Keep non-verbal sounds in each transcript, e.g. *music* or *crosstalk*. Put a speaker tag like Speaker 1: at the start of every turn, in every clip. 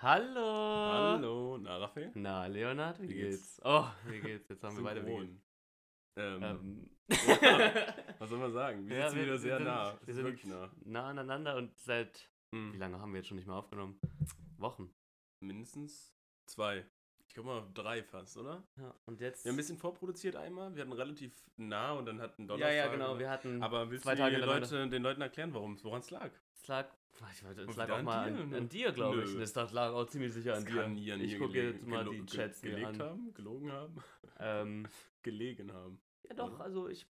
Speaker 1: Hallo!
Speaker 2: Hallo, na Raphael?
Speaker 1: Na, Leonard, wie,
Speaker 2: Wie
Speaker 1: geht's?
Speaker 2: geht's?
Speaker 1: Oh, wie geht's? Jetzt haben wir beide wie geht's.
Speaker 2: Synchron. Ähm,
Speaker 1: *laughs* Ähm,
Speaker 2: was soll man sagen? Wir
Speaker 1: ja,
Speaker 2: sitzen wieder sehr
Speaker 1: sind,
Speaker 2: nah. Das
Speaker 1: Wir
Speaker 2: ist
Speaker 1: sind
Speaker 2: wirklich nah.
Speaker 1: nah aneinander und seit,
Speaker 2: Mhm.
Speaker 1: wie lange haben wir jetzt schon nicht mehr aufgenommen? Wochen.
Speaker 2: Mindestens zwei. Ich glaube mal drei fast, oder?
Speaker 1: Ja, und jetzt?
Speaker 2: Wir haben ein bisschen vorproduziert einmal. Wir hatten relativ nah und dann hatten
Speaker 1: ja,
Speaker 2: Donnerstag. ne?
Speaker 1: ja, genau, wir hatten
Speaker 2: aber willst
Speaker 1: zwei
Speaker 2: du
Speaker 1: Tage
Speaker 2: die Leute, den Leuten erklären, warum woran es lag?
Speaker 1: es lag, ich weiß, es
Speaker 2: Und
Speaker 1: lag
Speaker 2: wieder
Speaker 1: auch
Speaker 2: an
Speaker 1: mal
Speaker 2: dir,
Speaker 1: an,
Speaker 2: ne?
Speaker 1: an dir, glaube ich.
Speaker 2: Nö.
Speaker 1: Das lag lag auch ziemlich sicher an
Speaker 2: Das kann
Speaker 1: dir.
Speaker 2: nie an
Speaker 1: Ich
Speaker 2: mir
Speaker 1: gucke
Speaker 2: gelegen-
Speaker 1: jetzt mal
Speaker 2: gelo-
Speaker 1: die
Speaker 2: ge-
Speaker 1: Chats mir
Speaker 2: gelegt
Speaker 1: an.
Speaker 2: haben, gelogen haben, *laughs*
Speaker 1: Ähm,
Speaker 2: gelegen haben.
Speaker 1: ja doch, also ich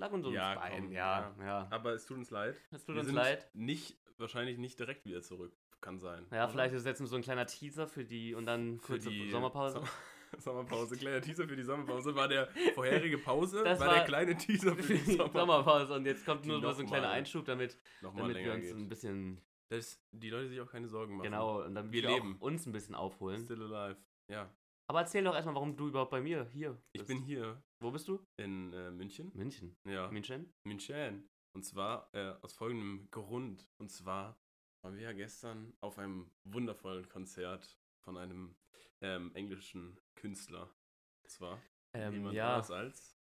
Speaker 1: lag uns ums
Speaker 2: Ja,
Speaker 1: Bein,
Speaker 2: komm,
Speaker 1: ja, ja.
Speaker 2: Aber es tut uns leid.
Speaker 1: Es tut
Speaker 2: Wir
Speaker 1: uns
Speaker 2: sind
Speaker 1: leid.
Speaker 2: Nicht, wahrscheinlich nicht direkt wieder zurück. Kann sein.
Speaker 1: Ja,
Speaker 2: oder?
Speaker 1: vielleicht ist es jetzt nur so ein kleiner Teaser für die und dann
Speaker 2: Für
Speaker 1: kurze
Speaker 2: die
Speaker 1: Sommerpause.
Speaker 2: *laughs*
Speaker 1: *laughs*
Speaker 2: Som- Sommerpause, kleiner Teaser für die Sommerpause. War der vorherige Pause,
Speaker 1: Das
Speaker 2: war,
Speaker 1: war-
Speaker 2: der kleine Teaser für die Sommerpause.
Speaker 1: Sommerpause und jetzt kommt
Speaker 2: Die
Speaker 1: nur noch so ein kleiner
Speaker 2: nochmal.
Speaker 1: Einschub, damit,
Speaker 2: Nochmal
Speaker 1: damit wir
Speaker 2: länger
Speaker 1: uns ein
Speaker 2: geht.
Speaker 1: bisschen
Speaker 2: Dass die Leute sich auch keine Sorgen machen.
Speaker 1: genau und damit wir,
Speaker 2: Wir
Speaker 1: leben.
Speaker 2: leben.
Speaker 1: Auch uns ein bisschen aufholen.
Speaker 2: Still alive. Ja,
Speaker 1: Aber erzähl doch erstmal, warum du überhaupt bei mir hier bist.
Speaker 2: ich bin hier
Speaker 1: Wo bist du?
Speaker 2: in äh, München.
Speaker 1: München.
Speaker 2: Ja,
Speaker 1: München?
Speaker 2: München. Und zwar äh, aus folgendem Grund. Und zwar waren wir ja gestern auf einem wundervollen Konzert von einem ähm, englischen Künstler. Und zwar
Speaker 1: Ähm,
Speaker 2: niemand
Speaker 1: ja,
Speaker 2: anders als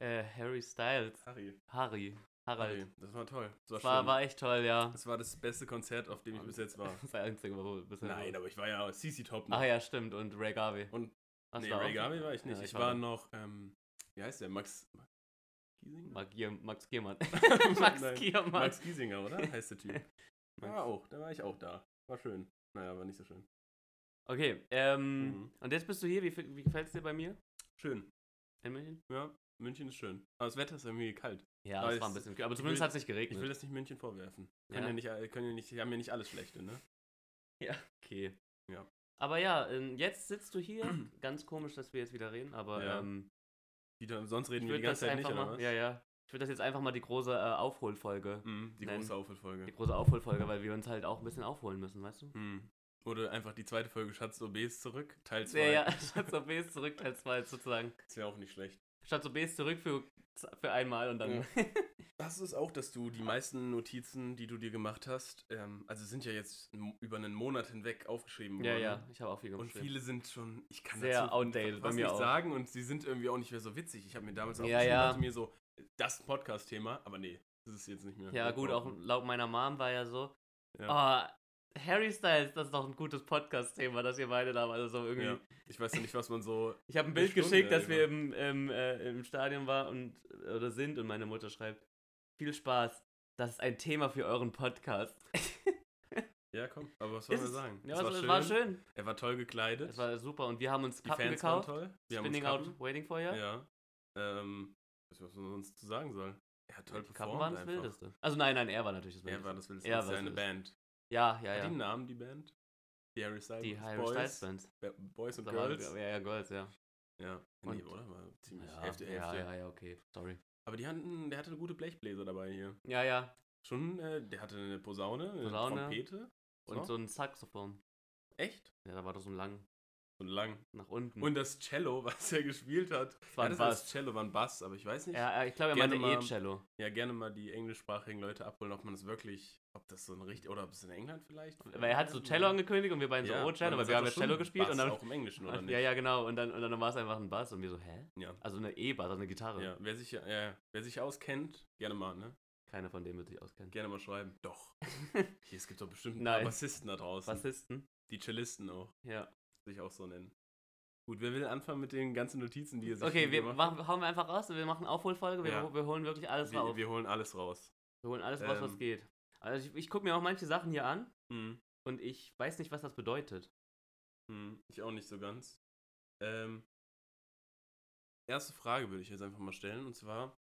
Speaker 1: äh, Harry Styles.
Speaker 2: Harry.
Speaker 1: Harry. Harald.
Speaker 2: Harry. Das war toll. Das war,
Speaker 1: Das war,
Speaker 2: schön.
Speaker 1: war echt toll, ja.
Speaker 2: Das war das beste Konzert, auf dem ich bis jetzt war.
Speaker 1: *laughs* Das ist der einzige, wo du bisher
Speaker 2: Nein, aber ich war ja CC Top noch.
Speaker 1: Ach ja, stimmt. Und Ray Garvey.
Speaker 2: Und-
Speaker 1: Ach,
Speaker 2: nee,
Speaker 1: war auch-
Speaker 2: Ray Gabi war ich nicht.
Speaker 1: Ja,
Speaker 2: ich, war
Speaker 1: da.
Speaker 2: noch, ähm, wie heißt der? Max, Max *laughs* Giesinger?
Speaker 1: Mark Gier- Max
Speaker 2: *laughs*
Speaker 1: Giermann. Max
Speaker 2: Nein,
Speaker 1: Giermann.
Speaker 2: Max
Speaker 1: *laughs*
Speaker 2: Giesinger, oder? Heißt der Typ.
Speaker 1: Max.
Speaker 2: Ja, auch. Da war ich auch da. War schön. Naja, war nicht so schön.
Speaker 1: Okay, ähm,
Speaker 2: Mhm.
Speaker 1: und jetzt bist du hier. Wie, f- wie gefällt es dir bei mir
Speaker 2: Schön.
Speaker 1: in München?
Speaker 2: Ja, München ist schön. Aber das Wetter ist irgendwie kalt.
Speaker 1: Ja,
Speaker 2: Aber
Speaker 1: es war ein
Speaker 2: es-
Speaker 1: bisschen kühl, Aber
Speaker 2: ich
Speaker 1: zumindest
Speaker 2: will-
Speaker 1: hat es nicht
Speaker 2: Ich will
Speaker 1: geregnet.
Speaker 2: das nicht München vorwerfen.
Speaker 1: Ja.
Speaker 2: Können ja, nicht, alle- können ja nicht, die haben ja nicht alles Schlechte, ne?
Speaker 1: Okay.
Speaker 2: Ja.
Speaker 1: Aber ja, ähm, jetzt sitzt du
Speaker 2: *clears throat*
Speaker 1: hier. Ganz komisch, dass wir jetzt wieder reden, aber
Speaker 2: Ja.
Speaker 1: ähm,
Speaker 2: Die, da- sonst
Speaker 1: ich
Speaker 2: reden wir
Speaker 1: würde
Speaker 2: die
Speaker 1: das
Speaker 2: ganze Zeit
Speaker 1: einfach
Speaker 2: nicht, oder
Speaker 1: mal.
Speaker 2: was?
Speaker 1: Ja, ja. Ich würde das jetzt einfach mal die große äh, Aufholfolge.
Speaker 2: Mhm, die
Speaker 1: Nein.
Speaker 2: große Aufholfolge.
Speaker 1: Die große Aufholfolge, weil wir uns halt auch ein bisschen aufholen müssen, weißt du?
Speaker 2: Mhm. Oder einfach die zweite Folge Schatz OBs zurück, Teil 2.
Speaker 1: Ja, ja, *laughs* Schatz auf Bs zurück, Teil 2 sozusagen.
Speaker 2: Das wäre auch nicht schlecht.
Speaker 1: Schatz auf Bs zurück für, für einmal und dann.
Speaker 2: Hast du es auch, dass du die meisten Notizen, die du dir gemacht hast, ähm, also sind ja jetzt m- über einen Monat hinweg aufgeschrieben worden.
Speaker 1: *laughs* Ja, ja, ich habe auch viel
Speaker 2: Genau. Und
Speaker 1: gemacht.
Speaker 2: viele sind schon, ich kann
Speaker 1: Sehr
Speaker 2: dazu
Speaker 1: outdated bei
Speaker 2: was
Speaker 1: mir
Speaker 2: nicht
Speaker 1: auch.
Speaker 2: sagen und sie sind irgendwie auch nicht mehr so witzig. Ich habe mir damals auch
Speaker 1: Ja, ja.
Speaker 2: dachte mir so, das ist ein Podcast-Thema, aber nee, das ist jetzt nicht mehr.
Speaker 1: Ja, gut, auch laut meiner Mom war ja so. Oh, Harry Styles, das ist doch ein gutes Podcast-Thema, das ihr beide da Also so irgendwie.
Speaker 2: Ja. Ich weiß ja nicht, was man so.
Speaker 1: Ich habe ein
Speaker 2: Eine
Speaker 1: Bild
Speaker 2: Stunde,
Speaker 1: geschickt, dass
Speaker 2: ja,
Speaker 1: wir im, im, äh, im Stadion war und oder sind und meine Mutter schreibt: Viel Spaß, das ist ein Thema für euren Podcast.
Speaker 2: Ja, komm, aber was soll man
Speaker 1: Ist-
Speaker 2: sagen?
Speaker 1: Ja,
Speaker 2: Es
Speaker 1: es war, schön. war schön.
Speaker 2: Er war toll gekleidet.
Speaker 1: Es war super und wir haben uns
Speaker 2: die
Speaker 1: Kappen
Speaker 2: Fans
Speaker 1: gekauft.
Speaker 2: waren toll. Wir
Speaker 1: Spinning
Speaker 2: haben uns Kappen.
Speaker 1: out, waiting for you.
Speaker 2: Ja. Ähm, was was man sonst zu sagen soll. Er hat toll
Speaker 1: die Kappen
Speaker 2: performt
Speaker 1: waren das
Speaker 2: einfach.
Speaker 1: Wildeste. Also nein, nein, er war natürlich das
Speaker 2: Er
Speaker 1: Wildeste.
Speaker 2: war das Wildeste.
Speaker 1: Er
Speaker 2: Das
Speaker 1: war
Speaker 2: ist ja
Speaker 1: das
Speaker 2: eine Band.
Speaker 1: ja, ja,
Speaker 2: Hat die einen
Speaker 1: ja.
Speaker 2: Namen, die Band? Die Harry Styles
Speaker 1: Die Harry
Speaker 2: Boys.
Speaker 1: Styles Band.
Speaker 2: Ba- Boys and
Speaker 1: Da waren-
Speaker 2: Girls.
Speaker 1: Ja, ja, Girls, ja.
Speaker 2: Ja.
Speaker 1: Und-
Speaker 2: nee, oder? War ziemlich
Speaker 1: Ja,
Speaker 2: Hälfte,
Speaker 1: ja,
Speaker 2: Hälfte.
Speaker 1: ja, ja, okay. Sorry.
Speaker 2: Aber die hatten, der hatte eine gute Blechbläser dabei hier.
Speaker 1: Ja, ja.
Speaker 2: Schon, äh, der hatte eine Posaune, eine
Speaker 1: Posaune.
Speaker 2: Trompete.
Speaker 1: Und so ein Saxophon.
Speaker 2: Echt?
Speaker 1: Ja, da war doch so ein lang
Speaker 2: Und lang.
Speaker 1: nach unten.
Speaker 2: Und das Cello, *laughs* was er gespielt hat.
Speaker 1: es Hm. war
Speaker 2: ja,
Speaker 1: ein
Speaker 2: das
Speaker 1: Bass.
Speaker 2: heißt Cello war ein Bass, aber ich weiß nicht.
Speaker 1: Ja, ja, ich glaube, er
Speaker 2: Gerne
Speaker 1: meinte eh
Speaker 2: mal-
Speaker 1: E-Cello.
Speaker 2: ja, gerne mal die englischsprachigen Leute abholen, ob man das wirklich, ob das so ein richtig, oder ob es in England vielleicht?
Speaker 1: Weil er hat so Cello angekündigt und wir beiden so, oh, Cello, weil wir haben ja Cello gespielt
Speaker 2: Bass
Speaker 1: und dann.
Speaker 2: auch im Englischen, oder nicht?
Speaker 1: *laughs* Ja, ja, genau. Und dann, und dann war es einfach ein Bass und wir so, hä?
Speaker 2: Ja.
Speaker 1: Also eine E-Bass, also eine Gitarre.
Speaker 2: Ja, Ähm, wer sich, ja, ja, wer sich auskennt, gerne mal, ne?
Speaker 1: Keiner von denen wird sich auskennen.
Speaker 2: Gerne mal schreiben. Doch.
Speaker 1: *laughs*
Speaker 2: Hier, es gibt doch bestimmt ein
Speaker 1: Nein.
Speaker 2: paar Bassisten da draußen.
Speaker 1: Bassisten?
Speaker 2: Die Cellisten auch,
Speaker 1: Ja.
Speaker 2: sich auch so nennen. Gut, wer will anfangen mit den ganzen Notizen, die ihr sich
Speaker 1: Okay, wir
Speaker 2: gemacht
Speaker 1: machen, hauen wir einfach raus, wir machen Aufholfolge, wir,
Speaker 2: Ja.
Speaker 1: wir holen wirklich alles
Speaker 2: habt? wir,
Speaker 1: raus.
Speaker 2: wir holen alles raus.
Speaker 1: Wir holen alles raus, was
Speaker 2: Ähm.
Speaker 1: geht. Also ich, ich gucke mir auch manche Sachen hier an
Speaker 2: Hm,
Speaker 1: und ich weiß nicht, was das bedeutet.
Speaker 2: hm, ich auch nicht so ganz. Ähm, erste Frage würde ich jetzt einfach mal stellen, und zwar.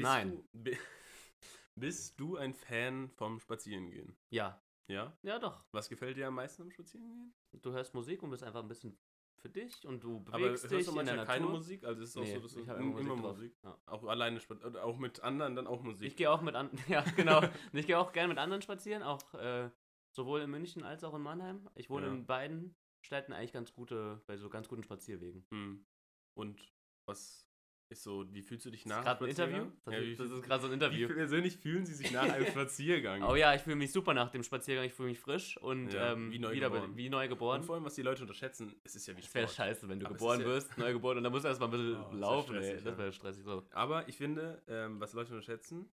Speaker 1: Nein.
Speaker 2: Du, bi- *laughs* bist du ein Fan vom Spazierengehen?
Speaker 1: Ja.
Speaker 2: Ja?
Speaker 1: Ja, doch.
Speaker 2: Was gefällt dir am meisten am Spazierengehen?
Speaker 1: Du hörst Musik und bist einfach ein bisschen für dich und du
Speaker 2: Aber
Speaker 1: bewegst
Speaker 2: hörst
Speaker 1: dich
Speaker 2: du
Speaker 1: in der
Speaker 2: manchmal
Speaker 1: Natur.
Speaker 2: keine Musik? Also ist es auch
Speaker 1: Nee,
Speaker 2: so, dass du
Speaker 1: ich hab
Speaker 2: immer,
Speaker 1: immer
Speaker 2: immer
Speaker 1: Musik drauf.
Speaker 2: Musik.
Speaker 1: Ja.
Speaker 2: Auch alleine spa- oder auch mit anderen dann auch Musik.
Speaker 1: Ich gehe auch mit anderen, *laughs* ja
Speaker 2: *laughs*
Speaker 1: genau. Und ich gehe auch gerne mit anderen spazieren, auch äh, sowohl in München als auch in Mannheim. Ich wohne
Speaker 2: Ja.
Speaker 1: in beiden Städten eigentlich ganz gute, bei so ganz guten Spazierwegen.
Speaker 2: Hm. Und Hm. was Ist so, wie fühlst du dich
Speaker 1: Ist
Speaker 2: nach
Speaker 1: gerade ein Interview?
Speaker 2: Spaziergang?
Speaker 1: Das,
Speaker 2: Ja, wie
Speaker 1: ist- das
Speaker 2: fühlst
Speaker 1: ist gerade so ein
Speaker 2: du- wie
Speaker 1: Interview.
Speaker 2: persönlich fühlen sie sich nach
Speaker 1: *laughs*
Speaker 2: einem Spaziergang?
Speaker 1: Oh ja, ich fühle mich super nach dem Spaziergang, ich fühle mich frisch und
Speaker 2: Ja,
Speaker 1: ähm,
Speaker 2: wie neu
Speaker 1: wieder
Speaker 2: geboren.
Speaker 1: wie neu
Speaker 2: Und
Speaker 1: geboren.
Speaker 2: vor allem, was die Leute unterschätzen, es ist ja wie
Speaker 1: Das wäre
Speaker 2: Sport.
Speaker 1: scheiße, wenn du
Speaker 2: Aber es
Speaker 1: geboren
Speaker 2: ist ja-
Speaker 1: wirst, neu geboren und dann musst du erstmal ein bisschen
Speaker 2: *laughs* Oh, das wär
Speaker 1: laufen, ey.
Speaker 2: stressig,
Speaker 1: Das
Speaker 2: ja.
Speaker 1: wäre stressig so.
Speaker 2: Aber ich finde, ähm, was Leute unterschätzen,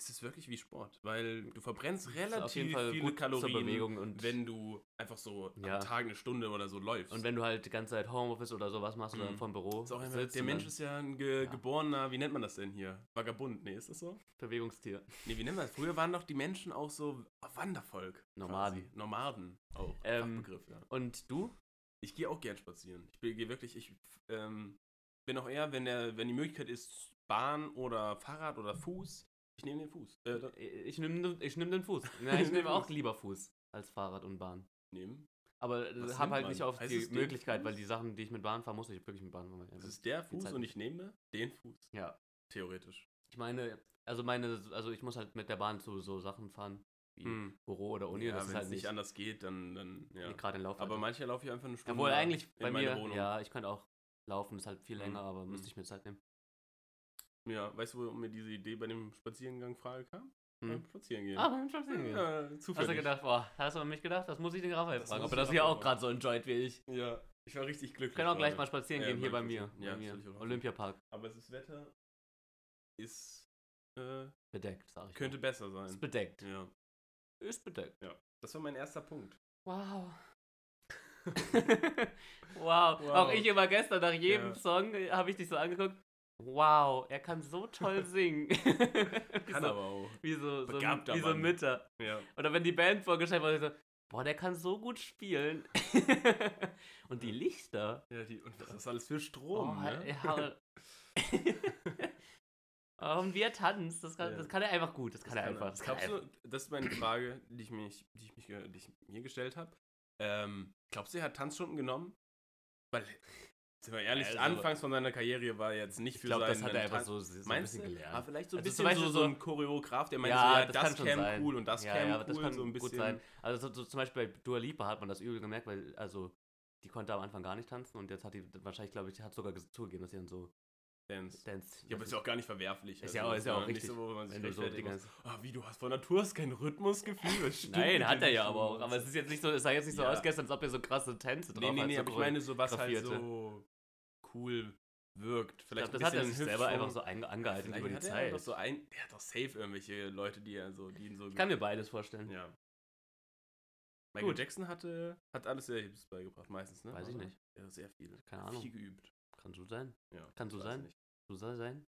Speaker 2: ist es wirklich wie Sport, weil du verbrennst
Speaker 1: Ist
Speaker 2: relativ viele
Speaker 1: zur
Speaker 2: Kalorien,
Speaker 1: Bewegung und
Speaker 2: wenn du einfach so
Speaker 1: Ja.
Speaker 2: am Tag eine Stunde oder so läufst.
Speaker 1: Und wenn du halt die ganze Zeit Homeoffice oder sowas machst oder
Speaker 2: Mhm.
Speaker 1: vom Büro,
Speaker 2: ist auch immer,
Speaker 1: sitzt
Speaker 2: der
Speaker 1: und
Speaker 2: Mensch
Speaker 1: dann
Speaker 2: ist ja ein ge
Speaker 1: Ja.
Speaker 2: geborener, wie nennt man das denn hier? Vagabund, nee, ist das so?
Speaker 1: Bewegungstier.
Speaker 2: Nee, wie nennt man das? Früher waren doch die Menschen auch so Wandervolk.
Speaker 1: Nomaden.
Speaker 2: Quasi. Nomaden auch.
Speaker 1: Ähm,
Speaker 2: Fachbegriff, ja.
Speaker 1: Und du?
Speaker 2: Ich gehe auch gern spazieren. Ich gehe wirklich, ich ähm, bin auch eher, wenn der, wenn die Möglichkeit ist, Bahn oder Fahrrad oder Fuß, ich nehme den Fuß. Äh, da-
Speaker 1: Ich nehme ich nehm den
Speaker 2: *laughs*
Speaker 1: Fuß. Nein, ich
Speaker 2: Nimm den
Speaker 1: nehme auch
Speaker 2: Fuß.
Speaker 1: lieber Fuß als Fahrrad und Bahn.
Speaker 2: nehmen.
Speaker 1: Aber
Speaker 2: Was
Speaker 1: habe
Speaker 2: nimmt
Speaker 1: halt
Speaker 2: man?
Speaker 1: nicht auf
Speaker 2: Heißt
Speaker 1: die
Speaker 2: es den
Speaker 1: Möglichkeit,
Speaker 2: Fuß?
Speaker 1: weil die Sachen, die ich mit Bahn fahre, muss ich wirklich mit Bahn fahren.
Speaker 2: Das ist der Fuß
Speaker 1: Zeit
Speaker 2: und
Speaker 1: nicht.
Speaker 2: ich nehme den Fuß.
Speaker 1: Ja.
Speaker 2: Theoretisch.
Speaker 1: Ich meine, also meine, also ich muss halt mit der Bahn zu so Sachen fahren, wie Büro oder Uni,
Speaker 2: Hm. Ja,
Speaker 1: das
Speaker 2: wenn
Speaker 1: ist halt
Speaker 2: es nicht also
Speaker 1: nicht
Speaker 2: anders geht, dann, dann ja.
Speaker 1: gerade in Lauf.
Speaker 2: Aber mancher laufe ich einfach eine Stunde
Speaker 1: Obwohl eigentlich
Speaker 2: in
Speaker 1: bei
Speaker 2: meine
Speaker 1: mir,
Speaker 2: Wohnung.
Speaker 1: ja, ich könnte auch laufen, ist halt viel
Speaker 2: Mhm.
Speaker 1: länger, aber
Speaker 2: Mhm.
Speaker 1: müsste ich mir Zeit nehmen.
Speaker 2: Ja, weißt du, wo mir diese Idee bei dem Spazierengang-Frage kam?
Speaker 1: Mhm.
Speaker 2: Beim Spazierengehen.
Speaker 1: Ah, beim Spazierengehen.
Speaker 2: ja,
Speaker 1: Hast du
Speaker 2: zufällig.
Speaker 1: gedacht, boah, hast du an mich gedacht? Das muss ich den Raphael
Speaker 2: Das
Speaker 1: fragen,
Speaker 2: muss
Speaker 1: ob er
Speaker 2: ich
Speaker 1: das hier
Speaker 2: Raphael
Speaker 1: auch gerade so enjoyt wie ich.
Speaker 2: Ja, ich war richtig glücklich.
Speaker 1: Wir können auch gleich mal
Speaker 2: gerade.
Speaker 1: spazieren
Speaker 2: Äh,
Speaker 1: gehen hier
Speaker 2: mal
Speaker 1: bei mir.
Speaker 2: spazieren.
Speaker 1: Bei
Speaker 2: Ja, das will ich auch
Speaker 1: mir.
Speaker 2: machen.
Speaker 1: Olympiapark
Speaker 2: Aber das Wetter ist, äh,
Speaker 1: bedeckt, sag ich. mal.
Speaker 2: könnte besser sein.
Speaker 1: Ist bedeckt.
Speaker 2: ja.
Speaker 1: Ist bedeckt.
Speaker 2: Das war mein erster Punkt.
Speaker 1: Wow. *laughs* wow. Auch ich immer gestern nach jedem
Speaker 2: Ja.
Speaker 1: Song äh, habe ich dich so angeguckt. Wow, er kann so
Speaker 2: *laughs*
Speaker 1: toll singen. *laughs* wie
Speaker 2: Kann
Speaker 1: so,
Speaker 2: aber auch.
Speaker 1: Wie so, so,
Speaker 2: Begabter
Speaker 1: wie so
Speaker 2: Mann.
Speaker 1: Mütter.
Speaker 2: Ja.
Speaker 1: Oder wenn die Band vorgestellt wurde, so, boah, der kann so gut spielen. *laughs* Und die Lichter.
Speaker 2: ja die, und was ist alles für
Speaker 1: Oh,
Speaker 2: Strom,
Speaker 1: hat-
Speaker 2: ne?
Speaker 1: er
Speaker 2: *laughs*
Speaker 1: hat- Oh, Und wie er tanzt, das kann,
Speaker 2: Ja.
Speaker 1: das kann er einfach gut. Das kann
Speaker 2: Das
Speaker 1: er
Speaker 2: kann
Speaker 1: einfach. Das kann er
Speaker 2: glaubst
Speaker 1: einfach.
Speaker 2: du, das ist meine Frage, die ich, mich, die ich, mich, ge- die ich mir gestellt habe. Ähm, glaubst du, er hat Tanzstunden genommen? Weil, sind wir ehrlich,
Speaker 1: Also-
Speaker 2: anfangs von seiner Karriere war er jetzt nicht
Speaker 1: Ich
Speaker 2: für
Speaker 1: glaube, das
Speaker 2: seinen
Speaker 1: hat er einfach
Speaker 2: Tan-
Speaker 1: so, so ein
Speaker 2: Meinst
Speaker 1: bisschen
Speaker 2: du?
Speaker 1: gelernt.
Speaker 2: Aber vielleicht so ein
Speaker 1: Also zum
Speaker 2: bisschen
Speaker 1: Beispiel
Speaker 2: so,
Speaker 1: so-
Speaker 2: so ein Choreograf, der meint
Speaker 1: Ja,
Speaker 2: so, ja,
Speaker 1: das
Speaker 2: das,
Speaker 1: kann schon
Speaker 2: käme
Speaker 1: sein.
Speaker 2: cool und das
Speaker 1: ja,
Speaker 2: käme
Speaker 1: ja,
Speaker 2: cool.
Speaker 1: aber das kann
Speaker 2: so ein bisschen.
Speaker 1: gut sein. Also so, so, zum Beispiel bei Dua Lipa hat man das übel gemerkt, weil also die konnte am Anfang gar nicht tanzen und jetzt hat die wahrscheinlich, glaube ich, hat sogar ges- zugegeben, dass sie dann so
Speaker 2: Dance.
Speaker 1: Dance.
Speaker 2: Ja, aber ist ja auch gar nicht verwerflich. Also
Speaker 1: Ist
Speaker 2: ne,
Speaker 1: ja auch- ist ja auch
Speaker 2: nicht
Speaker 1: richtig,
Speaker 2: So, wo man sich
Speaker 1: wenn du so die
Speaker 2: rechtfertigen muss.
Speaker 1: ganze,
Speaker 2: Ah, wie, du hast von Natur aus kein Rhythmusgefühl. Was stimmt mit
Speaker 1: Nein,
Speaker 2: dir
Speaker 1: hat er
Speaker 2: nicht
Speaker 1: ja aber
Speaker 2: so?
Speaker 1: auch. Aber es ist jetzt nicht so, es sah jetzt nicht so
Speaker 2: Ja.
Speaker 1: aus gestern, als ob er so krasse Tänze drauf
Speaker 2: Nee, nee,
Speaker 1: hat.
Speaker 2: nee,
Speaker 1: so
Speaker 2: aber ich
Speaker 1: cool.
Speaker 2: meine so, was halt
Speaker 1: grafierte.
Speaker 2: so cool wirkt.
Speaker 1: ich
Speaker 2: Vielleicht
Speaker 1: glaub, das
Speaker 2: ein
Speaker 1: hat er
Speaker 2: bisschen
Speaker 1: sich selber
Speaker 2: Hüpfung.
Speaker 1: einfach so einge angehalten
Speaker 2: Vielleicht
Speaker 1: über die
Speaker 2: hat er
Speaker 1: Zeit.
Speaker 2: doch so ein, der hat doch safe irgendwelche Leute, die er so, die ihn so.
Speaker 1: Ich kann mir beides vorstellen.
Speaker 2: ja. Michael
Speaker 1: Mhm. Gut.
Speaker 2: Jackson hatte, hat alles selbst beigebracht, meistens, ne?
Speaker 1: Weiß ich
Speaker 2: Oder?
Speaker 1: nicht.
Speaker 2: Er hat sehr viel.
Speaker 1: Keine Ahnung.
Speaker 2: Viel geübt.
Speaker 1: Kann so sein.
Speaker 2: Ja,
Speaker 1: Kann so
Speaker 2: weiß
Speaker 1: sein.
Speaker 2: Nicht.
Speaker 1: So soll sein.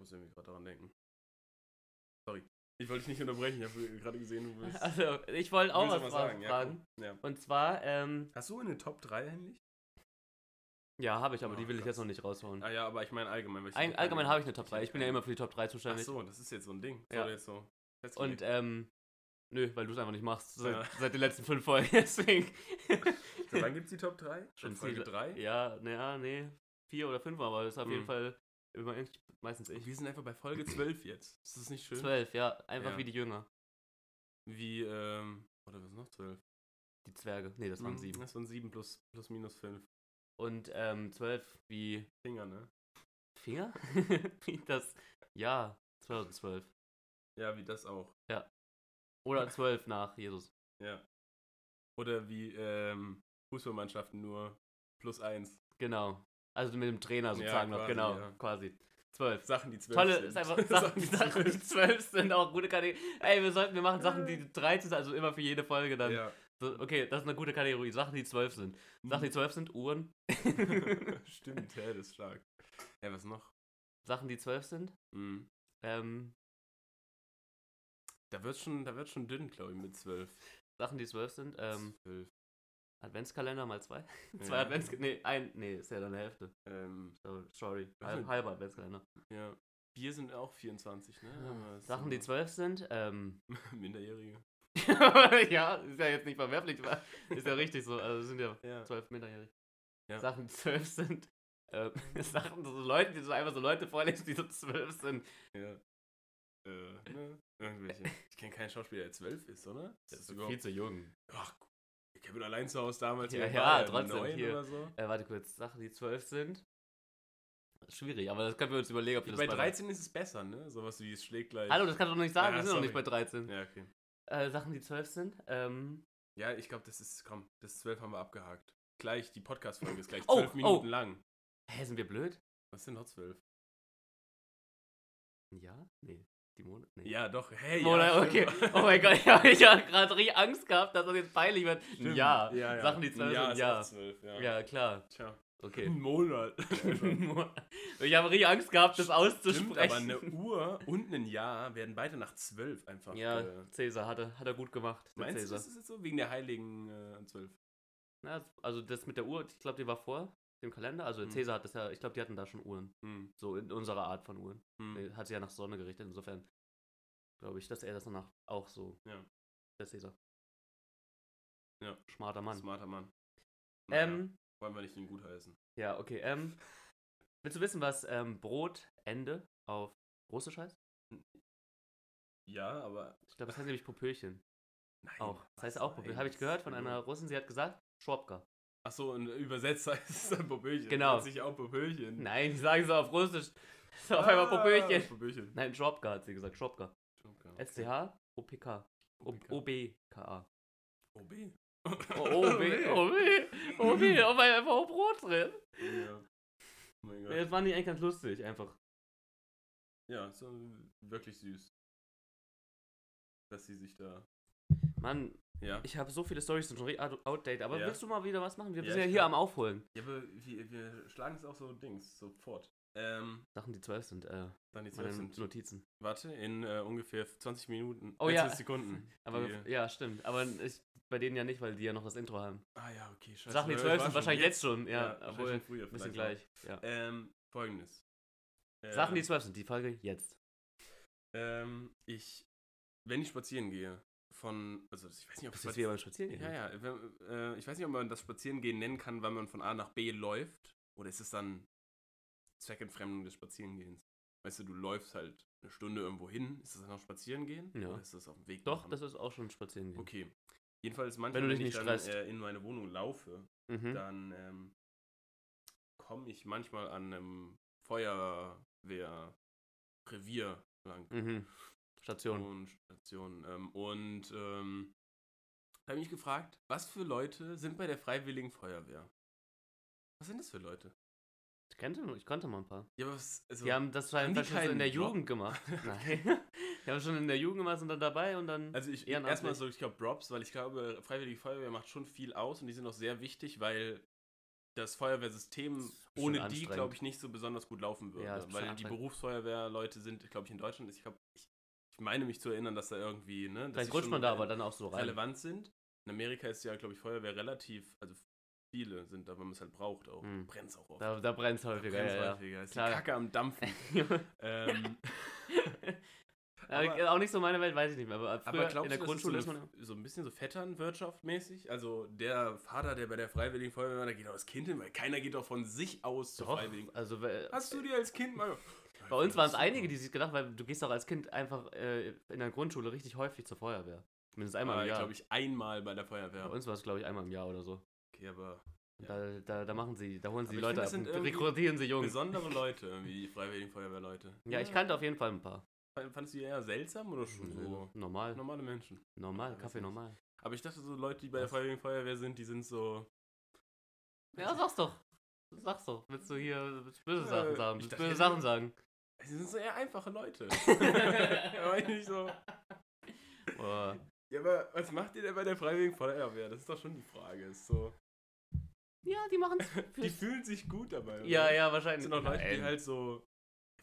Speaker 2: Muss irgendwie gerade daran denken. Sorry. Ich wollte dich nicht unterbrechen, ich habe gerade
Speaker 1: *laughs*
Speaker 2: gesehen, du willst.
Speaker 1: Also, ich wollte auch
Speaker 2: willst
Speaker 1: was
Speaker 2: noch
Speaker 1: fragen.
Speaker 2: Ja, komm. ja.
Speaker 1: Und zwar, ähm,
Speaker 2: Hast du eine Top 3 eigentlich?
Speaker 1: ja, habe ich, aber
Speaker 2: Oh,
Speaker 1: die will ich
Speaker 2: krass.
Speaker 1: jetzt noch nicht raushauen.
Speaker 2: Ah ja, aber ich meine allgemein. weil
Speaker 1: Ein,
Speaker 2: hab
Speaker 1: allgemein
Speaker 2: keine-
Speaker 1: habe ich eine Top 3.
Speaker 2: hab
Speaker 1: Ich bin ja
Speaker 2: keine.
Speaker 1: immer für die Top 3
Speaker 2: Ach
Speaker 1: zuständig.
Speaker 2: so, das ist jetzt so ein Ding. Das
Speaker 1: Ja.
Speaker 2: wurde jetzt so
Speaker 1: Und
Speaker 2: festgelegt.
Speaker 1: ähm, nö, weil du es einfach nicht machst seit,
Speaker 2: Ja.
Speaker 1: seit den letzten fünf Folgen. *laughs* Deswegen.
Speaker 2: so, wann gibt es die Top
Speaker 1: *laughs*
Speaker 2: 3?
Speaker 1: Schon
Speaker 2: Schon Folge
Speaker 1: viel-
Speaker 2: 3?
Speaker 1: ja, naja, nee. Vier oder fünf, aber das ist auf jeden
Speaker 2: Mhm.
Speaker 1: Fall immer ich- meistens ich.
Speaker 2: Wir sind einfach bei
Speaker 1: *clears throat*
Speaker 2: Folge 12 jetzt. Ist das nicht schön?
Speaker 1: Zwölf, ja, einfach
Speaker 2: Ja.
Speaker 1: wie die Jünger.
Speaker 2: Wie, ähm, oder was noch? 12?
Speaker 1: Die Zwerge. Nee, das waren sieben.
Speaker 2: Mhm. Das waren 7 plus, plus minus 5
Speaker 1: Und ähm, zwölf wie
Speaker 2: Finger, ne?
Speaker 1: Finger? *laughs* wie das Jahr 2012.
Speaker 2: Ja, wie das auch.
Speaker 1: Oder zwölf nach Jesus.
Speaker 2: Ja. Oder wie, ähm, Fußballmannschaften nur plus 1.
Speaker 1: Genau. Also mit dem Trainer
Speaker 2: Ja,
Speaker 1: sozusagen noch,
Speaker 2: quasi,
Speaker 1: genau,
Speaker 2: ja.
Speaker 1: quasi. Zwölf.
Speaker 2: Sachen, die 12
Speaker 1: Tolle,
Speaker 2: sind.
Speaker 1: ist
Speaker 2: *laughs*
Speaker 1: einfach Sachen, die Sachen, die 12 sind auch gute Kategorie. Ey, wir sollten, wir machen Sachen, die 13 sind, also immer für jede Folge dann.
Speaker 2: Ja.
Speaker 1: So, okay, das ist eine gute Kategorie. Sachen, die 12 sind.
Speaker 2: Mhm.
Speaker 1: Sachen, die 12 sind,
Speaker 2: *laughs*
Speaker 1: Uhren.
Speaker 2: Stimmt, ja, das ist stark. Ja, was noch?
Speaker 1: Sachen, die 12 sind.
Speaker 2: Mhm.
Speaker 1: Ähm,
Speaker 2: Da wird schon, da wird schon dünn, glaube ich, mit 12.
Speaker 1: Sachen, die 12 sind. Ähm,
Speaker 2: 12.
Speaker 1: Adventskalender mal zwei. *laughs* Zwei Adventskalender. Nee, ein. Nee, ist ja dann die Hälfte.
Speaker 2: Ähm,
Speaker 1: So, sorry.
Speaker 2: Was
Speaker 1: Halb,
Speaker 2: denn?
Speaker 1: halber Adventskalender.
Speaker 2: ja. Wir sind auch 24, ne? Aber es
Speaker 1: Ah, Sachen, die
Speaker 2: sind
Speaker 1: 12 sind. Ähm,
Speaker 2: Minderjährige.
Speaker 1: *laughs* ja, ist ja jetzt nicht verwerflich, aber ist ja richtig so. Also sind ja
Speaker 2: Ja.
Speaker 1: 12 minderjährig.
Speaker 2: Ja.
Speaker 1: Sachen, die 12 sind. Ähm, *laughs* Sachen, so Leute, die so einfach so Leute vorlesen, die so 12 sind.
Speaker 2: Ja. Äh, ne?
Speaker 1: *laughs*
Speaker 2: Irgendwelche. Ich kenne keinen Schauspieler, der 12 ist, oder?
Speaker 1: zu jung.
Speaker 2: Ach, Kevin allein zu Hause damals.
Speaker 1: Ja,
Speaker 2: wer
Speaker 1: ja,
Speaker 2: war er?
Speaker 1: trotzdem,
Speaker 2: Neun
Speaker 1: hier.
Speaker 2: Oder so?
Speaker 1: Äh, warte kurz, Sachen, die 12 sind. schwierig, aber das können wir uns überlegen, ob wir das
Speaker 2: Bei
Speaker 1: weiter-
Speaker 2: 13 ist es besser, ne? Sowas wie es schlägt gleich.
Speaker 1: Hallo, das kannst du noch nicht sagen, wir
Speaker 2: Ja,
Speaker 1: sind noch
Speaker 2: sorry.
Speaker 1: nicht bei 13.
Speaker 2: Ja, okay.
Speaker 1: Äh, Sachen, die 12 sind. Ähm,
Speaker 2: Ja, ich glaube, das ist, komm, das 12 haben wir abgehakt. Gleich, die Podcast-Folge ist gleich
Speaker 1: Oh,
Speaker 2: 12 Minuten
Speaker 1: oh.
Speaker 2: lang.
Speaker 1: hä, sind wir blöd?
Speaker 2: Was sind noch 12?
Speaker 1: Ja? Nee. Die Monate? Nee.
Speaker 2: Ja, doch. Hey, ja,
Speaker 1: Oder, okay.
Speaker 2: stimmt.
Speaker 1: Oh mein Gott, *laughs* ich habe hab gerade richtig Angst gehabt, dass das jetzt peinlich wird. Ein
Speaker 2: *laughs* Stimmt.
Speaker 1: Jahr.
Speaker 2: ja, ja.
Speaker 1: Sachen, die
Speaker 2: Ein
Speaker 1: 12
Speaker 2: Jahr
Speaker 1: sind.
Speaker 2: ist
Speaker 1: Ja.
Speaker 2: auch 12, ja.
Speaker 1: Ja, klar.
Speaker 2: Tja.
Speaker 1: Okay. *laughs*
Speaker 2: *laughs* Ein Monat.
Speaker 1: ich habe richtig Angst gehabt, das
Speaker 2: Stimmt, aber
Speaker 1: auszusprechen.
Speaker 2: eine Uhr und ein Jahr werden beide nach 12 einfach.
Speaker 1: ja,
Speaker 2: Äh,
Speaker 1: Cäsar hat er, hat er gut gemacht. Der
Speaker 2: meinst du,
Speaker 1: Cäsar.
Speaker 2: das ist jetzt so wegen der heiligen äh, 12?
Speaker 1: Na, also das mit der Uhr, ich glaube, die war vor dem Kalender. Also
Speaker 2: Hm.
Speaker 1: Cäsar hat das ja, ich glaube, die hatten da schon Uhren.
Speaker 2: Hm.
Speaker 1: So in unserer Art von Uhren.
Speaker 2: Hm.
Speaker 1: Nee, Hat sie ja nach Sonne gerichtet, insofern glaube ich, dass er das danach auch so.
Speaker 2: Ja.
Speaker 1: Der Cäsar.
Speaker 2: Ja.
Speaker 1: Smarter Mann.
Speaker 2: Smarter Mann. Naja,
Speaker 1: Ähm,
Speaker 2: Wollen wir nicht den gutheißen.
Speaker 1: ja, okay. Ähm, willst du wissen, was ähm, Brotende auf Russisch heißt?
Speaker 2: Ja, aber.
Speaker 1: Ich glaube, das heißt nämlich Popöchen.
Speaker 2: Nein.
Speaker 1: Auch. Das heißt
Speaker 2: was?
Speaker 1: auch Popöchen.
Speaker 2: Nein,
Speaker 1: Habe ich
Speaker 2: was?
Speaker 1: gehört von einer Russin, sie hat gesagt, Schwabka.
Speaker 2: Achso, und übersetzt *laughs* heißt es dann Popöchen.
Speaker 1: Genau.
Speaker 2: Sich auch
Speaker 1: *laughs*
Speaker 2: Popöchen.
Speaker 1: Nein, *laughs* die sagen es auf Russisch. *laughs* So, auf
Speaker 2: Ah.
Speaker 1: einmal Popöchen.
Speaker 2: Popöchen. genau.
Speaker 1: Nein, Schwabka hat sie gesagt. Schwabka. SCH, OPK.
Speaker 2: OPK. *laughs*
Speaker 1: OBKA.
Speaker 2: OB.
Speaker 1: Oh,
Speaker 2: *laughs*
Speaker 1: OB, OB, *laughs* OB, auf einmal einfach auch Brot drin.
Speaker 2: Ja. Oh mein Gott.
Speaker 1: Das waren die eigentlich ganz lustig, einfach.
Speaker 2: Ja, so wirklich süß. Dass sie sich da.
Speaker 1: Mann,
Speaker 2: Ja.
Speaker 1: ich habe so viele Stories sind schon richtig out- outdated, aber
Speaker 2: Ja.
Speaker 1: willst du mal wieder was machen? Wir
Speaker 2: Ja,
Speaker 1: sind ja
Speaker 2: ich
Speaker 1: hier
Speaker 2: kann.
Speaker 1: am Aufholen.
Speaker 2: Ja, aber wir, wir schlagen es auch so Dings, sofort. Ähm,
Speaker 1: Sachen, die 12 sind, äh,
Speaker 2: dann jetzt
Speaker 1: meine
Speaker 2: sind.
Speaker 1: Notizen.
Speaker 2: Warte, in äh, ungefähr 20 Minuten.
Speaker 1: Oh ja.
Speaker 2: 20 Sekunden.
Speaker 1: *laughs* Aber
Speaker 2: Die-
Speaker 1: ja, stimmt. Aber ich, bei denen ja nicht, weil die ja noch das Intro haben.
Speaker 2: ah ja, okay, scheiße.
Speaker 1: Sachen, die
Speaker 2: Ich
Speaker 1: 12
Speaker 2: war
Speaker 1: sind
Speaker 2: schon
Speaker 1: wahrscheinlich jetzt schon, ja,
Speaker 2: wahrscheinlich
Speaker 1: obwohl,
Speaker 2: schon früher
Speaker 1: ein bisschen
Speaker 2: vielleicht
Speaker 1: gleich. Ja.
Speaker 2: auch. Ähm, folgendes.
Speaker 1: Sachen, die
Speaker 2: Ähm,
Speaker 1: 12 sind, die Folge jetzt.
Speaker 2: Ähm, ich, wenn ich spazieren gehe, von, also ich weiß nicht, ob
Speaker 1: Das
Speaker 2: Spaz-
Speaker 1: ist wie beim Spazierengehen.
Speaker 2: ja, ja, wenn, äh, ich weiß nicht, ob man das Spazierengehen nennen kann, weil man von A nach B läuft, oder ist es dann Zweckentfremdung des Spazierengehens? Weißt du, du läufst halt eine Stunde irgendwo hin, ist das dann noch Spazierengehen?
Speaker 1: Ja.
Speaker 2: Oder ist das auf dem Weg?
Speaker 1: Doch,
Speaker 2: machen?
Speaker 1: das ist auch schon ein Spazierengehen.
Speaker 2: Mhm. Okay. Jedenfalls manchmal,
Speaker 1: Wenn du dich
Speaker 2: ich
Speaker 1: nicht
Speaker 2: dann
Speaker 1: stresst.
Speaker 2: äh, in meine Wohnung laufe,
Speaker 1: Mhm.
Speaker 2: dann ähm, komme ich manchmal an einem Feuerwehrrevier lang.
Speaker 1: Mhm. Station.
Speaker 2: Und Station. Ähm, und ähm, da habe ich mich gefragt, was für Leute sind bei der Freiwilligen Feuerwehr? Was sind das für Leute?
Speaker 1: Ich kannte, ich kannte mal ein paar.
Speaker 2: Ja, aber was, also,
Speaker 1: Die haben das
Speaker 2: haben die
Speaker 1: einfach schon so in
Speaker 2: keinen
Speaker 1: der
Speaker 2: Job?
Speaker 1: Jugend
Speaker 2: *laughs*
Speaker 1: gemacht. Nein. *laughs* Die haben schon in der Jugend gemacht, sind dann dabei und dann.
Speaker 2: also ich
Speaker 1: Mhm. ehrenamtlich.
Speaker 2: erstmal so, ich glaube, Props, weil ich glaube, Freiwillige Feuerwehr macht schon viel aus und die sind auch sehr wichtig, weil das Feuerwehrsystem
Speaker 1: Das ist bestimmt
Speaker 2: ohne die,
Speaker 1: anstrengend.
Speaker 2: glaube ich, nicht so besonders gut laufen würde.
Speaker 1: Ja, das ist bestimmt
Speaker 2: weil die
Speaker 1: anstrengend.
Speaker 2: Berufsfeuerwehrleute sind, glaube ich, in Deutschland, ich glaube, ich, ich meine mich zu erinnern, dass da irgendwie, ne? dass sie
Speaker 1: Vielleicht rutscht
Speaker 2: schon
Speaker 1: man da
Speaker 2: rele-
Speaker 1: aber dann auch so rein.
Speaker 2: relevant sind. In Amerika ist ja, glaube ich, Feuerwehr relativ, also viele sind da, wenn man es halt braucht auch.
Speaker 1: Hm.
Speaker 2: Brennt's auch oft.
Speaker 1: Da, da brennt es häufiger,
Speaker 2: Brennt's
Speaker 1: ja,
Speaker 2: häufiger. Ist
Speaker 1: Klar.
Speaker 2: die Kacke
Speaker 1: *laughs*
Speaker 2: am Dampfen.
Speaker 1: ja.
Speaker 2: ähm,
Speaker 1: Aber
Speaker 2: Aber-
Speaker 1: auch nicht so meine Welt, weiß ich nicht mehr. Aber, früher
Speaker 2: aber glaubst
Speaker 1: in der
Speaker 2: du,
Speaker 1: Grundschule
Speaker 2: das
Speaker 1: ist
Speaker 2: ist so,
Speaker 1: man.
Speaker 2: eine, so ein bisschen so vetternwirtschaftmäßig? Also der Vater, der bei der Freiwilligen Feuerwehr war, da geht auch das Kind hin, weil keiner geht doch von sich aus zur
Speaker 1: Doch,
Speaker 2: Freiwilligen.
Speaker 1: also, we-
Speaker 2: Hast du dir als Kind mal...
Speaker 1: bei uns waren es einige, die sich gedacht haben, weil du gehst auch als Kind einfach äh, in der Grundschule richtig häufig zur Feuerwehr. Mindestens einmal
Speaker 2: Einmal,
Speaker 1: im Jahr.
Speaker 2: glaube Äh, ich, einmal bei der
Speaker 1: Bei
Speaker 2: Feuerwehr.
Speaker 1: uns war es, glaube ich, einmal im Jahr oder so.
Speaker 2: Okay, aber
Speaker 1: Und
Speaker 2: Ja.
Speaker 1: Da, da, da machen sie, da holen sie
Speaker 2: Aber ich
Speaker 1: die Leute
Speaker 2: finde,
Speaker 1: ab
Speaker 2: das
Speaker 1: und
Speaker 2: sind irgendwie
Speaker 1: rekrutieren sie jung.
Speaker 2: besondere Leute, irgendwie die Freiwilligen Feuerwehrleute.
Speaker 1: Ja, ich kannte auf jeden Fall ein paar. Äh,
Speaker 2: Fandest du die eher seltsam oder schon so?
Speaker 1: Normal.
Speaker 2: Normale Menschen.
Speaker 1: Normal,
Speaker 2: weiß
Speaker 1: Kaffee
Speaker 2: nicht.
Speaker 1: normal.
Speaker 2: Aber ich dachte, so Leute, die bei der
Speaker 1: Was?
Speaker 2: Freiwilligen Feuerwehr sind, die sind so.
Speaker 1: Ja, sag's doch. Sag's doch. Willst du hier böse
Speaker 2: Äh,
Speaker 1: Sachen sagen?
Speaker 2: ich
Speaker 1: Willst du
Speaker 2: dachte,
Speaker 1: böse
Speaker 2: jetzt-
Speaker 1: Sachen sagen?
Speaker 2: Sie sind so eher einfache
Speaker 1: *laughs*
Speaker 2: Leute. *laughs* aber ich nicht so. *laughs*
Speaker 1: Boah.
Speaker 2: Ja, aber was macht ihr denn bei der Freiwilligen Feuerwehr? Das ist doch schon die Frage. Ist so.
Speaker 1: Ja, die *laughs* machen's.
Speaker 2: Die fühlen sich gut dabei. oder?
Speaker 1: ja, ja,
Speaker 2: Das
Speaker 1: wahrscheinlich.
Speaker 2: sind auch Leute, die
Speaker 1: Nein.
Speaker 2: halt so.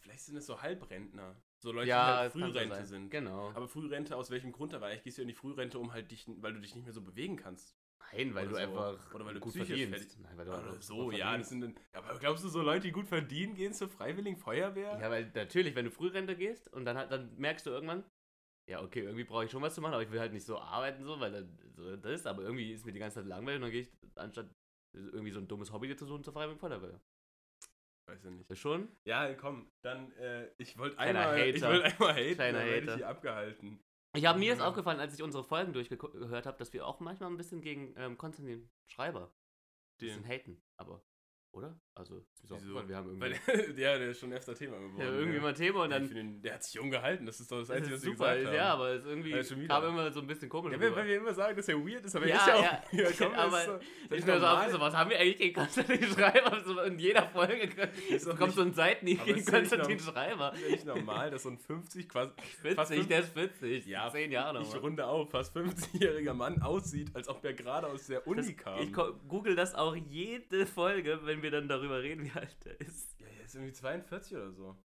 Speaker 2: Vielleicht sind es so Halbrentner. So Leute,
Speaker 1: ja,
Speaker 2: die halt
Speaker 1: es kann so
Speaker 2: Frührente
Speaker 1: sein.
Speaker 2: sind.
Speaker 1: Genau.
Speaker 2: Aber Frührente aus welchem Grund? Aber eigentlich gehst du ja in die Frührente, um halt dich, weil du dich nicht mehr so bewegen kannst.
Speaker 1: Nein, weil
Speaker 2: Oder
Speaker 1: du
Speaker 2: so.
Speaker 1: einfach
Speaker 2: Oder weil du
Speaker 1: gut
Speaker 2: psychisch
Speaker 1: verdienst.
Speaker 2: fertig-
Speaker 1: Nein, weil du
Speaker 2: Oder
Speaker 1: einfach
Speaker 2: so,
Speaker 1: super
Speaker 2: ja. Das
Speaker 1: verdienst.
Speaker 2: sind dann, aber glaubst du, so Leute, die gut verdienen, gehen zur Freiwilligen Feuerwehr?
Speaker 1: Ja, weil natürlich, wenn du Frührente gehst und dann, hat- dann merkst du irgendwann, ja, okay, irgendwie brauche ich schon was zu machen, aber ich will halt nicht so arbeiten, so, weil dann, so, das ist, aber irgendwie ist mir die ganze Zeit langweilig und dann gehe ich, anstatt irgendwie so ein dummes Hobby zu suchen, zur Freiwilligen Feuerwehr.
Speaker 2: Weiß ja nicht.
Speaker 1: Ist schon?
Speaker 2: Ja, komm, dann, äh, ich wollte
Speaker 1: Kleiner
Speaker 2: einmal, ich
Speaker 1: Hater.
Speaker 2: wollte einmal haten,
Speaker 1: Kleiner
Speaker 2: dann werde ich
Speaker 1: Hater.
Speaker 2: hier abgehalten.
Speaker 1: Ich habe mir jetzt
Speaker 2: Ja.
Speaker 1: aufgefallen, als ich unsere Folgen durchgehört habe, dass wir auch manchmal ein bisschen gegen ähm, Konstantin Schreiber ein bisschen
Speaker 2: Den.
Speaker 1: haten, aber Oder? Also, ist mir so
Speaker 2: Wieso?
Speaker 1: aufgefallen, wir haben irgendwie,
Speaker 2: Weil, *laughs* ja, der ist schon öfter Thema geworden. *laughs*
Speaker 1: ja, irgendwie *laughs* mal ein Thema und
Speaker 2: Ja, ich
Speaker 1: dann.
Speaker 2: finde den, der hat sich jung gehalten, das ist doch das
Speaker 1: Das
Speaker 2: Einzige,
Speaker 1: ist
Speaker 2: was wir
Speaker 1: super,
Speaker 2: gesagt haben.
Speaker 1: ja, aber es irgendwie
Speaker 2: Ja, schon wieder.
Speaker 1: kam immer so ein bisschen komisch.
Speaker 2: Ja, weil,
Speaker 1: rüber.
Speaker 2: weil wir immer sagen, dass er weird ist, aber
Speaker 1: Ja,
Speaker 2: er ist *laughs* ja auch
Speaker 1: ja. *laughs*
Speaker 2: weird. Komm,
Speaker 1: Aber
Speaker 2: ist, doch-
Speaker 1: Ich
Speaker 2: ist
Speaker 1: bin mir so
Speaker 2: normal.
Speaker 1: auf, so, was haben wir eigentlich gegen Konstantin Schreiber? So in jeder Folge
Speaker 2: *laughs* Ist doch
Speaker 1: kommt
Speaker 2: nicht-
Speaker 1: so ein Seitenhieb
Speaker 2: aber
Speaker 1: gegen
Speaker 2: ist ja nicht
Speaker 1: Konstantin Schreiber.
Speaker 2: Ist ja nicht normal, dass so ein 50 quasi
Speaker 1: 40,
Speaker 2: fünf-
Speaker 1: der ist 40.
Speaker 2: Ja,
Speaker 1: zehn Jahre
Speaker 2: ich
Speaker 1: noch.
Speaker 2: runde auf, fast 50-jähriger Mann aussieht, als ob er gerade aus der
Speaker 1: Das,
Speaker 2: Uni kam.
Speaker 1: ich ko- google das auch jede Folge, wenn wir dann darüber reden, wie alt der ist.
Speaker 2: ja, er ist irgendwie 42 oder so.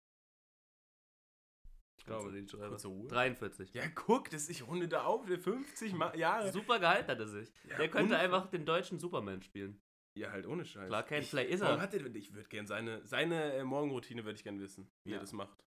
Speaker 2: Ich glaube,
Speaker 1: Konstantin Schreiber.
Speaker 2: kurze Ruhe.
Speaker 1: 43.
Speaker 2: Ja, guck, das, ich runde da auf, der 50 Ma Jahre.
Speaker 1: Super gehalten hat er sich.
Speaker 2: Ja,
Speaker 1: der könnte
Speaker 2: unfassbar.
Speaker 1: einfach den deutschen Superman spielen.
Speaker 2: Ja, halt ohne Scheiß.
Speaker 1: Clark Kent,
Speaker 2: Ich-
Speaker 1: vielleicht ist
Speaker 2: Warum
Speaker 1: er.
Speaker 2: hat der, denn- ich würde gerne seine, seine äh, Morgenroutine würde ich gerne wissen, wie
Speaker 1: Ja.
Speaker 2: er das macht.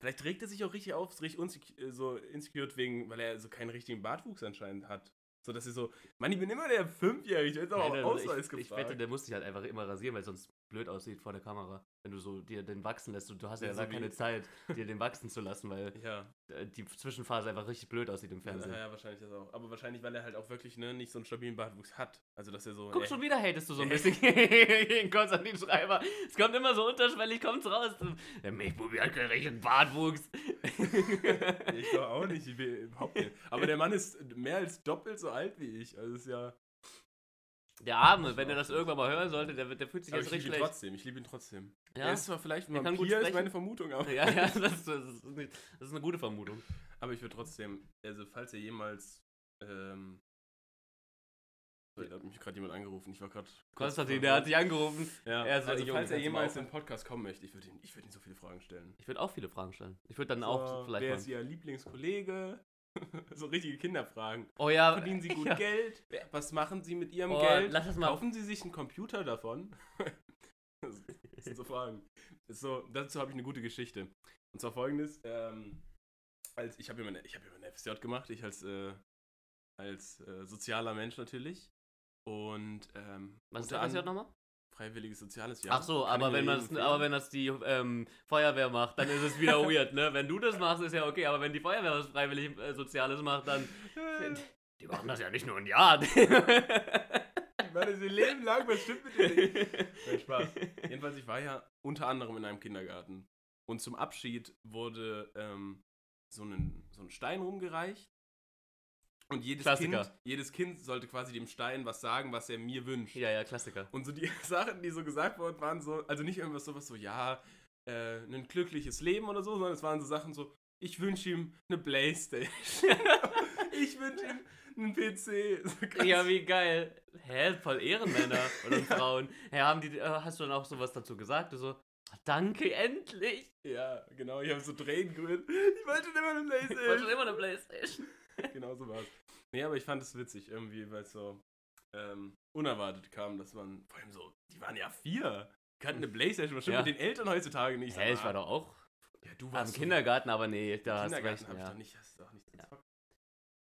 Speaker 2: Vielleicht regt er sich auch richtig auf, ist richtig unsec- äh, so insecure wegen, weil er so keinen richtigen Bartwuchs anscheinend hat. So dass sie so, Mann, ich bin immer der Fünfjährige, ich werde auch
Speaker 1: Nein,
Speaker 2: auf
Speaker 1: also
Speaker 2: Ausweis
Speaker 1: ich, ich
Speaker 2: gefragt.
Speaker 1: wette, der muss sich halt einfach immer rasieren, weil sonst blöd aussieht vor der Kamera. Wenn du so dir den wachsen lässt und du hast ja,
Speaker 2: Ja,
Speaker 1: ja
Speaker 2: so
Speaker 1: gar
Speaker 2: wie-
Speaker 1: keine Zeit, dir den wachsen zu lassen, weil
Speaker 2: ja,
Speaker 1: äh, die Zwischenphase einfach richtig blöd aussieht im
Speaker 2: ja,
Speaker 1: Fernsehen.
Speaker 2: ja, wahrscheinlich das auch. Aber wahrscheinlich, weil er halt auch wirklich ne, nicht so einen stabilen Bartwuchs hat. Also, dass er so.
Speaker 1: Guck,
Speaker 2: ey,
Speaker 1: schon wieder hatest du so ein
Speaker 2: Äh.
Speaker 1: bisschen *laughs* gegen Konstantin Schreiber. Es kommt immer so unterschwellig, kommt's raus. Der Milchbubi hat keinen richtigen Bartwuchs.
Speaker 2: *laughs*
Speaker 1: *laughs*
Speaker 2: Ich glaube auch nicht, ich will überhaupt nicht. Aber der Mann ist mehr als doppelt so alt wie ich. Also, ist ja.
Speaker 1: Der Arme, wenn er das irgendwann mal hören sollte, der, wird- der fühlt sich
Speaker 2: Aber
Speaker 1: jetzt
Speaker 2: ich liebe
Speaker 1: richtig
Speaker 2: ihn
Speaker 1: schlecht.
Speaker 2: trotzdem, ich liebe ihn trotzdem.
Speaker 1: Ja?
Speaker 2: Er ist zwar vielleicht ein
Speaker 1: Er kann gut
Speaker 2: Vampir, ist
Speaker 1: sprechen.
Speaker 2: meine Vermutung, aber,
Speaker 1: *laughs* ja, ja, das ist, das, ist nicht, das ist eine gute Vermutung.
Speaker 2: aber ich würde trotzdem, also falls er jemals, ähm, so, da hat mich gerade jemand angerufen, ich war gerade...
Speaker 1: Konstantin, der hat
Speaker 2: ja,
Speaker 1: dich angerufen. er so,
Speaker 2: also
Speaker 1: Junge,
Speaker 2: falls er
Speaker 1: kannst du
Speaker 2: jemals
Speaker 1: mal
Speaker 2: in den Podcast kommen möchte, ich würde ihm, ich würd ihm so viele Fragen stellen.
Speaker 1: Ich würde auch viele Fragen stellen. Ich würde dann auch
Speaker 2: so, Wer
Speaker 1: vielleicht
Speaker 2: ist
Speaker 1: mal.
Speaker 2: ihr Lieblingskollege? *laughs* so richtige Kinderfragen.
Speaker 1: Oh ja,
Speaker 2: Verdienen sie gut
Speaker 1: ja.
Speaker 2: Geld? Wer- Was machen sie mit ihrem
Speaker 1: Oh,
Speaker 2: Geld?
Speaker 1: lass das mal-
Speaker 2: Kaufen sie sich einen Computer davon? *laughs* das sind so Fragen. Das ist So, dazu habe ich eine gute Geschichte. Und zwar folgendes. Ähm, als ich habe ja mein ich habe ja mein FSJ gemacht, ich als, äh, als äh, sozialer Mensch natürlich. Und ähm,
Speaker 1: Was ist
Speaker 2: unter
Speaker 1: das jetzt
Speaker 2: anderem
Speaker 1: nochmal?
Speaker 2: Freiwilliges soziales Jahr.
Speaker 1: Ach so,
Speaker 2: Kann ich
Speaker 1: aber
Speaker 2: nur
Speaker 1: wenn,
Speaker 2: jedem
Speaker 1: man's,
Speaker 2: empfehlen.
Speaker 1: aber wenn das die ähm, Feuerwehr macht, dann ist es wieder weird, ne? Wenn du das machst, ist ja okay, aber wenn die Feuerwehr was freiwillig äh, Soziales macht,
Speaker 2: *laughs*
Speaker 1: dann. Die machen das ja nicht nur ein Jahr.
Speaker 2: Ich meine, sie leben lang, was stimmt mit dir nicht?
Speaker 1: *laughs*
Speaker 2: Nein, Spaß. Jedenfalls, ich war ja unter anderem in einem Kindergarten. Und zum Abschied wurde ähm, so, einen, so ein Stein rumgereicht. Und jedes
Speaker 1: Klassiker.
Speaker 2: kind, jedes kind sollte quasi dem Stein was sagen, was er mir
Speaker 1: *laughs*
Speaker 2: wünscht.
Speaker 1: Ja, ja, Klassiker.
Speaker 2: Und so die *laughs* Sachen, die so gesagt wurden, waren so, also nicht irgendwas sowas so, ja, äh, ein glückliches Leben oder so, sondern es waren so Sachen so, ich wünsche ihm eine
Speaker 1: *laughs*
Speaker 2: Playstation. ich wünsche ihm einen PC. So ganz-
Speaker 1: Ja, wie geil. Hä, voll Ehrenmänner oder Frauen. Hä, haben die, äh, hast du dann auch sowas dazu gesagt? Du so, danke, endlich.
Speaker 2: *laughs* ja, genau, ich habe so Tränen gerührt. Ich wollte schon immer eine
Speaker 1: Ich
Speaker 2: Playstation.
Speaker 1: wollte schon immer eine Playstation.
Speaker 2: genau so war es. Nee, aber ich fand es witzig, irgendwie, weil es so ähm, unerwartet kam, dass man, vor allem so, die waren ja vier. Die kannten eine Playstation bestimmt
Speaker 1: Ja.
Speaker 2: mit den Eltern heutzutage nicht.
Speaker 1: Hä,
Speaker 2: Sag
Speaker 1: ich war
Speaker 2: mal,
Speaker 1: doch auch
Speaker 2: ja, du
Speaker 1: am
Speaker 2: warst so-
Speaker 1: Kindergarten, aber nee, da hast du
Speaker 2: Kindergarten
Speaker 1: recht.
Speaker 2: hab ich
Speaker 1: Ja.
Speaker 2: doch nicht, hast du auch nicht ja.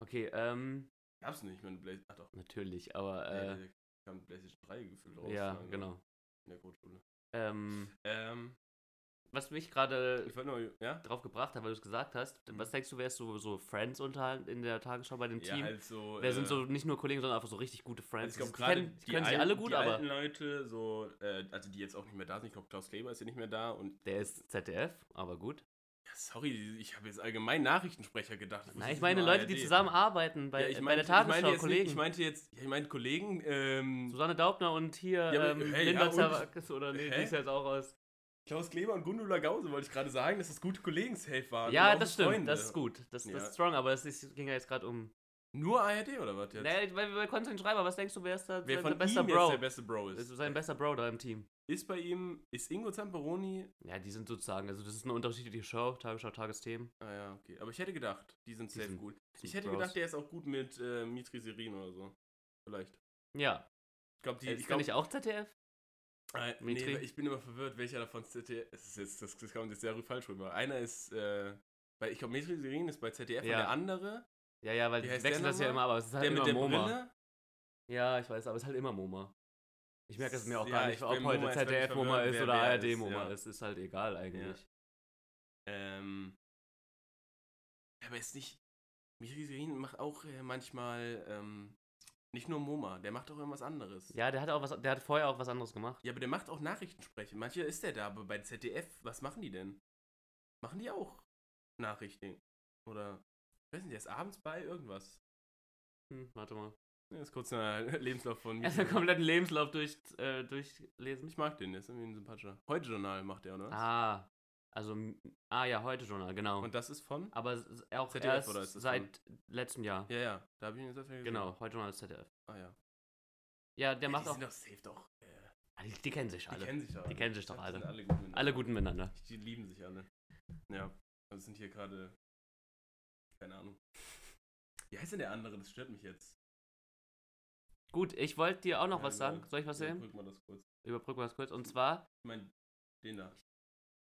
Speaker 1: Okay, ähm,
Speaker 2: Gab's nicht mehr eine Playstation. Ach doch,
Speaker 1: natürlich, aber,
Speaker 2: äh,
Speaker 1: äh,
Speaker 2: kam eine Playstation 3 gefühlt raus.
Speaker 1: ja,
Speaker 2: dann
Speaker 1: genau.
Speaker 2: In der Grundschule.
Speaker 1: Ähm,
Speaker 2: Ähm,
Speaker 1: was mich gerade
Speaker 2: ich wollte nur, ja?
Speaker 1: drauf gebracht hat, weil du es gesagt hast,
Speaker 2: Mhm.
Speaker 1: was denkst du, wer ist so, so Friends unter in der Tagesschau bei dem
Speaker 2: Ja,
Speaker 1: Team?
Speaker 2: halt so.
Speaker 1: wer sind
Speaker 2: äh,
Speaker 1: so nicht nur Kollegen, sondern einfach so richtig gute Friends?
Speaker 2: Also ich glaube
Speaker 1: Die
Speaker 2: gerade
Speaker 1: kennen- die können sich
Speaker 2: alten-
Speaker 1: alle gut,
Speaker 2: die
Speaker 1: aber
Speaker 2: alten Leute, so, äh, also die jetzt auch nicht mehr da sind, ich glaube Klaus Kleber ist ja nicht mehr da und
Speaker 1: der ist ZDF, aber gut.
Speaker 2: Ja, sorry, ich habe jetzt allgemein Nachrichtensprecher gedacht. wusste
Speaker 1: Nein, ich
Speaker 2: nicht
Speaker 1: meine
Speaker 2: nur
Speaker 1: Leute, die
Speaker 2: ARD.
Speaker 1: zusammenarbeiten bei,
Speaker 2: Ja, ich
Speaker 1: bei der
Speaker 2: meinte- ich meinte
Speaker 1: Tagesschau,
Speaker 2: jetzt nicht-
Speaker 1: Kollegen.
Speaker 2: Ich meinte jetzt, ja, ich meinte Kollegen, ähm,
Speaker 1: Susanne Daubner und hier
Speaker 2: Ja, aber-
Speaker 1: ähm,
Speaker 2: hey,
Speaker 1: Linda
Speaker 2: ja, und-
Speaker 1: Zawakis oder nee, die
Speaker 2: Hä?
Speaker 1: ist jetzt auch aus.
Speaker 2: Klaus Kleber und Gundula Gause wollte ich gerade sagen, dass das gute Kollegen-Safe waren. und
Speaker 1: Ja,
Speaker 2: auch
Speaker 1: das stimmt,
Speaker 2: Freunde.
Speaker 1: das ist gut. Das, das
Speaker 2: Ja.
Speaker 1: ist strong, aber das ist, ging ja jetzt gerade um.
Speaker 2: Nur ARD oder was jetzt?
Speaker 1: Naja, weil wir bei Konstantin Schreiber, was denkst du, wer ist da
Speaker 2: Wer
Speaker 1: sein
Speaker 2: von
Speaker 1: bester
Speaker 2: ihm
Speaker 1: Bro?
Speaker 2: jetzt der beste Bro
Speaker 1: ist
Speaker 2: ist?
Speaker 1: sein bester Bro da im Team.
Speaker 2: Ist bei ihm, ist Ingo Zamperoni?
Speaker 1: Ja, die sind sozusagen, also das ist eine unterschiedliche Show, Tagesschau, Tagesthemen.
Speaker 2: Ah ja, okay. Aber ich hätte gedacht, die sind
Speaker 1: Die
Speaker 2: safe
Speaker 1: sind-
Speaker 2: gut.
Speaker 1: sind
Speaker 2: Ich hätte
Speaker 1: Bros.
Speaker 2: gedacht, der ist auch gut mit äh, Mitri Serin oder so. Vielleicht.
Speaker 1: Ja,
Speaker 2: Ich glaube, die.
Speaker 1: ist
Speaker 2: glaub,
Speaker 1: der nicht auch ZDF?
Speaker 2: Äh,
Speaker 1: Mitri?
Speaker 2: nee, ich bin immer verwirrt, welcher davon ZDF. Es ist jetzt, das, das kommt jetzt sehr falsch rüber. Einer ist, äh, weil ich glaube, Metri Serin ist bei ZDF
Speaker 1: Ja.
Speaker 2: und der andere,
Speaker 1: Ja, ja, weil
Speaker 2: Wie
Speaker 1: die
Speaker 2: heißt
Speaker 1: wechseln
Speaker 2: der
Speaker 1: das ja immer,
Speaker 2: nochmal?
Speaker 1: aber es ist halt
Speaker 2: der
Speaker 1: immer
Speaker 2: mit der
Speaker 1: MoMA.
Speaker 2: Brille.
Speaker 1: Ja, ich weiß, aber es ist halt immer MoMA. Ich merke es mir auch
Speaker 2: Ja,
Speaker 1: gar
Speaker 2: ich
Speaker 1: nicht, ob
Speaker 2: bin
Speaker 1: heute
Speaker 2: MoMA ist wirklich
Speaker 1: ZDF MoMA
Speaker 2: verwirrend,
Speaker 1: ist
Speaker 2: wer
Speaker 1: oder
Speaker 2: wer
Speaker 1: ARD
Speaker 2: ist,
Speaker 1: MoMA
Speaker 2: ja.
Speaker 1: ist. Ist halt egal eigentlich.
Speaker 2: Ähm, aber ist nicht. Metri Serin macht auch äh, manchmal ähm, Nicht nur MoMA, der macht auch irgendwas anderes.
Speaker 1: Ja, der hat auch was, der hat vorher auch was anderes gemacht.
Speaker 2: Ja, aber der macht auch Nachrichtensprechen. Mancher ist der da, aber bei ZDF, was machen die denn? Machen die auch Nachrichten? Oder, ich weiß nicht, der ist abends bei irgendwas.
Speaker 1: Hm, warte *laughs* mal.
Speaker 2: Das ist kurz ein *laughs* Lebenslauf von mir.
Speaker 1: Erstmal kompletten Lebenslauf durch, äh, durchlesen.
Speaker 2: Ich mag den, der ist irgendwie ein sympathischer. Heute Journal macht der, oder? was?
Speaker 1: Ah, also, ah ja, heute Journal, genau.
Speaker 2: Und das ist von?
Speaker 1: Aber s- s- auch
Speaker 2: ZDF
Speaker 1: erst
Speaker 2: oder ist das
Speaker 1: seit letztem Jahr.
Speaker 2: Ja, ja, da habe ich ihn jetzt öfter gesehen.
Speaker 1: Genau, heute Journal ist ZDF.
Speaker 2: Ah ja.
Speaker 1: Ja, der macht
Speaker 2: die
Speaker 1: auch.
Speaker 2: sind doch safe doch. Äh,
Speaker 1: Ah, die, die kennen sich
Speaker 2: die
Speaker 1: alle.
Speaker 2: kennen sich doch.
Speaker 1: die kennen sich doch
Speaker 2: Die
Speaker 1: alle.
Speaker 2: sind alle gut miteinander.
Speaker 1: Alle guten miteinander.
Speaker 2: Die lieben sich alle. Ja. Also sind hier gerade. Keine Ahnung. Wie heißt denn der andere? Das stört mich jetzt.
Speaker 1: Gut, ich wollte dir auch noch
Speaker 2: Ja,
Speaker 1: was sagen.
Speaker 2: über-
Speaker 1: Soll ich was sehen?
Speaker 2: Überbrück mal das kurz.
Speaker 1: Überbrücken wir das kurz. Und zwar,
Speaker 2: Ich meine, den da.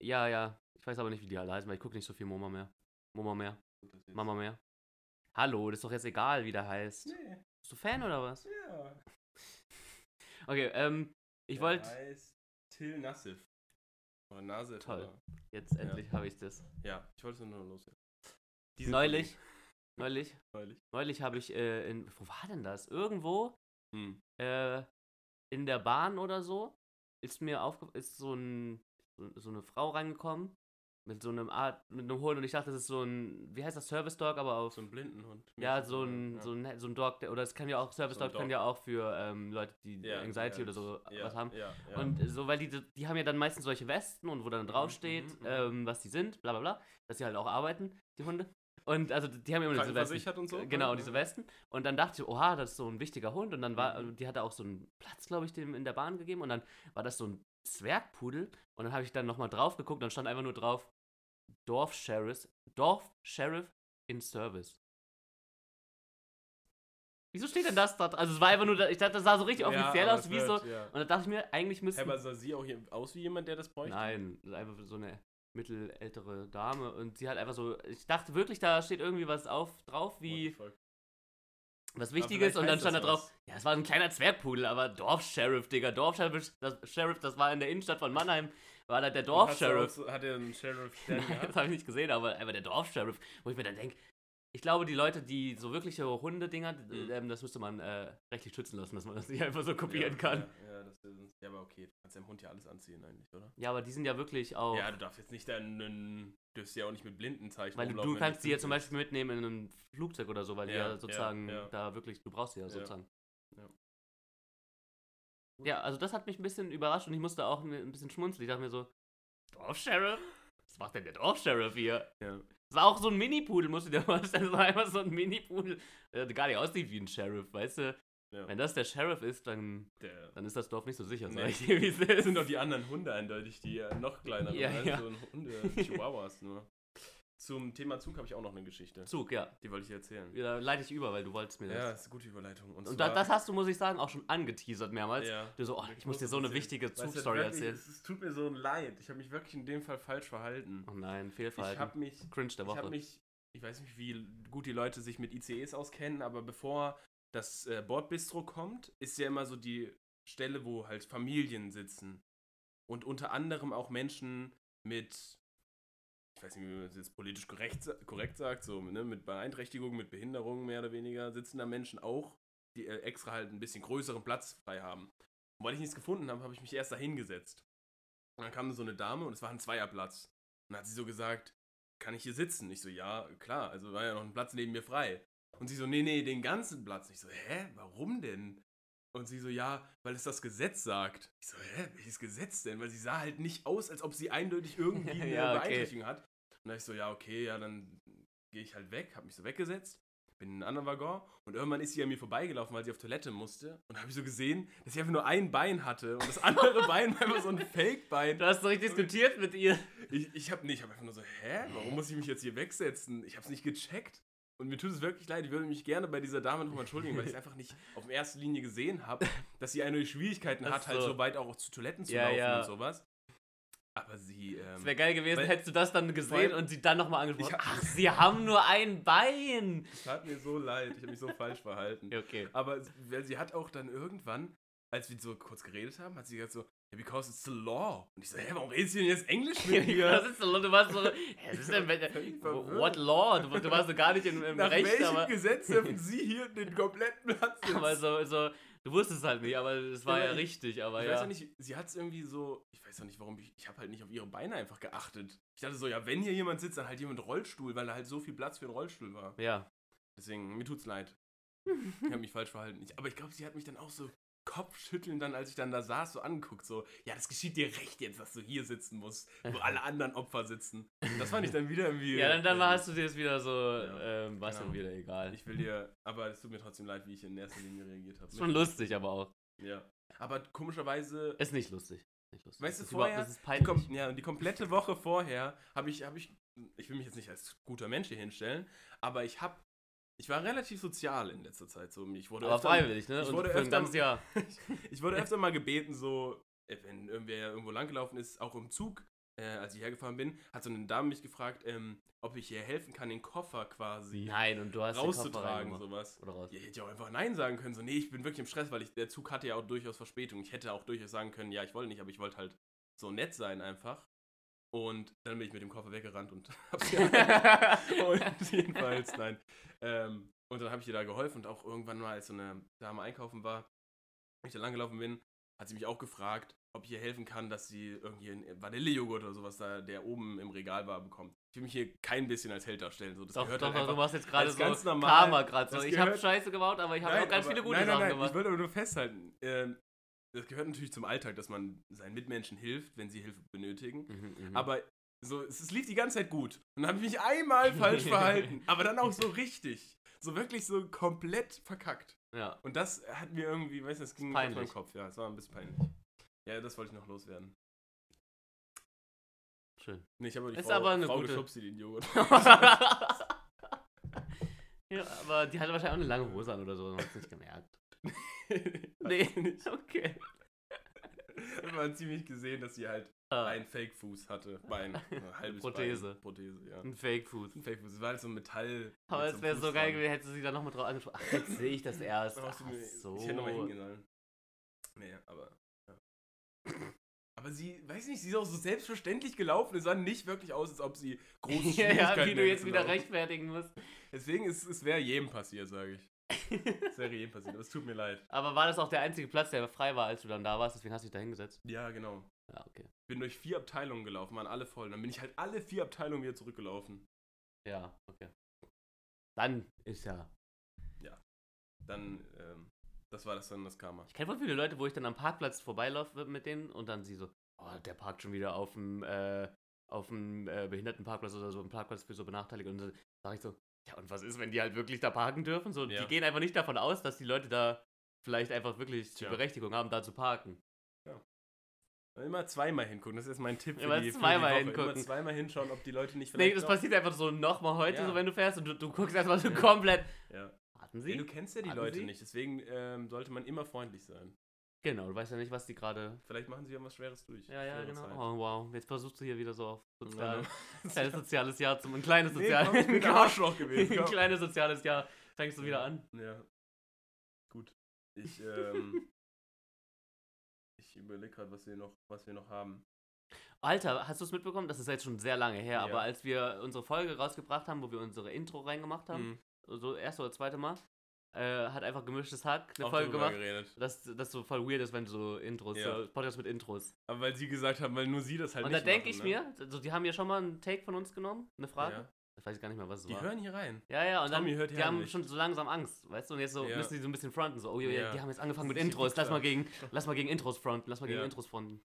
Speaker 1: ja, ja. Ich weiß aber nicht, wie die alle heißen, weil ich gucke nicht so viel Moma mehr. Moma mehr.
Speaker 2: Gut, das jetzt.
Speaker 1: Mama mehr. Hallo, das ist doch jetzt egal, wie der heißt.
Speaker 2: Nee,
Speaker 1: Bist du Fan oder was?
Speaker 2: ja.
Speaker 1: Okay, ähm, ich
Speaker 2: Der
Speaker 1: wollte.
Speaker 2: heißt Till Nassif. Oder Nasif.
Speaker 1: Toll.
Speaker 2: Oder?
Speaker 1: Jetzt endlich habe ich das.
Speaker 2: Ja, ich wollte es nur noch los.
Speaker 1: Neulich. Neulich,
Speaker 2: Neulich.
Speaker 1: neulich habe ich äh, in. Wo war denn das? Irgendwo
Speaker 2: Hm.
Speaker 1: äh, in der Bahn oder so ist mir aufge ist so, ein, so- so eine Frau reingekommen mit so einem Art mit einem Hund und ich dachte, das ist so ein wie heißt das Service Dog, aber auf
Speaker 2: So ein Blindenhund.
Speaker 1: ja so ein
Speaker 2: Ja.
Speaker 1: so ein so ein Dog der, oder es kann ja auch Service
Speaker 2: So ein
Speaker 1: Dog, kann
Speaker 2: Dog.
Speaker 1: ja auch für ähm, Leute, die
Speaker 2: Ja,
Speaker 1: Anxiety
Speaker 2: ja.
Speaker 1: oder so
Speaker 2: ja,
Speaker 1: was haben.
Speaker 2: Ja, ja.
Speaker 1: Und so, weil die, die haben ja dann meistens solche Westen und wo dann draufsteht,
Speaker 2: mhm, mhm.
Speaker 1: ähm, was die sind, bla bla bla, dass die halt auch arbeiten, die Hunde. Und also die haben ja immer diese Westen.
Speaker 2: Krankenversichert und so.
Speaker 1: Genau,
Speaker 2: ne?
Speaker 1: diese Westen. Und dann dachte ich, oha, das ist so ein wichtiger Hund. Und dann war,
Speaker 2: Mhm.
Speaker 1: die hatte auch so einen Platz, glaube ich, dem in der Bahn gegeben. Und dann war das so ein Zwergpudel. Und dann habe ich dann nochmal drauf geguckt. Dann stand einfach nur drauf, Dorfsheriff, Dorfsheriff in Service. Wieso steht denn das da? dr- Also es war einfach nur, da- ich dachte, das sah so richtig
Speaker 2: Ja,
Speaker 1: offiziell
Speaker 2: aber
Speaker 1: aus,
Speaker 2: es
Speaker 1: wie so.
Speaker 2: wird,
Speaker 1: Und
Speaker 2: Ja.
Speaker 1: dann dachte ich mir, eigentlich
Speaker 2: Hä,
Speaker 1: müsste.
Speaker 2: aber sah sie auch hier aus wie jemand, der das bräuchte?
Speaker 1: Nein, das ist einfach so eine mittelältere Dame. Und sie hat einfach so, ich dachte wirklich, da steht irgendwie was auf, drauf, wie.
Speaker 2: What the fuck?
Speaker 1: was
Speaker 2: Aber
Speaker 1: Wichtiges und dann
Speaker 2: vielleicht
Speaker 1: stand da
Speaker 2: heißt
Speaker 1: drauf,
Speaker 2: das
Speaker 1: ja, es war ein kleiner Zwergpudel, aber Dorfsheriff, Digga, Dorfsheriff, das, Sheriff, das war in der Innenstadt von Mannheim, war da der
Speaker 2: Und hast du auch
Speaker 1: Dorfsheriff.
Speaker 2: so- Hat er einen Sheriff
Speaker 1: *laughs*
Speaker 2: Stern
Speaker 1: Nein, das
Speaker 2: gehabt?
Speaker 1: habe ich nicht gesehen, aber einfach der Dorfsheriff, wo ich mir dann denke, ich glaube, die Leute, die so wirkliche Hundedinger,
Speaker 2: Mhm.
Speaker 1: ähm, das müsste man äh, rechtlich schützen lassen, dass man das nicht einfach so kopieren kann. Ja.
Speaker 2: Ja, ja, das ist, ja, aber okay, du kannst deinem Hund ja alles anziehen eigentlich, oder?
Speaker 1: aber die sind ja wirklich auch,
Speaker 2: Ja, du darfst jetzt nicht deinen, dürfst ja auch nicht mit blinden Zeichen
Speaker 1: weil du,
Speaker 2: rumlaufen,
Speaker 1: du
Speaker 2: wenn
Speaker 1: kannst die ja
Speaker 2: blind
Speaker 1: zum
Speaker 2: bist.
Speaker 1: Beispiel mitnehmen in einem Flugzeug oder so, weil die
Speaker 2: Ja,
Speaker 1: ja sozusagen
Speaker 2: ja, ja.
Speaker 1: da wirklich, du brauchst die ja
Speaker 2: Ja.
Speaker 1: sozusagen.
Speaker 2: Ja.
Speaker 1: Ja, also das hat mich ein bisschen überrascht und ich musste auch ein bisschen schmunzeln. Ich dachte mir so, Dorfsheriff? Was macht denn der Dorfsheriff hier?
Speaker 2: Ja.
Speaker 1: Das war auch so ein Mini-Pudel, musst du dir *laughs* vorstellen. Das war einfach so ein Mini-Pudel, der gar nicht aussieht wie ein Sheriff, weißt du?
Speaker 2: Ja.
Speaker 1: Wenn das der Sheriff ist, dann,
Speaker 2: Der,
Speaker 1: dann ist das Dorf nicht so sicher, sag
Speaker 2: Nee.
Speaker 1: ich dir, wie es
Speaker 2: das
Speaker 1: ist.
Speaker 2: *laughs* sind doch die anderen Hunde eindeutig, die ja noch kleiner
Speaker 1: Ja,
Speaker 2: als
Speaker 1: ja.
Speaker 2: so ein Hunde, Chihuahuas nur.
Speaker 1: *laughs*
Speaker 2: Zum Thema Zug habe ich auch noch eine Geschichte.
Speaker 1: Zug, ja.
Speaker 2: Die wollte ich erzählen.
Speaker 1: Ja, Da leite ich über, weil du wolltest mir das.
Speaker 2: Ja, das ist eine gute Überleitung.
Speaker 1: und da, das hast du, muss ich sagen, auch schon angeteasert mehrmals.
Speaker 2: ja.
Speaker 1: Du so, oh, ich muss dir so eine wichtige
Speaker 2: Weißt du,
Speaker 1: Zugstory
Speaker 2: wirklich,
Speaker 1: erzählen.
Speaker 2: Es, es tut mir so leid. Ich habe mich wirklich in dem Fall falsch verhalten.
Speaker 1: Oh nein,
Speaker 2: Ich
Speaker 1: Fehlverhalten.
Speaker 2: habe mich,
Speaker 1: Cringe der
Speaker 2: ich habe
Speaker 1: Woche.
Speaker 2: mich, ich weiß nicht, wie gut die Leute sich mit ICEs auskennen, aber bevor das äh, Bordbistro kommt, ist ja immer so die Stelle, wo halt Familien sitzen und unter anderem auch Menschen mit ich weiß nicht, wie man das jetzt politisch korrekt, sa- korrekt sagt, so ne, mit Beeinträchtigungen, mit Behinderungen mehr oder weniger, sitzen da Menschen auch, die äh, extra halt einen bisschen größeren Platz frei haben. Und weil ich nichts gefunden habe, habe ich mich erst dahingesetzt. Und dann kam so eine Dame und es war ein Zweierplatz. Und dann hat sie so gesagt, kann ich hier sitzen? Ich so, ja, klar, also war ja noch ein Platz neben mir frei. Und sie so, nee, nee, den ganzen Platz. Und ich so, hä, warum denn? Und sie so, ja, weil es das Gesetz sagt. Ich so, hä, welches Gesetz denn? Weil sie sah halt nicht aus, als ob
Speaker 1: *laughs*
Speaker 2: sie eindeutig irgendwie eine
Speaker 1: Ja, okay.
Speaker 2: Beeinträchtigung hat. Und da ich so, ja, okay, ja, dann gehe ich halt weg, habe mich so weggesetzt, bin in einen anderen Waggon und irgendwann ist sie an mir vorbeigelaufen, weil sie auf Toilette musste. Und habe ich so gesehen, dass sie einfach nur ein Bein hatte und das
Speaker 1: *laughs*
Speaker 2: andere Bein war einfach so ein Fake-Bein.
Speaker 1: Du hast so richtig diskutiert mit ihr.
Speaker 2: Ich, ich habe nee, ich hab einfach nur so, hä? Warum muss ich mich jetzt hier wegsetzen? Ich habe es nicht gecheckt. Und mir tut es wirklich leid. Ich würde mich gerne bei dieser Dame nochmal entschuldigen, weil ich einfach nicht auf den ersten Linie gesehen habe, dass sie eine Schwierigkeiten
Speaker 1: Ach
Speaker 2: hat, halt
Speaker 1: so.
Speaker 2: so weit auch zu Toiletten zu
Speaker 1: Ja,
Speaker 2: laufen
Speaker 1: ja.
Speaker 2: und sowas. Aber sie. Ähm,
Speaker 1: Es wäre geil gewesen,
Speaker 2: Weil-
Speaker 1: hättest du das dann gesehen
Speaker 2: Weil-
Speaker 1: und sie dann nochmal angesprochen.
Speaker 2: Ich hab-
Speaker 1: Ach, sie haben nur ein Bein.
Speaker 2: es tat mir so leid. Ich habe mich so falsch verhalten.
Speaker 1: Ja, Okay.
Speaker 2: Aber s- weil sie hat auch dann irgendwann als wir so kurz geredet haben, hat sie gesagt so, yeah, because it's the law. Und ich so, hä, warum redest du denn jetzt Englisch mit
Speaker 1: *laughs* Ja.
Speaker 2: *laughs* mir?
Speaker 1: Das ist so, du warst so, hä, was ist denn,
Speaker 2: Völlig
Speaker 1: wenn,
Speaker 2: verwirrt.
Speaker 1: what law? Du, du warst so gar nicht im, im
Speaker 2: Nach
Speaker 1: Recht,
Speaker 2: welchem
Speaker 1: aber, *laughs*
Speaker 2: Gesetz dürfen sie hier den kompletten Platz sitzen?
Speaker 1: aber so, so, du wusstest halt nicht, aber es war
Speaker 2: Ja,
Speaker 1: ja,
Speaker 2: ich-
Speaker 1: richtig, aber
Speaker 2: ich
Speaker 1: ja.
Speaker 2: weiß auch nicht, sie hat es irgendwie so, ich weiß auch nicht, warum ich, ich habe halt nicht auf ihre Beine einfach geachtet. Ich dachte so, ja, wenn hier jemand sitzt, dann halt jemand Rollstuhl, weil da halt so viel Platz für einen Rollstuhl war.
Speaker 1: Ja.
Speaker 2: Deswegen, mir tut's leid. Ich
Speaker 1: *laughs*
Speaker 2: habe mich falsch verhalten. Ich, aber ich glaube, sie hat mich dann auch so kopfschütteln dann, als ich dann da saß, so angeguckt, so, ja, das geschieht dir recht jetzt, dass du hier sitzen musst,
Speaker 1: *laughs*
Speaker 2: wo alle anderen Opfer sitzen. Das fand ich dann wieder irgendwie...
Speaker 1: Ja, dann, dann
Speaker 2: weiß
Speaker 1: warst du dir jetzt wieder so,
Speaker 2: Ja,
Speaker 1: ähm, warst
Speaker 2: genau.
Speaker 1: dann wieder egal.
Speaker 2: nicht. Ich will dir... Aber es tut mir trotzdem leid, wie ich in erster Linie reagiert
Speaker 1: ist schon
Speaker 2: habe.
Speaker 1: lustig, aber auch.
Speaker 2: *laughs* Ja. Aber komischerweise
Speaker 1: Ist nicht lustig. Nicht lustig.
Speaker 2: Weißt du,
Speaker 1: Das ist überhaupt-
Speaker 2: vorher-
Speaker 1: das ist
Speaker 2: Die
Speaker 1: peinlich.
Speaker 2: kom ja, und die komplette Woche vorher habe ich, habe ich, ich will mich jetzt nicht als guter Mensch hier hinstellen, aber ich habe, ich war relativ sozial in letzter Zeit. So, ich wurde,
Speaker 1: Aber
Speaker 2: öfter,
Speaker 1: freiwillig, ne?
Speaker 2: ich
Speaker 1: Und
Speaker 2: wurde
Speaker 1: für ein
Speaker 2: öfter-
Speaker 1: ganzes Jahr.
Speaker 2: ich
Speaker 1: Äh.
Speaker 2: wurde öfter mal gebeten, so, äh, wenn irgendwer irgendwo langgelaufen ist, auch im Zug, äh, als ich hergefahren bin, hat so eine Dame mich gefragt, ähm, ob ich ihr helfen kann, den Koffer quasi
Speaker 1: Nein, und du hast den Koffer
Speaker 2: rauszutragen,
Speaker 1: reingemacht.
Speaker 2: sowas.
Speaker 1: Oder raus.
Speaker 2: Ja, ich hätte ja auch einfach Nein sagen können, so, nee, ich bin wirklich im Stress, weil ich, der Zug hatte ja auch durchaus Verspätung. Ich hätte auch durchaus sagen können, ja, ich wollte nicht, aber ich wollte halt so nett sein einfach. Und dann bin ich mit dem Koffer weggerannt und *laughs*
Speaker 1: *laughs*
Speaker 2: hab's ja. *laughs* und jedenfalls, nein. Ähm, und dann habe ich ihr da geholfen und auch irgendwann mal, als so eine Dame einkaufen war, wenn ich da langgelaufen bin, hat sie mich auch gefragt, ob ich ihr helfen kann, dass sie irgendwie einen Vanillejoghurt oder sowas da, der oben im Regal war, bekommt. Ich will mich hier kein bisschen als Held darstellen. So, das
Speaker 1: Doch,
Speaker 2: gehört
Speaker 1: doch,
Speaker 2: halt
Speaker 1: doch,
Speaker 2: einfach
Speaker 1: du machst jetzt gerade
Speaker 2: als
Speaker 1: so
Speaker 2: ganz normal-
Speaker 1: Karma gerade so.
Speaker 2: das
Speaker 1: Ich habe
Speaker 2: gehört-
Speaker 1: Scheiße gebaut, aber ich habe auch ganz
Speaker 2: aber-
Speaker 1: viele gute
Speaker 2: nein, nein,
Speaker 1: Sachen
Speaker 2: nein, Ich
Speaker 1: gemacht.
Speaker 2: würde aber nur festhalten, ähm, das gehört natürlich zum Alltag, dass man seinen Mitmenschen hilft, wenn sie Hilfe benötigen.
Speaker 1: Mhm, mhm.
Speaker 2: Aber so, es, es lief die ganze Zeit gut. Und dann habe ich mich einmal
Speaker 1: *laughs*
Speaker 2: falsch verhalten, aber dann auch so richtig. So wirklich so komplett verkackt.
Speaker 1: ja.
Speaker 2: Und das hat mir irgendwie, weißt du, das ging
Speaker 1: Peinlich.
Speaker 2: durch meinen Kopf. Ja, es war ein bisschen peinlich. Ja, das wollte ich noch loswerden. *laughs*
Speaker 1: Schön. *laughs*
Speaker 2: Nee, ich habe die
Speaker 1: Ist
Speaker 2: Frau,
Speaker 1: aber eine
Speaker 2: Frau
Speaker 1: gute-
Speaker 2: geschubst, die den Joghurt. *laughs*
Speaker 1: ja, aber die hatte wahrscheinlich auch eine lange Hose an oder so, man hat es nicht gemerkt.
Speaker 2: *laughs* nee.
Speaker 1: Nee, okay.
Speaker 2: Man hat ziemlich gesehen, dass sie halt
Speaker 1: Ah,
Speaker 2: ein Fake-Fuß hatte.
Speaker 1: *laughs*
Speaker 2: Bein. Ein halbes
Speaker 1: Prothese.
Speaker 2: Bein. Prothese, ja.
Speaker 1: ein Fake-Food.
Speaker 2: ein Fake-Fuß. Es war halt so ein Metall.
Speaker 1: Aber
Speaker 2: mit
Speaker 1: es
Speaker 2: einem
Speaker 1: wäre
Speaker 2: Fuß
Speaker 1: so geil
Speaker 2: dran.
Speaker 1: gewesen, hättest du sie dann nochmal drauf angesprochen. Ach, jetzt sehe ich das erst.
Speaker 2: Da
Speaker 1: Ach,
Speaker 2: hast du mir-
Speaker 1: so.
Speaker 2: Ich hätte
Speaker 1: *laughs*
Speaker 2: nochmal hingehen sollen. Nee, aber. Ja. *clears throat* Aber sie, weiß nicht, sie ist auch so selbstverständlich gelaufen. Es sah nicht wirklich aus, als ob sie
Speaker 1: *laughs*
Speaker 2: große
Speaker 1: ja,
Speaker 2: Schwierigkeiten
Speaker 1: ja, wie du
Speaker 2: hätte
Speaker 1: jetzt
Speaker 2: zu
Speaker 1: wieder
Speaker 2: laufen.
Speaker 1: rechtfertigen musst.
Speaker 2: Deswegen, es, es wäre jedem passiert, sage ich. Es wäre jedem passiert, aber es tut mir leid.
Speaker 1: Aber war das auch der einzige Platz, der frei war, als du dann da warst? Deswegen hast du dich da hingesetzt?
Speaker 2: Ja, genau.
Speaker 1: Ja, okay.
Speaker 2: Bin durch vier Abteilungen gelaufen, waren alle voll. Dann bin ich halt alle vier Abteilungen wieder zurückgelaufen.
Speaker 1: Ja, okay. Dann ist ja.
Speaker 2: Dann, ähm, das war das dann das Karma.
Speaker 1: Ich kenne voll viele Leute, wo ich dann am Parkplatz vorbeilaufe mit denen und dann sie so, oh, der parkt schon wieder auf dem, äh, auf dem äh, Behindertenparkplatz oder so, einem Parkplatz für so Benachteiligte. Und dann sage ich so, ja, und was ist, wenn die halt wirklich da parken dürfen? So,
Speaker 2: Ja.
Speaker 1: die gehen einfach nicht davon aus, dass die Leute da vielleicht einfach wirklich die
Speaker 2: Tja.
Speaker 1: Berechtigung haben, da zu parken.
Speaker 2: Immer zweimal hingucken, das ist mein Tipp für
Speaker 1: Immer
Speaker 2: die, für
Speaker 1: zweimal
Speaker 2: die Woche.
Speaker 1: hingucken.
Speaker 2: Immer zweimal hinschauen, ob die Leute nicht
Speaker 1: Nee,
Speaker 2: vielleicht
Speaker 1: das
Speaker 2: doch-
Speaker 1: passiert einfach so nochmal heute,
Speaker 2: Ja.
Speaker 1: so wenn du fährst und du, du guckst erstmal so
Speaker 2: Ja.
Speaker 1: komplett.
Speaker 2: Ja.
Speaker 1: Warten
Speaker 2: Ja,
Speaker 1: sie?
Speaker 2: du kennst ja die
Speaker 1: Warten
Speaker 2: Leute
Speaker 1: Sie?
Speaker 2: nicht, deswegen ähm, sollte man immer freundlich sein.
Speaker 1: Genau, du weißt ja nicht, was die gerade.
Speaker 2: Vielleicht machen sie irgendwas Schweres durch.
Speaker 1: Ja, ja,
Speaker 2: Schwere
Speaker 1: genau.
Speaker 2: Zeit.
Speaker 1: Oh, wow. Jetzt versuchst du hier wieder so auf sozial. *laughs*
Speaker 2: Ja.
Speaker 1: Kleines soziales Jahr zum. Ein kleines
Speaker 2: Nee, komm, ich
Speaker 1: soziales
Speaker 2: bin ein Arschloch gewesen.
Speaker 1: ein
Speaker 2: Komm.
Speaker 1: kleines soziales Jahr. Fängst du wieder an.
Speaker 2: Ja. Gut.
Speaker 1: *laughs*
Speaker 2: Ich, ähm, ich überlege gerade, was wir noch, was wir noch haben.
Speaker 1: Alter, hast du es mitbekommen? Das ist jetzt schon sehr lange her,
Speaker 2: Ja.
Speaker 1: aber als wir unsere Folge rausgebracht haben, wo wir unsere Intro reingemacht haben,
Speaker 2: Mhm.
Speaker 1: so erste oder zweite Mal, äh, hat einfach gemischtes Hack eine
Speaker 2: Auch
Speaker 1: Folge
Speaker 2: darüber
Speaker 1: gemacht.
Speaker 2: geredet.
Speaker 1: Dass das so voll weird ist, wenn du so Intros,
Speaker 2: Ja.
Speaker 1: so Podcasts mit Intros.
Speaker 2: Aber weil sie gesagt haben, weil nur sie das halt
Speaker 1: Und da
Speaker 2: nicht
Speaker 1: denke
Speaker 2: machen,
Speaker 1: ich
Speaker 2: ne?
Speaker 1: mir, also die haben ja schon mal einen Take von uns genommen, eine Frage.
Speaker 2: Ja.
Speaker 1: Ich weiß gar nicht mehr, was es
Speaker 2: Die
Speaker 1: war.
Speaker 2: hören hier rein.
Speaker 1: Ja, ja, und dann,
Speaker 2: Tommy hört die
Speaker 1: die haben
Speaker 2: heimlich.
Speaker 1: schon so langsam Angst, weißt du? Und jetzt so
Speaker 2: Ja.
Speaker 1: müssen die so ein bisschen fronten, so, oh, ja,
Speaker 2: Ja.
Speaker 1: die haben jetzt angefangen mit
Speaker 2: Das ist
Speaker 1: Intros,
Speaker 2: richtig
Speaker 1: lass mal,
Speaker 2: klar. *laughs*
Speaker 1: gegen, lass mal gegen Intros fronten, lass mal gegen
Speaker 2: Ja.
Speaker 1: Intros fronten.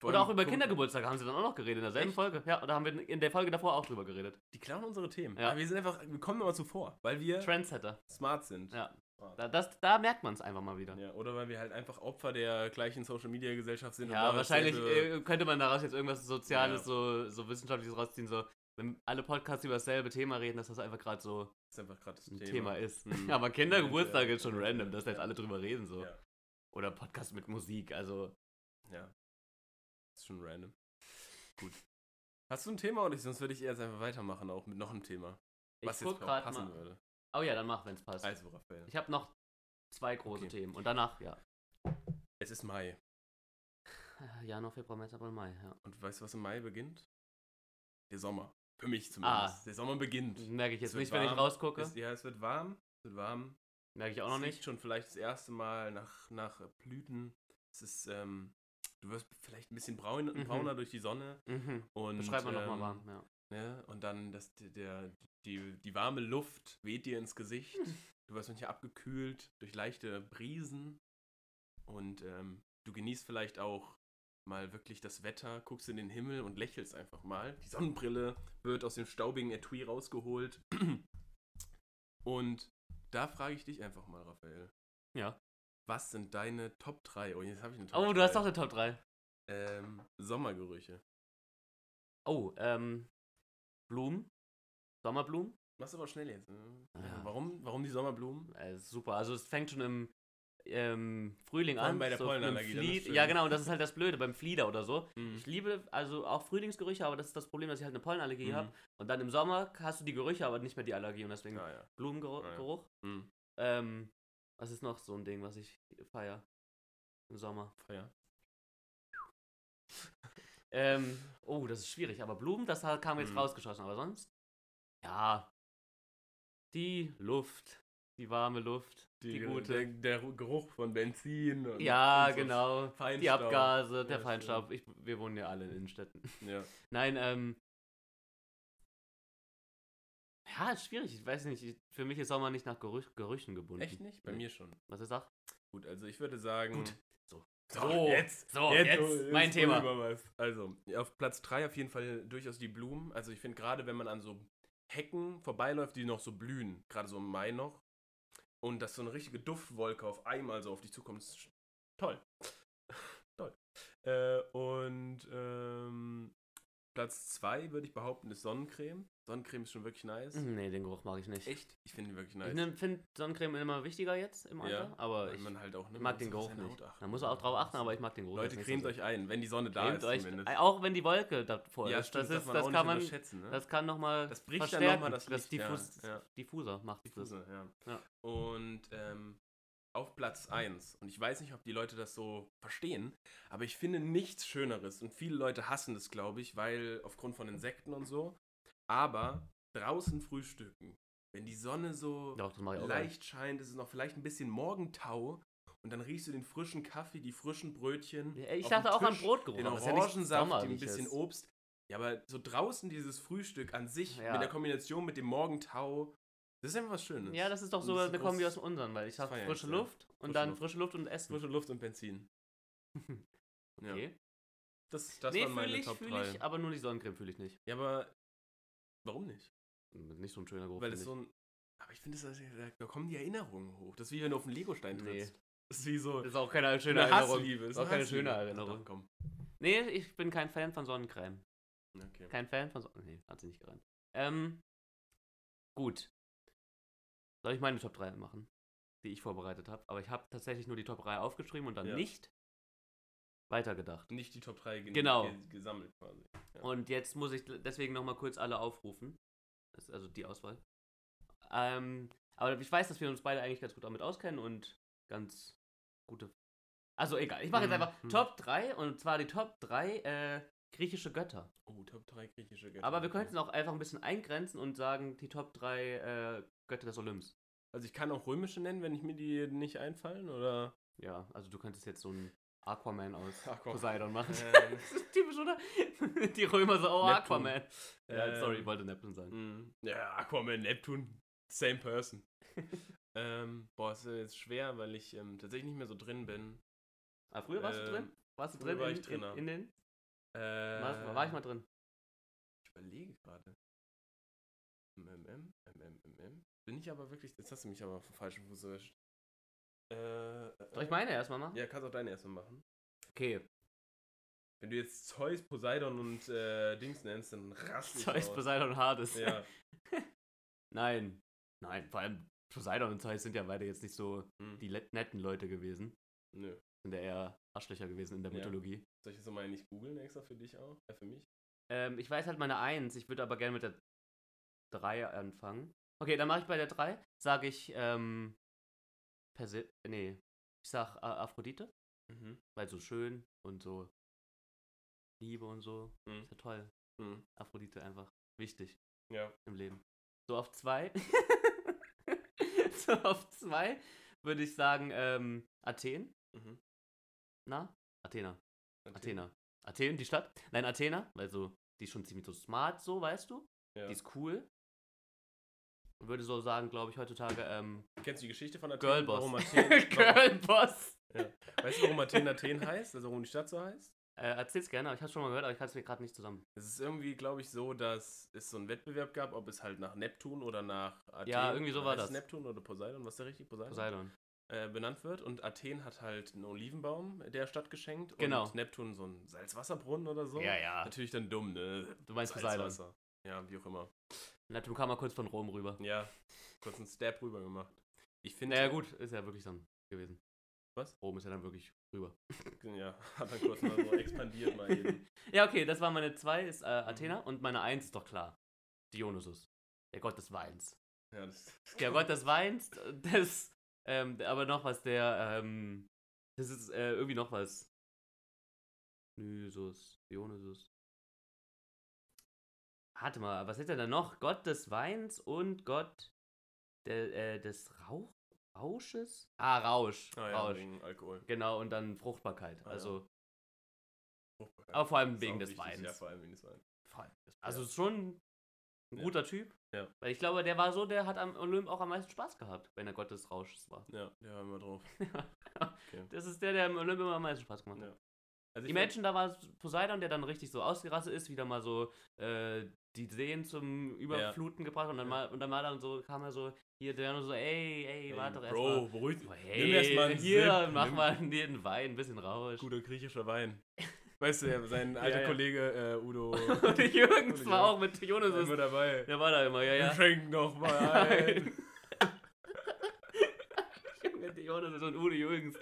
Speaker 2: Vor
Speaker 1: Oder
Speaker 2: allem
Speaker 1: auch über
Speaker 2: gucken-
Speaker 1: Kindergeburtstage haben sie dann auch noch geredet, in derselben
Speaker 2: Echt?
Speaker 1: Folge. Ja, und da haben wir in der Folge davor auch drüber geredet.
Speaker 2: Die klauen unsere Themen.
Speaker 1: Ja.
Speaker 2: Aber wir sind einfach, wir kommen immer zuvor, weil wir
Speaker 1: Trendsetter,
Speaker 2: smart sind.
Speaker 1: ja. Da, das, da merkt man es einfach mal wieder. Ja,
Speaker 2: Ja, oder weil wir halt einfach Opfer der gleichen Social Media Gesellschaft sind. da
Speaker 1: wahrscheinlich
Speaker 2: dasselbe-
Speaker 1: äh, könnte man daraus jetzt irgendwas Soziales,
Speaker 2: Ja.
Speaker 1: so, so Wissenschaftliches rausziehen, so, wenn alle Podcasts über dasselbe Thema reden, dass das einfach gerade so
Speaker 2: ist einfach gerade das
Speaker 1: ein
Speaker 2: Thema.
Speaker 1: Thema
Speaker 2: *laughs*
Speaker 1: ist. hm.
Speaker 2: Mhm.
Speaker 1: Aber Kindergeburtstage
Speaker 2: Ja,
Speaker 1: ist schon
Speaker 2: ja,
Speaker 1: random,
Speaker 2: ja,
Speaker 1: dass da jetzt
Speaker 2: ja.
Speaker 1: alle drüber reden, so.
Speaker 2: Ja.
Speaker 1: Oder Podcast mit Musik, also.
Speaker 2: Ja. Ist schon random. Gut. Hast du ein Thema oder ich, sonst würde ich jetzt einfach weitermachen, auch mit noch einem Thema.
Speaker 1: Ich
Speaker 2: was
Speaker 1: guck
Speaker 2: jetzt
Speaker 1: grad
Speaker 2: auch passen
Speaker 1: mal.
Speaker 2: würde.
Speaker 1: Oh ja, dann mach, wenn's passt.
Speaker 2: Also, Raphael.
Speaker 1: Ich habe noch zwei große
Speaker 2: Okay.
Speaker 1: Themen und danach, ja. *laughs*
Speaker 2: Es ist Mai.
Speaker 1: Äh, Januar, Februar, März, April, Mai, ja.
Speaker 2: Und weißt du, was im Mai beginnt? Der Sommer. Für mich zumindest.
Speaker 1: Ah.
Speaker 2: Der Sommer beginnt.
Speaker 1: Das merke ich jetzt
Speaker 2: Es wird
Speaker 1: nicht, wenn ich
Speaker 2: warm,
Speaker 1: rausgucke.
Speaker 2: Es, ja, es wird warm. Es wird warm.
Speaker 1: Merke ich auch noch
Speaker 2: es riecht
Speaker 1: nicht.
Speaker 2: schon vielleicht das erste Mal nach, nach äh, Blüten. Es ist, ähm, du wirst vielleicht ein bisschen braun,
Speaker 1: Mhm.
Speaker 2: brauner durch die Sonne.
Speaker 1: Mhm.
Speaker 2: Und,
Speaker 1: Beschreib mal nochmal
Speaker 2: ähm,
Speaker 1: warm, ja.
Speaker 2: Ne? Und dann das, die- der, die, die warme Luft weht dir ins Gesicht.
Speaker 1: Hm.
Speaker 2: Du wirst manchmal abgekühlt durch leichte Brisen. Und ähm, du genießt vielleicht auch mal wirklich das Wetter, guckst in den Himmel und lächelst einfach mal. Die Sonnenbrille wird aus dem staubigen Etui rausgeholt. *clears throat* Und da frage ich dich einfach mal, Raphael.
Speaker 1: Ja.
Speaker 2: Was sind deine Top 3? Oh, jetzt habe ich eine Top
Speaker 1: Oh, du hast
Speaker 2: drei.
Speaker 1: doch eine Top 3.
Speaker 2: ähm, Sommergerüche.
Speaker 1: Oh, ähm, Blumen. Sommerblumen.
Speaker 2: Mach's aber schnell jetzt. ne?
Speaker 1: Ja.
Speaker 2: Warum, warum die Sommerblumen?
Speaker 1: Äh, super. Also es fängt schon im ähm, Frühling
Speaker 2: Vor allem
Speaker 1: an.
Speaker 2: bei der
Speaker 1: mit dem
Speaker 2: Pollenallergie, dann ist
Speaker 1: Flied.
Speaker 2: schön.
Speaker 1: Ja, genau, und das ist halt das Blöde beim Flieder oder so.
Speaker 2: Mhm.
Speaker 1: Ich liebe also auch Frühlingsgerüche, aber das ist das Problem, dass ich halt eine Pollenallergie
Speaker 2: Mhm.
Speaker 1: habe. Und dann im Sommer hast du die Gerüche, aber nicht mehr die Allergie und deswegen
Speaker 2: Ah, ja.
Speaker 1: Blumengeruch.
Speaker 2: Ah, ja.
Speaker 1: Geruch.
Speaker 2: Mhm.
Speaker 1: Ähm, was ist noch so ein Ding, was ich feier im Sommer?
Speaker 2: Feier.
Speaker 1: Ähm, oh, das ist schwierig, aber Blumen, das ha- kam jetzt
Speaker 2: Mhm.
Speaker 1: rausgeschossen, aber sonst? Ja. Die Luft, die warme Luft, die,
Speaker 2: Der,
Speaker 1: gute.
Speaker 2: der Geruch von Benzin. Und,
Speaker 1: ja,
Speaker 2: und so.
Speaker 1: genau. Die
Speaker 2: Feinstaub.
Speaker 1: Abgase, der
Speaker 2: Ja,
Speaker 1: Feinstaub. Ich, wir wohnen ja alle in Innenstädten.
Speaker 2: Ja.
Speaker 1: *laughs* Nein, ähm. Ja, ist schwierig. Ich weiß nicht. Ich, für mich ist Sommer nicht nach Gerüch, Gerüchen gebunden.
Speaker 2: Echt nicht? Bei
Speaker 1: Mhm. Nee.
Speaker 2: mir schon.
Speaker 1: Was ist das?
Speaker 2: Gut, also ich würde sagen.
Speaker 1: Gut. So.
Speaker 2: So,
Speaker 1: So,
Speaker 2: jetzt.
Speaker 1: so, jetzt
Speaker 2: oh,
Speaker 1: mein Thema.
Speaker 2: worüber was. Also, auf Platz 3 auf jeden Fall durchaus die Blumen. Also, ich finde gerade, wenn man an so Hecken vorbeiläuft, die noch so blühen, gerade so im Mai noch, und dass so eine richtige Duftwolke auf einmal so auf dich zukommt, ist sch- toll. *laughs* toll. Äh, und ähm, Platz 2 würde ich behaupten, ist Sonnencreme. Sonnencreme ist schon wirklich nice.
Speaker 1: Hm, Nee, den Geruch mag ich nicht.
Speaker 2: Echt? Ich finde die wirklich nice.
Speaker 1: Mhm. Ich finde Sonnencreme immer wichtiger jetzt im Alter,
Speaker 2: Ja,
Speaker 1: aber
Speaker 2: Weil
Speaker 1: ich
Speaker 2: man halt auch, ne,
Speaker 1: mag
Speaker 2: man
Speaker 1: den
Speaker 2: muss auf
Speaker 1: Geruch
Speaker 2: seine
Speaker 1: nicht.
Speaker 2: Haut achten.
Speaker 1: Da muss man auch drauf achten, aber ich mag den Geruch
Speaker 2: Leute,
Speaker 1: jetzt
Speaker 2: cremt
Speaker 1: nicht.
Speaker 2: euch ein, wenn die Sonne
Speaker 1: so
Speaker 2: da
Speaker 1: sehr.
Speaker 2: ist
Speaker 1: Cremt euch.
Speaker 2: zumindest.
Speaker 1: Auch wenn die Wolke davor
Speaker 2: Ja,
Speaker 1: ist.
Speaker 2: stimmt,
Speaker 1: das,
Speaker 2: darf
Speaker 1: ist,
Speaker 2: man
Speaker 1: das
Speaker 2: auch
Speaker 1: kann
Speaker 2: nicht
Speaker 1: man.
Speaker 2: unterschätzen, ne?
Speaker 1: Das kann nochmal.
Speaker 2: Das bricht dann
Speaker 1: verstärken.
Speaker 2: noch mal das Licht, ja,
Speaker 1: Diffus,
Speaker 2: ja.
Speaker 1: Diffuser macht es das.
Speaker 2: Diffuse, ja.
Speaker 1: Ja.
Speaker 2: Und ähm, auf Platz 1, und ich weiß nicht, ob die Leute das so verstehen, aber ich finde nichts Schöneres und viele Leute hassen das, glaube ich, weil aufgrund von Insekten und so, aber draußen frühstücken, wenn die Sonne so
Speaker 1: Doch, das mache ich auch. gerne.
Speaker 2: leicht scheint, es ist noch vielleicht ein bisschen Morgentau und dann riechst du den frischen Kaffee, die frischen Brötchen.
Speaker 1: Ja, ich
Speaker 2: auf
Speaker 1: dachte
Speaker 2: dem
Speaker 1: auch an
Speaker 2: Tisch,
Speaker 1: Brotgeruch.
Speaker 2: Den
Speaker 1: Oh, aber ist ja nichts
Speaker 2: Orangensaft, ein
Speaker 1: Sommerliches.
Speaker 2: bisschen Obst. Ja, aber so draußen dieses Frühstück an sich
Speaker 1: Ja.
Speaker 2: mit der Kombination mit dem Morgentau, das ist einfach was Schönes.
Speaker 1: Ja, das ist doch
Speaker 2: Und
Speaker 1: so
Speaker 2: das ist
Speaker 1: eine
Speaker 2: groß-
Speaker 1: Kombi aus unseren, weil ich
Speaker 2: das
Speaker 1: habe
Speaker 2: feier ich
Speaker 1: frische
Speaker 2: sehr.
Speaker 1: Luft und
Speaker 2: Frische
Speaker 1: dann
Speaker 2: Luft.
Speaker 1: frische Luft und Essen.
Speaker 2: Frische Luft und Benzin. *laughs* Ja.
Speaker 1: okay.
Speaker 2: Das, das
Speaker 1: nee,
Speaker 2: waren meine
Speaker 1: fühle ich,
Speaker 2: Top
Speaker 1: fühle
Speaker 2: 3.
Speaker 1: ich, aber nur die Sonnencreme fühle ich nicht.
Speaker 2: Ja, aber warum nicht?
Speaker 1: Nicht so ein schöner Geruch.
Speaker 2: Weil
Speaker 1: finde
Speaker 2: es
Speaker 1: ich.
Speaker 2: so ein. Aber ich finde, das- da kommen die Erinnerungen hoch. Das ist wie wenn du auf einen Legostein
Speaker 1: Nee.
Speaker 2: trittst. Das ist wie so.
Speaker 1: das ist auch keine schöne
Speaker 2: eine
Speaker 1: Erinnerung.
Speaker 2: Hassliebe.
Speaker 1: Ist
Speaker 2: eine
Speaker 1: auch keine
Speaker 2: Hassliebe.
Speaker 1: schöne
Speaker 2: Ach,
Speaker 1: Erinnerung.
Speaker 2: komm.
Speaker 1: Nee, ich bin kein Fan von Sonnencreme.
Speaker 2: Okay.
Speaker 1: Kein Fan von Sonnencreme. Nee, hat sie nicht gerannt. Ähm, gut. Soll ich meine Top 3 machen? Die ich vorbereitet habe. Aber ich habe tatsächlich nur die Top 3 aufgeschrieben und dann
Speaker 2: Ja.
Speaker 1: nicht weitergedacht.
Speaker 2: Nicht die Top 3 gen-
Speaker 1: Genau.
Speaker 2: ge- gesammelt quasi. Ja.
Speaker 1: Und jetzt muss ich deswegen nochmal kurz alle aufrufen. Das ist also die Auswahl. Ähm, aber ich weiß, dass wir uns beide eigentlich ganz gut damit auskennen und ganz gute. Also egal, ich mache jetzt
Speaker 2: Mhm.
Speaker 1: einfach
Speaker 2: Mhm.
Speaker 1: Top 3 und zwar die Top 3 äh, griechische Götter.
Speaker 2: Oh, Top 3 griechische Götter.
Speaker 1: Aber wir könnten auch einfach ein bisschen eingrenzen und sagen, die Top 3 äh, Götter des Olymps.
Speaker 2: Also ich kann auch römische nennen, wenn ich mir die nicht einfallen, oder?
Speaker 1: Ja, also du könntest jetzt so einen Aquaman aus
Speaker 2: *laughs* Aquaman.
Speaker 1: Poseidon machen.
Speaker 2: *laughs* Ähm,
Speaker 1: *laughs* Das ist typisch, oder? *laughs* Die Römer so, oh,
Speaker 2: Neptun.
Speaker 1: Aquaman. Ja,
Speaker 2: Ähm,
Speaker 1: sorry, ich wollte Neptun sagen.
Speaker 2: mm, ja, Aquaman, Neptun, same *laughs* person. ähm, boah, ist ja jetzt schwer, weil ich ähm, tatsächlich nicht mehr so drin bin.
Speaker 1: Ah, früher warst du
Speaker 2: ähm,
Speaker 1: drin? Warst du
Speaker 2: früher
Speaker 1: drin
Speaker 2: war
Speaker 1: in,
Speaker 2: ich drin,
Speaker 1: in,
Speaker 2: ja.
Speaker 1: in den?
Speaker 2: Äh,
Speaker 1: War, war ich mal drin?
Speaker 2: Ich überlege gerade. MMM, MMM. Bin ich aber wirklich. Jetzt hast du mich aber auf den falschen Fuß erwischt. Äh,
Speaker 1: Soll ich
Speaker 2: äh,
Speaker 1: meine erstmal machen?
Speaker 2: Ja, kannst auch deine erstmal machen.
Speaker 1: Okay.
Speaker 2: Wenn du jetzt Zeus, Poseidon und äh, Dings nennst, dann rast ich
Speaker 1: Zeus,
Speaker 2: aus.
Speaker 1: Poseidon, Hades.
Speaker 2: *laughs* Ja.
Speaker 1: *laughs* Nein. Nein, vor allem Poseidon und Zeus sind ja beide jetzt nicht so
Speaker 2: Hm.
Speaker 1: die le- netten Leute gewesen.
Speaker 2: Nö.
Speaker 1: Sind ja eher Arschlöcher gewesen in der
Speaker 2: Ja.
Speaker 1: Mythologie.
Speaker 2: Soll ich das nochmal nicht googeln extra für dich auch? Äh, für mich?
Speaker 1: Ähm, ich weiß halt meine 1, ich würde aber gerne mit der 3 anfangen. Okay, dann mache ich bei der 3, sage ich, ähm, Perse nee, ich sag äh, Aphrodite.
Speaker 2: Mhm.
Speaker 1: Weil so schön und so Liebe und so.
Speaker 2: Mhm.
Speaker 1: Ist ja toll.
Speaker 2: Mhm.
Speaker 1: Aphrodite einfach wichtig
Speaker 2: Ja.
Speaker 1: im Leben. So auf zwei. *laughs* so auf zwei würde ich sagen, ähm, Athen.
Speaker 2: Mhm.
Speaker 1: Na? Athena.
Speaker 2: Athen.
Speaker 1: Athena. Athen, die Stadt? Nein, Athena, weil so, die ist schon ziemlich so smart, so, weißt du?
Speaker 2: Ja.
Speaker 1: Die ist cool. Und würde so sagen, glaube ich, heutzutage, ähm,
Speaker 2: Kennst du die Geschichte von Athen?
Speaker 1: Girlboss. *laughs*
Speaker 2: Warum *laughs* Athen, warum,
Speaker 1: Girlboss.
Speaker 2: weißt du, warum Athen Athen heißt? Also warum die Stadt so heißt?
Speaker 1: Äh, erzähl's gerne, aber ich hab's schon mal gehört, aber ich kann's mir gerade nicht zusammen.
Speaker 2: Es ist irgendwie, glaube ich, so, dass es so einen Wettbewerb gab, ob es halt nach Neptun oder nach Athen.
Speaker 1: irgendwie so war
Speaker 2: heißt
Speaker 1: das.
Speaker 2: es Neptun oder Poseidon, was ist der richtig? Poseidon?
Speaker 1: Poseidon.
Speaker 2: Äh, benannt wird. Und Athen hat halt einen Olivenbaum der Stadt geschenkt.
Speaker 1: Genau.
Speaker 2: Und Neptun so einen Salzwasserbrunnen oder so.
Speaker 1: Ja, ja.
Speaker 2: Natürlich dann dumm, ne?
Speaker 1: Du meinst Poseidon.
Speaker 2: Salzwasser. Ja, wie auch immer.
Speaker 1: Neptun kam mal kurz von Rom rüber.
Speaker 2: Ja, kurz einen Stab rüber gemacht. Ich finde.
Speaker 1: Naja, gut, ist ja wirklich dann gewesen.
Speaker 2: Was?
Speaker 1: Rom ist ja dann wirklich rüber.
Speaker 2: Ja, *laughs* hat dann kurz mal so expandiert mal eben.
Speaker 1: Ja, okay, das war meine 2, ist äh, Athena.
Speaker 2: Mhm.
Speaker 1: Und meine 1 ist doch klar. Dionysus. Der Gott des Weins.
Speaker 2: Ja, das,
Speaker 1: Der Gott des Weins, das, ähm, aber noch was, der, ähm, das ist äh, irgendwie noch was. Dionysus, Dionysus. Warte mal, was hätte er da noch? Gott des Weins und Gott der, äh, des Rauch, Rausches? Ah, Rausch.
Speaker 2: ah, ja,
Speaker 1: Rausch.
Speaker 2: wegen Alkohol.
Speaker 1: Genau, und dann Fruchtbarkeit.
Speaker 2: Ah, ja.
Speaker 1: also, aber vor allem wegen des Weins.
Speaker 2: Ja, vor allem wegen des Weins.
Speaker 1: Voll. Also schon ein
Speaker 2: Ja.
Speaker 1: guter Typ.
Speaker 2: Ja.
Speaker 1: Weil ich glaube, der war so, der hat am Olymp auch am meisten Spaß gehabt, wenn er Gott des Rausches war.
Speaker 2: Ja, der war immer drauf.
Speaker 1: das ist der, der im Olymp immer am meisten Spaß gemacht hat.
Speaker 2: Ja. Also ich
Speaker 1: Imagine, da war Poseidon, der dann richtig so ausgerastet ist, wieder mal so äh, die Seen zum Überfluten gebracht und dann,
Speaker 2: Ja.
Speaker 1: mal, und dann war dann so, kam er so, hier, der nur so, ey, ey,
Speaker 2: Ey,
Speaker 1: warte doch
Speaker 2: Bro,
Speaker 1: erstmal.
Speaker 2: beruhig dich.
Speaker 1: Oh,
Speaker 2: nimm erst mal
Speaker 1: Hey,
Speaker 2: einen
Speaker 1: hier,
Speaker 2: Sip,
Speaker 1: mach
Speaker 2: nimm-
Speaker 1: mal einen Wein, ein bisschen Rausch.
Speaker 2: Guter griechischer Wein. Weißt du, ja, sein alter
Speaker 1: ja.
Speaker 2: Kollege
Speaker 1: *laughs*
Speaker 2: äh, Udo
Speaker 1: *laughs* Und Jürgens
Speaker 2: Gute
Speaker 1: war
Speaker 2: Idee.
Speaker 1: auch mit
Speaker 2: ist
Speaker 1: Jonas.
Speaker 2: immer dabei.
Speaker 1: Der war da immer, ja,
Speaker 2: Wir *laughs*
Speaker 1: ja. *laughs*
Speaker 2: Schenken doch mal ein.
Speaker 1: Junge, die Jonas und Udo Jürgens.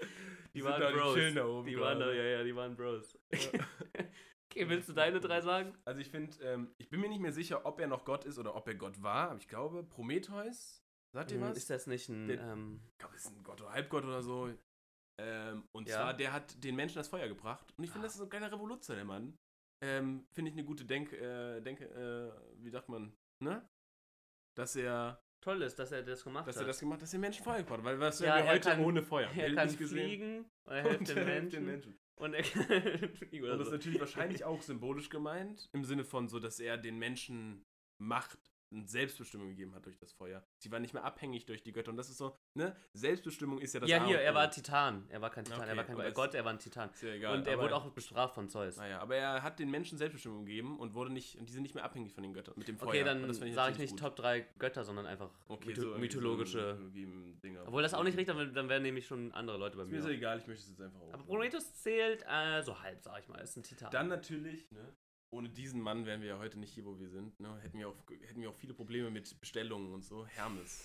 Speaker 1: Die
Speaker 2: sind
Speaker 1: waren
Speaker 2: da, die
Speaker 1: Bros.
Speaker 2: chillen da oben
Speaker 1: Die waren da,
Speaker 2: gerade.
Speaker 1: ja, ja, die waren
Speaker 2: *laughs*
Speaker 1: Bros. Okay, willst du deine drei sagen?
Speaker 2: Also ich finde, ähm, ich bin mir nicht mehr sicher, ob er noch Gott ist oder ob er Gott war, aber ich glaube, Prometheus, sagt ihr was?
Speaker 1: Äh, Ist das nicht ein.
Speaker 2: Der-
Speaker 1: Ähm,
Speaker 2: ich glaube, es ist ein Gott oder Halbgott oder so. Ähm, und
Speaker 1: Ja.
Speaker 2: zwar, der hat den Menschen das Feuer gebracht. Und ich
Speaker 1: Ah.
Speaker 2: finde, das ist so ein kleiner Revolution, der Mann. Ähm, finde ich eine gute Denk, äh, Denk äh, wie sagt man, ne? Dass er,
Speaker 1: toll ist, dass er das gemacht
Speaker 2: dass
Speaker 1: hat.
Speaker 2: er das gemacht hat, dass er Menschen Feuer gebracht hat. Weil was
Speaker 1: Ja,
Speaker 2: wären wir
Speaker 1: er
Speaker 2: heute
Speaker 1: kann-
Speaker 2: ohne Feuer?
Speaker 1: er
Speaker 2: Hätte
Speaker 1: kann
Speaker 2: ich
Speaker 1: fliegen und er
Speaker 2: *laughs* Und
Speaker 1: hilft den
Speaker 2: er hilft
Speaker 1: Menschen.
Speaker 2: den Menschen.
Speaker 1: Und er kann. *laughs* also- fliegen oder
Speaker 2: Und das ist
Speaker 1: so.
Speaker 2: natürlich wahrscheinlich auch symbolisch gemeint, im Sinne von so, dass er den Menschen Macht und Selbstbestimmung gegeben hat durch das Feuer. Sie war nicht mehr abhängig durch die Götter. Und das ist so, ne? Selbstbestimmung ist ja das A
Speaker 1: Ja,
Speaker 2: und
Speaker 1: hier, er
Speaker 2: O.
Speaker 1: war Titan. Er war kein Titan, er
Speaker 2: Okay,
Speaker 1: war kein
Speaker 2: aber
Speaker 1: Gott.
Speaker 2: es-
Speaker 1: Gott, er war ein Titan.
Speaker 2: Ist ja egal.
Speaker 1: und er
Speaker 2: aber,
Speaker 1: wurde auch bestraft von Zeus.
Speaker 2: Naja, aber er hat den Menschen Selbstbestimmung gegeben und wurde nicht, und die sind nicht mehr abhängig von den Göttern. Mit dem Feuer.
Speaker 1: okay,
Speaker 2: Und
Speaker 1: dann
Speaker 2: das find
Speaker 1: sage ich
Speaker 2: natürlich
Speaker 1: nicht
Speaker 2: gut.
Speaker 1: Top 3 Götter, sondern einfach
Speaker 2: Okay,
Speaker 1: mytho
Speaker 2: so irgendwie
Speaker 1: mythologische.
Speaker 2: So, irgendwie ein Dinger.
Speaker 1: Obwohl das auch nicht richtig, dann, dann wären nämlich schon andere Leute bei
Speaker 2: Ist mir so
Speaker 1: mir.
Speaker 2: egal, ich möchte es jetzt einfach auch.
Speaker 1: Aber Prometheus zählt äh, so halb, sag ich mal. Ist ein Titan.
Speaker 2: Dann natürlich, ne? Ohne diesen Mann wären wir ja heute nicht hier, wo wir sind. Ne? Hätten, wir auch, hätten wir auch viele Probleme mit Bestellungen und so. Hermes.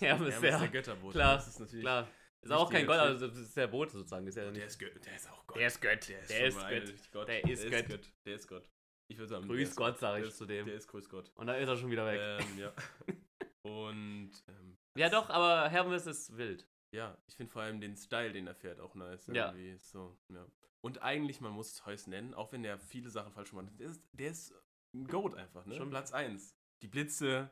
Speaker 1: *laughs* Hermes, ja.
Speaker 2: der Götterbote.
Speaker 1: Klar,
Speaker 2: Das ist natürlich.
Speaker 1: Klar. Ist auch kein
Speaker 2: Wichtiger
Speaker 1: Gott,
Speaker 2: Tipp.
Speaker 1: also das ist der Bote sozusagen. Ist ja
Speaker 2: Oh, Der
Speaker 1: nicht.
Speaker 2: ist, Gö- der ist auch Gott.
Speaker 1: Der ist Gott. Der ist,
Speaker 2: schon mal
Speaker 1: Gott.
Speaker 2: richtig Gott.
Speaker 1: Der ist Gött.
Speaker 2: Der ist Gott. Ich würde sagen, der
Speaker 1: Grüß
Speaker 2: ist
Speaker 1: Gott, sage
Speaker 2: Der
Speaker 1: ich
Speaker 2: ist-
Speaker 1: zu dem.
Speaker 2: Der ist Grüß Gott.
Speaker 1: Und dann ist er schon wieder weg. *laughs*
Speaker 2: Ähm, ja. Und ähm,
Speaker 1: ja, doch, aber Hermes ist wild.
Speaker 2: ja, ich finde vor allem den Style, den er fährt, auch nice.
Speaker 1: Ja.
Speaker 2: Irgendwie. So, ja. Und eigentlich, man muss Zeus nennen, auch wenn der viele Sachen falsch gemacht hat. Der ist, der ist ein Goat einfach, ne?
Speaker 1: Schon.
Speaker 2: Platz 1.
Speaker 1: *laughs*
Speaker 2: Die Blitze,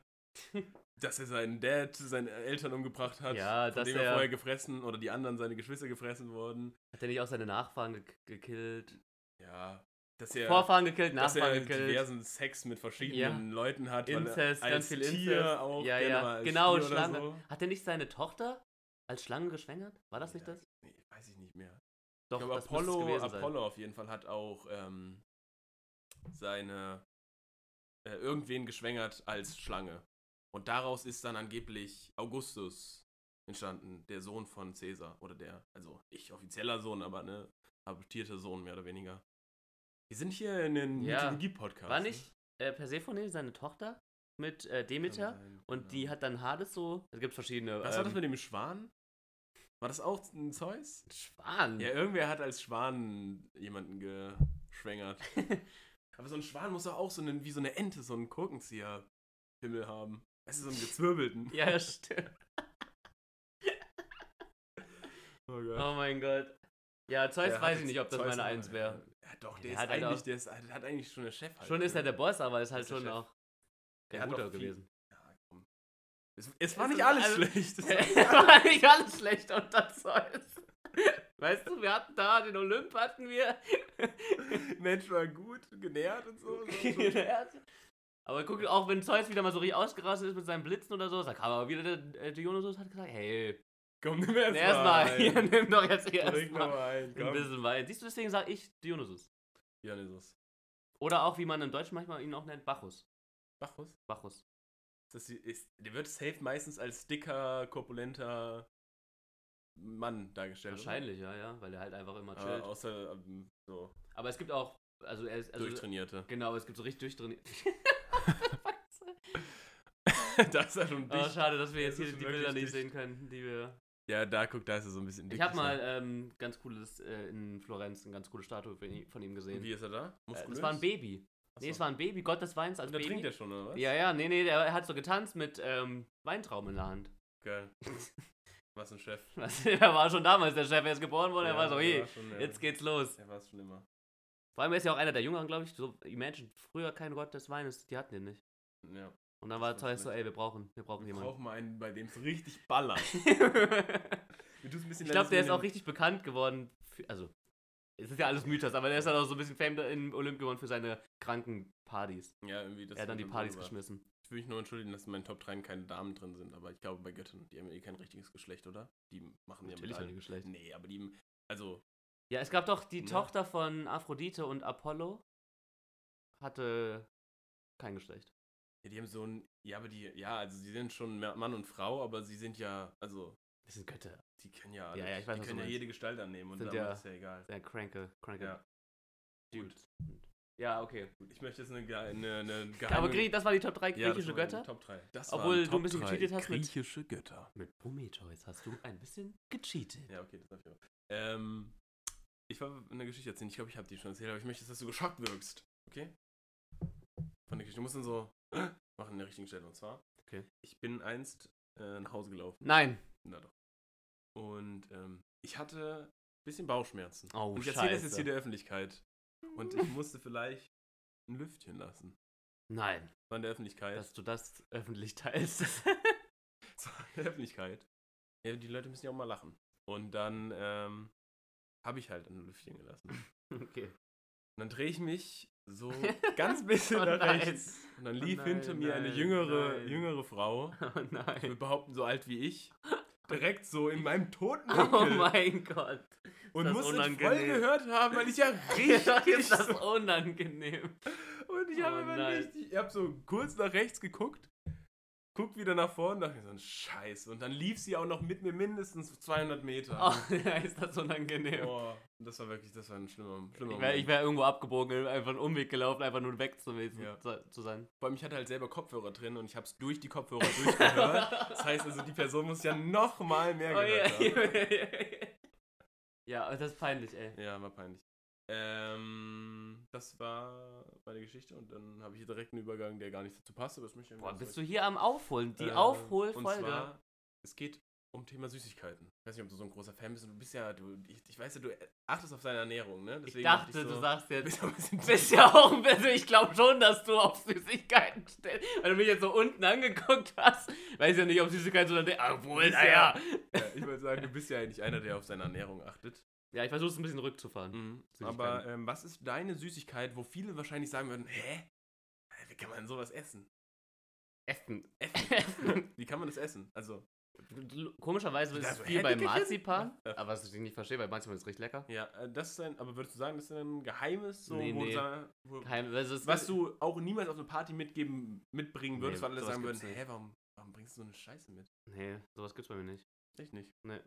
Speaker 2: dass er seinen Dad, seine Eltern umgebracht hat,
Speaker 1: Ja,
Speaker 2: von
Speaker 1: dass
Speaker 2: dem
Speaker 1: er-
Speaker 2: er vorher gefressen oder die anderen, seine Geschwister gefressen wurden.
Speaker 1: Hat er nicht auch seine Nachfahren ge gekillt?
Speaker 2: Ja, dass er...
Speaker 1: Vorfahren gekillt,
Speaker 2: dass er
Speaker 1: Nachfahren gekillt.
Speaker 2: diversen Sex mit verschiedenen Leuten hat. weil er
Speaker 1: Inzest,
Speaker 2: als
Speaker 1: ganz viel Inzest.
Speaker 2: Tier auch
Speaker 1: ja,
Speaker 2: gerne mal
Speaker 1: ja.
Speaker 2: als
Speaker 1: Genau,
Speaker 2: Stier oder
Speaker 1: Schlange.
Speaker 2: so.
Speaker 1: Hat er nicht seine Tochter als Schlange geschwängert? War das nicht
Speaker 2: Ja,
Speaker 1: das?
Speaker 2: Nee, weiß ich nicht mehr.
Speaker 1: Doch,
Speaker 2: ich glaube,
Speaker 1: das müsste es
Speaker 2: Apollo,
Speaker 1: gewesen sein.
Speaker 2: Apollo auf jeden Fall hat auch ähm, seine äh, irgendwen geschwängert als Schlange. Und daraus ist dann angeblich Augustus entstanden, der Sohn von Caesar. Oder der, also nicht offizieller Sohn, aber ne, adoptierter Sohn mehr oder weniger. Wir sind hier in einem
Speaker 1: Ja.
Speaker 2: Mythologie-Podcast.
Speaker 1: War
Speaker 2: ne?
Speaker 1: nicht äh, Persephone seine Tochter mit äh,
Speaker 2: Kann
Speaker 1: Demeter?
Speaker 2: sein, keine
Speaker 1: Und die
Speaker 2: Ahnung.
Speaker 1: hat dann Hades so. Da gibt es verschiedene.
Speaker 2: genau. Was war das
Speaker 1: ähm,
Speaker 2: mit dem Schwan? War das auch ein Zeus?
Speaker 1: Schwan?
Speaker 2: Ja, irgendwer hat als Schwan jemanden *laughs* geschwängert. Aber so ein Schwan muss doch auch so einen, wie so eine Ente, so einen Korkenzieher-Himmel haben. Es ist so einen gezwirbelten.
Speaker 1: Ja, ja, stimmt.
Speaker 2: Oh Gott.
Speaker 1: Oh mein Gott. Ja, Zeus
Speaker 2: Der
Speaker 1: weiß
Speaker 2: hat
Speaker 1: ich nicht, ob das
Speaker 2: Zeus
Speaker 1: meine
Speaker 2: aber-
Speaker 1: Eins wäre.
Speaker 2: Ja, doch,
Speaker 1: Der
Speaker 2: der,
Speaker 1: hat halt
Speaker 2: ist eigentlich,
Speaker 1: auch-
Speaker 2: der ist, hat eigentlich schon der Chef. Halt,
Speaker 1: Schon ist er der Boss, aber ist halt
Speaker 2: Ist der
Speaker 1: schon
Speaker 2: Chef.
Speaker 1: auch
Speaker 2: Der
Speaker 1: der
Speaker 2: hat
Speaker 1: Guter
Speaker 2: doch viel-
Speaker 1: gewesen.
Speaker 2: Ja, komm. Es, es war
Speaker 1: Es
Speaker 2: nicht
Speaker 1: ist
Speaker 2: alles
Speaker 1: alles-
Speaker 2: schlecht. *laughs* Es war nicht
Speaker 1: *laughs*
Speaker 2: alles-
Speaker 1: war nicht alles schlecht unter Zeus. *laughs* Weißt du, wir hatten da den Olymp, hatten wir. *laughs*
Speaker 2: Mensch war gut, genährt und so. so, so.
Speaker 1: *laughs* aber guck, auch wenn Zeus wieder mal so richtig ausgerastet ist mit seinen Blitzen oder so, da kam aber wieder der äh, Dionysos und hat gesagt, hey,
Speaker 2: Komm, nimm erst
Speaker 1: erstmal,
Speaker 2: mal
Speaker 1: hier, *laughs*
Speaker 2: ein.
Speaker 1: nimm doch jetzt hier
Speaker 2: Trink noch
Speaker 1: erstmal
Speaker 2: mal ein.
Speaker 1: ein
Speaker 2: Komm.
Speaker 1: bisschen Wein. Siehst du, deswegen sag ich Dionysos.
Speaker 2: Dionysos.
Speaker 1: Oder auch, wie man im Deutschen manchmal ihn auch nennt, Bacchus.
Speaker 2: Bacchus?
Speaker 1: Bacchus.
Speaker 2: Ist das die, ist, der wird safe meistens als dicker, korpulenter Mann dargestellt. oder?
Speaker 1: Wahrscheinlich, ja, ja, weil er halt einfach immer
Speaker 2: Äh,
Speaker 1: chillt.
Speaker 2: außer ähm, so
Speaker 1: Aber es gibt auch, also er ist, also, *laughs*
Speaker 2: Durchtrainierte. *laughs*
Speaker 1: genau, es gibt so richtig durchtrainiert.
Speaker 2: da ist er schon
Speaker 1: Oh,
Speaker 2: dicht.
Speaker 1: schade, dass wir
Speaker 2: Ja,
Speaker 1: jetzt
Speaker 2: es
Speaker 1: hier
Speaker 2: ist
Speaker 1: die Bilder
Speaker 2: wirklich
Speaker 1: nicht sehen
Speaker 2: dicht.
Speaker 1: können, die wir.
Speaker 2: ja, da guck, da ist er so ein bisschen dick.
Speaker 1: Ich habe mal ähm, ganz cooles äh, in Florenz eine ganz coole Statue von ihm- von ihm gesehen.
Speaker 2: Wie ist er da?
Speaker 1: äh, das war ein Baby. Nee, es war ein Baby, Gott des Weins als
Speaker 2: Da
Speaker 1: Baby.
Speaker 2: trinkt er schon, oder was?
Speaker 1: ja, ja, nee, nee, der hat so getanzt mit ähm, Weintrauben in der Hand. *laughs*
Speaker 2: Geil. Was ein Chef.
Speaker 1: Was, er war schon damals der Chef, er ist geboren worden, er
Speaker 2: Ja,
Speaker 1: war so, hey,
Speaker 2: schon, ja.
Speaker 1: jetzt geht's los.
Speaker 2: Er war es schon immer.
Speaker 1: Vor allem er ist ja auch einer der Jüngeren, glaube ich. So, Imagine, früher kein Gott des Weines, die hatten den nicht.
Speaker 2: Ja.
Speaker 1: Und dann war
Speaker 2: Das war's
Speaker 1: Zeus so,
Speaker 2: nicht.
Speaker 1: ey, wir brauchen, wir brauchen
Speaker 2: Wir
Speaker 1: jemanden.
Speaker 2: brauchen mal einen, bei dem es
Speaker 1: *laughs*
Speaker 2: richtig ballert. Mir tut's ein bisschen
Speaker 1: Ich
Speaker 2: leid,
Speaker 1: glaube,
Speaker 2: dass
Speaker 1: der
Speaker 2: wir
Speaker 1: ist auch
Speaker 2: den-
Speaker 1: richtig bekannt geworden. Für, also, es ist ja alles Mythos, aber der ist halt auch so ein bisschen Fame in Olymp geworden für seine kranken Partys.
Speaker 2: Ja, irgendwie das
Speaker 1: er hat dann die
Speaker 2: mit
Speaker 1: Partys
Speaker 2: drüber.
Speaker 1: geschmissen.
Speaker 2: Ich will mich nur entschuldigen, dass in meinen Top 3 keine Damen drin sind, aber ich glaube bei Göttern, die haben eh kein richtiges Geschlecht, oder? Die machen
Speaker 1: Natürlich
Speaker 2: ja
Speaker 1: haben die
Speaker 2: mit
Speaker 1: Geschlecht.
Speaker 2: allen. Nee, aber die. Also,
Speaker 1: Ja, es gab doch die
Speaker 2: Ne?
Speaker 1: Tochter von Aphrodite und Apollo. Hatte kein Geschlecht.
Speaker 2: ja, die haben so ein. Ja, aber die. Ja, also sie sind schon mehr Mann und Frau, aber sie sind ja. Also,
Speaker 1: Das sind Götter.
Speaker 2: die können ja.
Speaker 1: Ja,
Speaker 2: alles.
Speaker 1: ja, ich weiß, was du
Speaker 2: die können ja
Speaker 1: meinst.
Speaker 2: jede Gestalt annehmen und
Speaker 1: Sind
Speaker 2: dann
Speaker 1: ja-
Speaker 2: ist ja egal.
Speaker 1: Sehr kranke, kranke
Speaker 2: Ja.
Speaker 1: Dudes. Ja, okay.
Speaker 2: Gut, Ich möchte jetzt eine, ge- eine, eine geheime.
Speaker 1: Aber Grie, das waren die Top 3
Speaker 2: Ja, das
Speaker 1: griechische
Speaker 2: waren
Speaker 1: Götter.
Speaker 2: Top 3. Das
Speaker 1: Obwohl
Speaker 2: waren
Speaker 1: du
Speaker 2: Top
Speaker 1: ein bisschen
Speaker 2: 3
Speaker 1: gecheatet hast mit-
Speaker 2: Griechische Götter.
Speaker 1: Mit Prometheus hast du ein bisschen gecheatet.
Speaker 2: Ja, okay, das darf ich auch. Ähm, ich war eine Geschichte erzählen. Ich glaube, ich habe die schon erzählt, aber ich möchte, dass du geschockt wirkst. Okay? Von der Geschichte. Du musst dann so äh, machen in der richtigen Stelle. Und zwar,
Speaker 1: Okay.
Speaker 2: ich bin einst äh, nach Hause gelaufen.
Speaker 1: Nein.
Speaker 2: Na doch. Und ähm, ich hatte ein bisschen Bauchschmerzen.
Speaker 1: Oh,
Speaker 2: Und ich
Speaker 1: scheiße.
Speaker 2: erzähle das jetzt hier der Öffentlichkeit. Und ich musste vielleicht ein Lüftchen lassen.
Speaker 1: Nein,
Speaker 2: Das war in der Öffentlichkeit.
Speaker 1: dass du das öffentlich teilst. *laughs*
Speaker 2: So, *laughs* in der Öffentlichkeit. Ja, die Leute müssen ja auch mal lachen. Und dann ähm, habe ich halt ein Lüftchen gelassen. Und
Speaker 1: okay.
Speaker 2: dann drehe ich mich
Speaker 1: *laughs*
Speaker 2: so ganz bisschen
Speaker 1: Oh
Speaker 2: nach
Speaker 1: nein.
Speaker 2: rechts. Und dann
Speaker 1: Oh
Speaker 2: lief
Speaker 1: nein,
Speaker 2: hinter mir eine
Speaker 1: nein,
Speaker 2: jüngere,
Speaker 1: nein.
Speaker 2: jüngere Frau,
Speaker 1: Oh
Speaker 2: ich will
Speaker 1: nein.
Speaker 2: behaupten, so alt wie
Speaker 1: *laughs*
Speaker 2: ich, direkt so in meinem toten
Speaker 1: Oh
Speaker 2: Winkel
Speaker 1: mein Gott.
Speaker 2: und
Speaker 1: das
Speaker 2: muss es voll
Speaker 1: unangenehm.
Speaker 2: gehört haben, weil
Speaker 1: *laughs*
Speaker 2: ich ja
Speaker 1: Jetzt
Speaker 2: richtig
Speaker 1: ist das
Speaker 2: so,
Speaker 1: unangenehm.
Speaker 2: *laughs* und ich habe
Speaker 1: Oh
Speaker 2: immer
Speaker 1: nein.
Speaker 2: richtig, ich habe so kurz nach rechts geguckt, guck wieder nach vorne, dachte mir so ein Scheiß und dann lief sie auch noch mit mir mindestens 200 Meter.
Speaker 1: Oh, ja, ist das unangenehm.
Speaker 2: Boah, Oh, das war wirklich, das war ein schlimmer, schlimmer
Speaker 1: ich wäre
Speaker 2: Moment.
Speaker 1: wär irgendwo abgebogen, einfach einen Umweg gelaufen, einfach nur weg zu, wissen,
Speaker 2: Ja.
Speaker 1: zu, zu sein.
Speaker 2: Vor allem, ich hatte halt selber Kopfhörer drin und ich habe es durch die
Speaker 1: *laughs*
Speaker 2: Kopfhörer durchgehört. Das heißt also, die Person muss ja noch mal mehr
Speaker 1: Oh, ja.
Speaker 2: gehört haben.
Speaker 1: *laughs* ja, das ist peinlich, ey.
Speaker 2: Ja, war peinlich. Ähm, das war meine Geschichte und dann habe ich hier direkt einen Übergang, der gar nicht dazu passt, aber das möchte ich
Speaker 1: Boah, bist du hier am Aufholen? Die
Speaker 2: Äh, Ähm, Und
Speaker 1: Aufholfolge.
Speaker 2: zwar, es geht um Thema Süßigkeiten. Ich weiß nicht, ob du so ein großer Fan bist und du bist ja, du, ich, ich weiß ja, du achtest auf deine Ernährung, ne?
Speaker 1: Ich
Speaker 2: dachte
Speaker 1: dachte,
Speaker 2: so,
Speaker 1: du sagst
Speaker 2: Du
Speaker 1: jetzt.
Speaker 2: *laughs* bist ja ein bisschen
Speaker 1: Du *laughs* bist ja auch ein bisschen, ich glaube schon, dass du auf Süßigkeiten stellst, weil du mich jetzt so unten angeguckt hast. Weiß ja nicht, ob Süßigkeiten so ah, dann obwohl,
Speaker 2: Ist ja-
Speaker 1: naja.
Speaker 2: ja, ich würde sagen, du bist ja eigentlich einer, der auf seine Ernährung achtet.
Speaker 1: Ja, ich versuche es ein bisschen rückzufahren.
Speaker 2: Mhm.
Speaker 1: Süßigkeiten.
Speaker 2: Aber ähm, was ist deine Süßigkeit, wo viele wahrscheinlich sagen würden, hä? Hä, Wie kann man sowas essen?
Speaker 1: Essen. *laughs*
Speaker 2: Wie kann man das essen? Also,
Speaker 1: Komischerweise ist es
Speaker 2: Also,
Speaker 1: viel
Speaker 2: hä,
Speaker 1: bei
Speaker 2: Dickerchen?
Speaker 1: Marzipan,
Speaker 2: Ja.
Speaker 1: aber was ich nicht verstehe, weil Marzipan ist recht lecker.
Speaker 2: ja, äh, das ist ein, aber würdest du sagen, das ist ein geheimes, so,
Speaker 1: Nee,
Speaker 2: wo, du
Speaker 1: nee.
Speaker 2: sa- wo,
Speaker 1: Kein, also es
Speaker 2: Hm. was du auch niemals auf eine Party mitgeben, mitbringen würdest,
Speaker 1: Nee,
Speaker 2: weil alle
Speaker 1: sowas
Speaker 2: sagen würden,
Speaker 1: gibt's nicht.
Speaker 2: hä, warum, warum bringst du so eine Scheiße mit?
Speaker 1: Nee, sowas gibt's bei mir nicht.
Speaker 2: Echt nicht.
Speaker 1: Nee.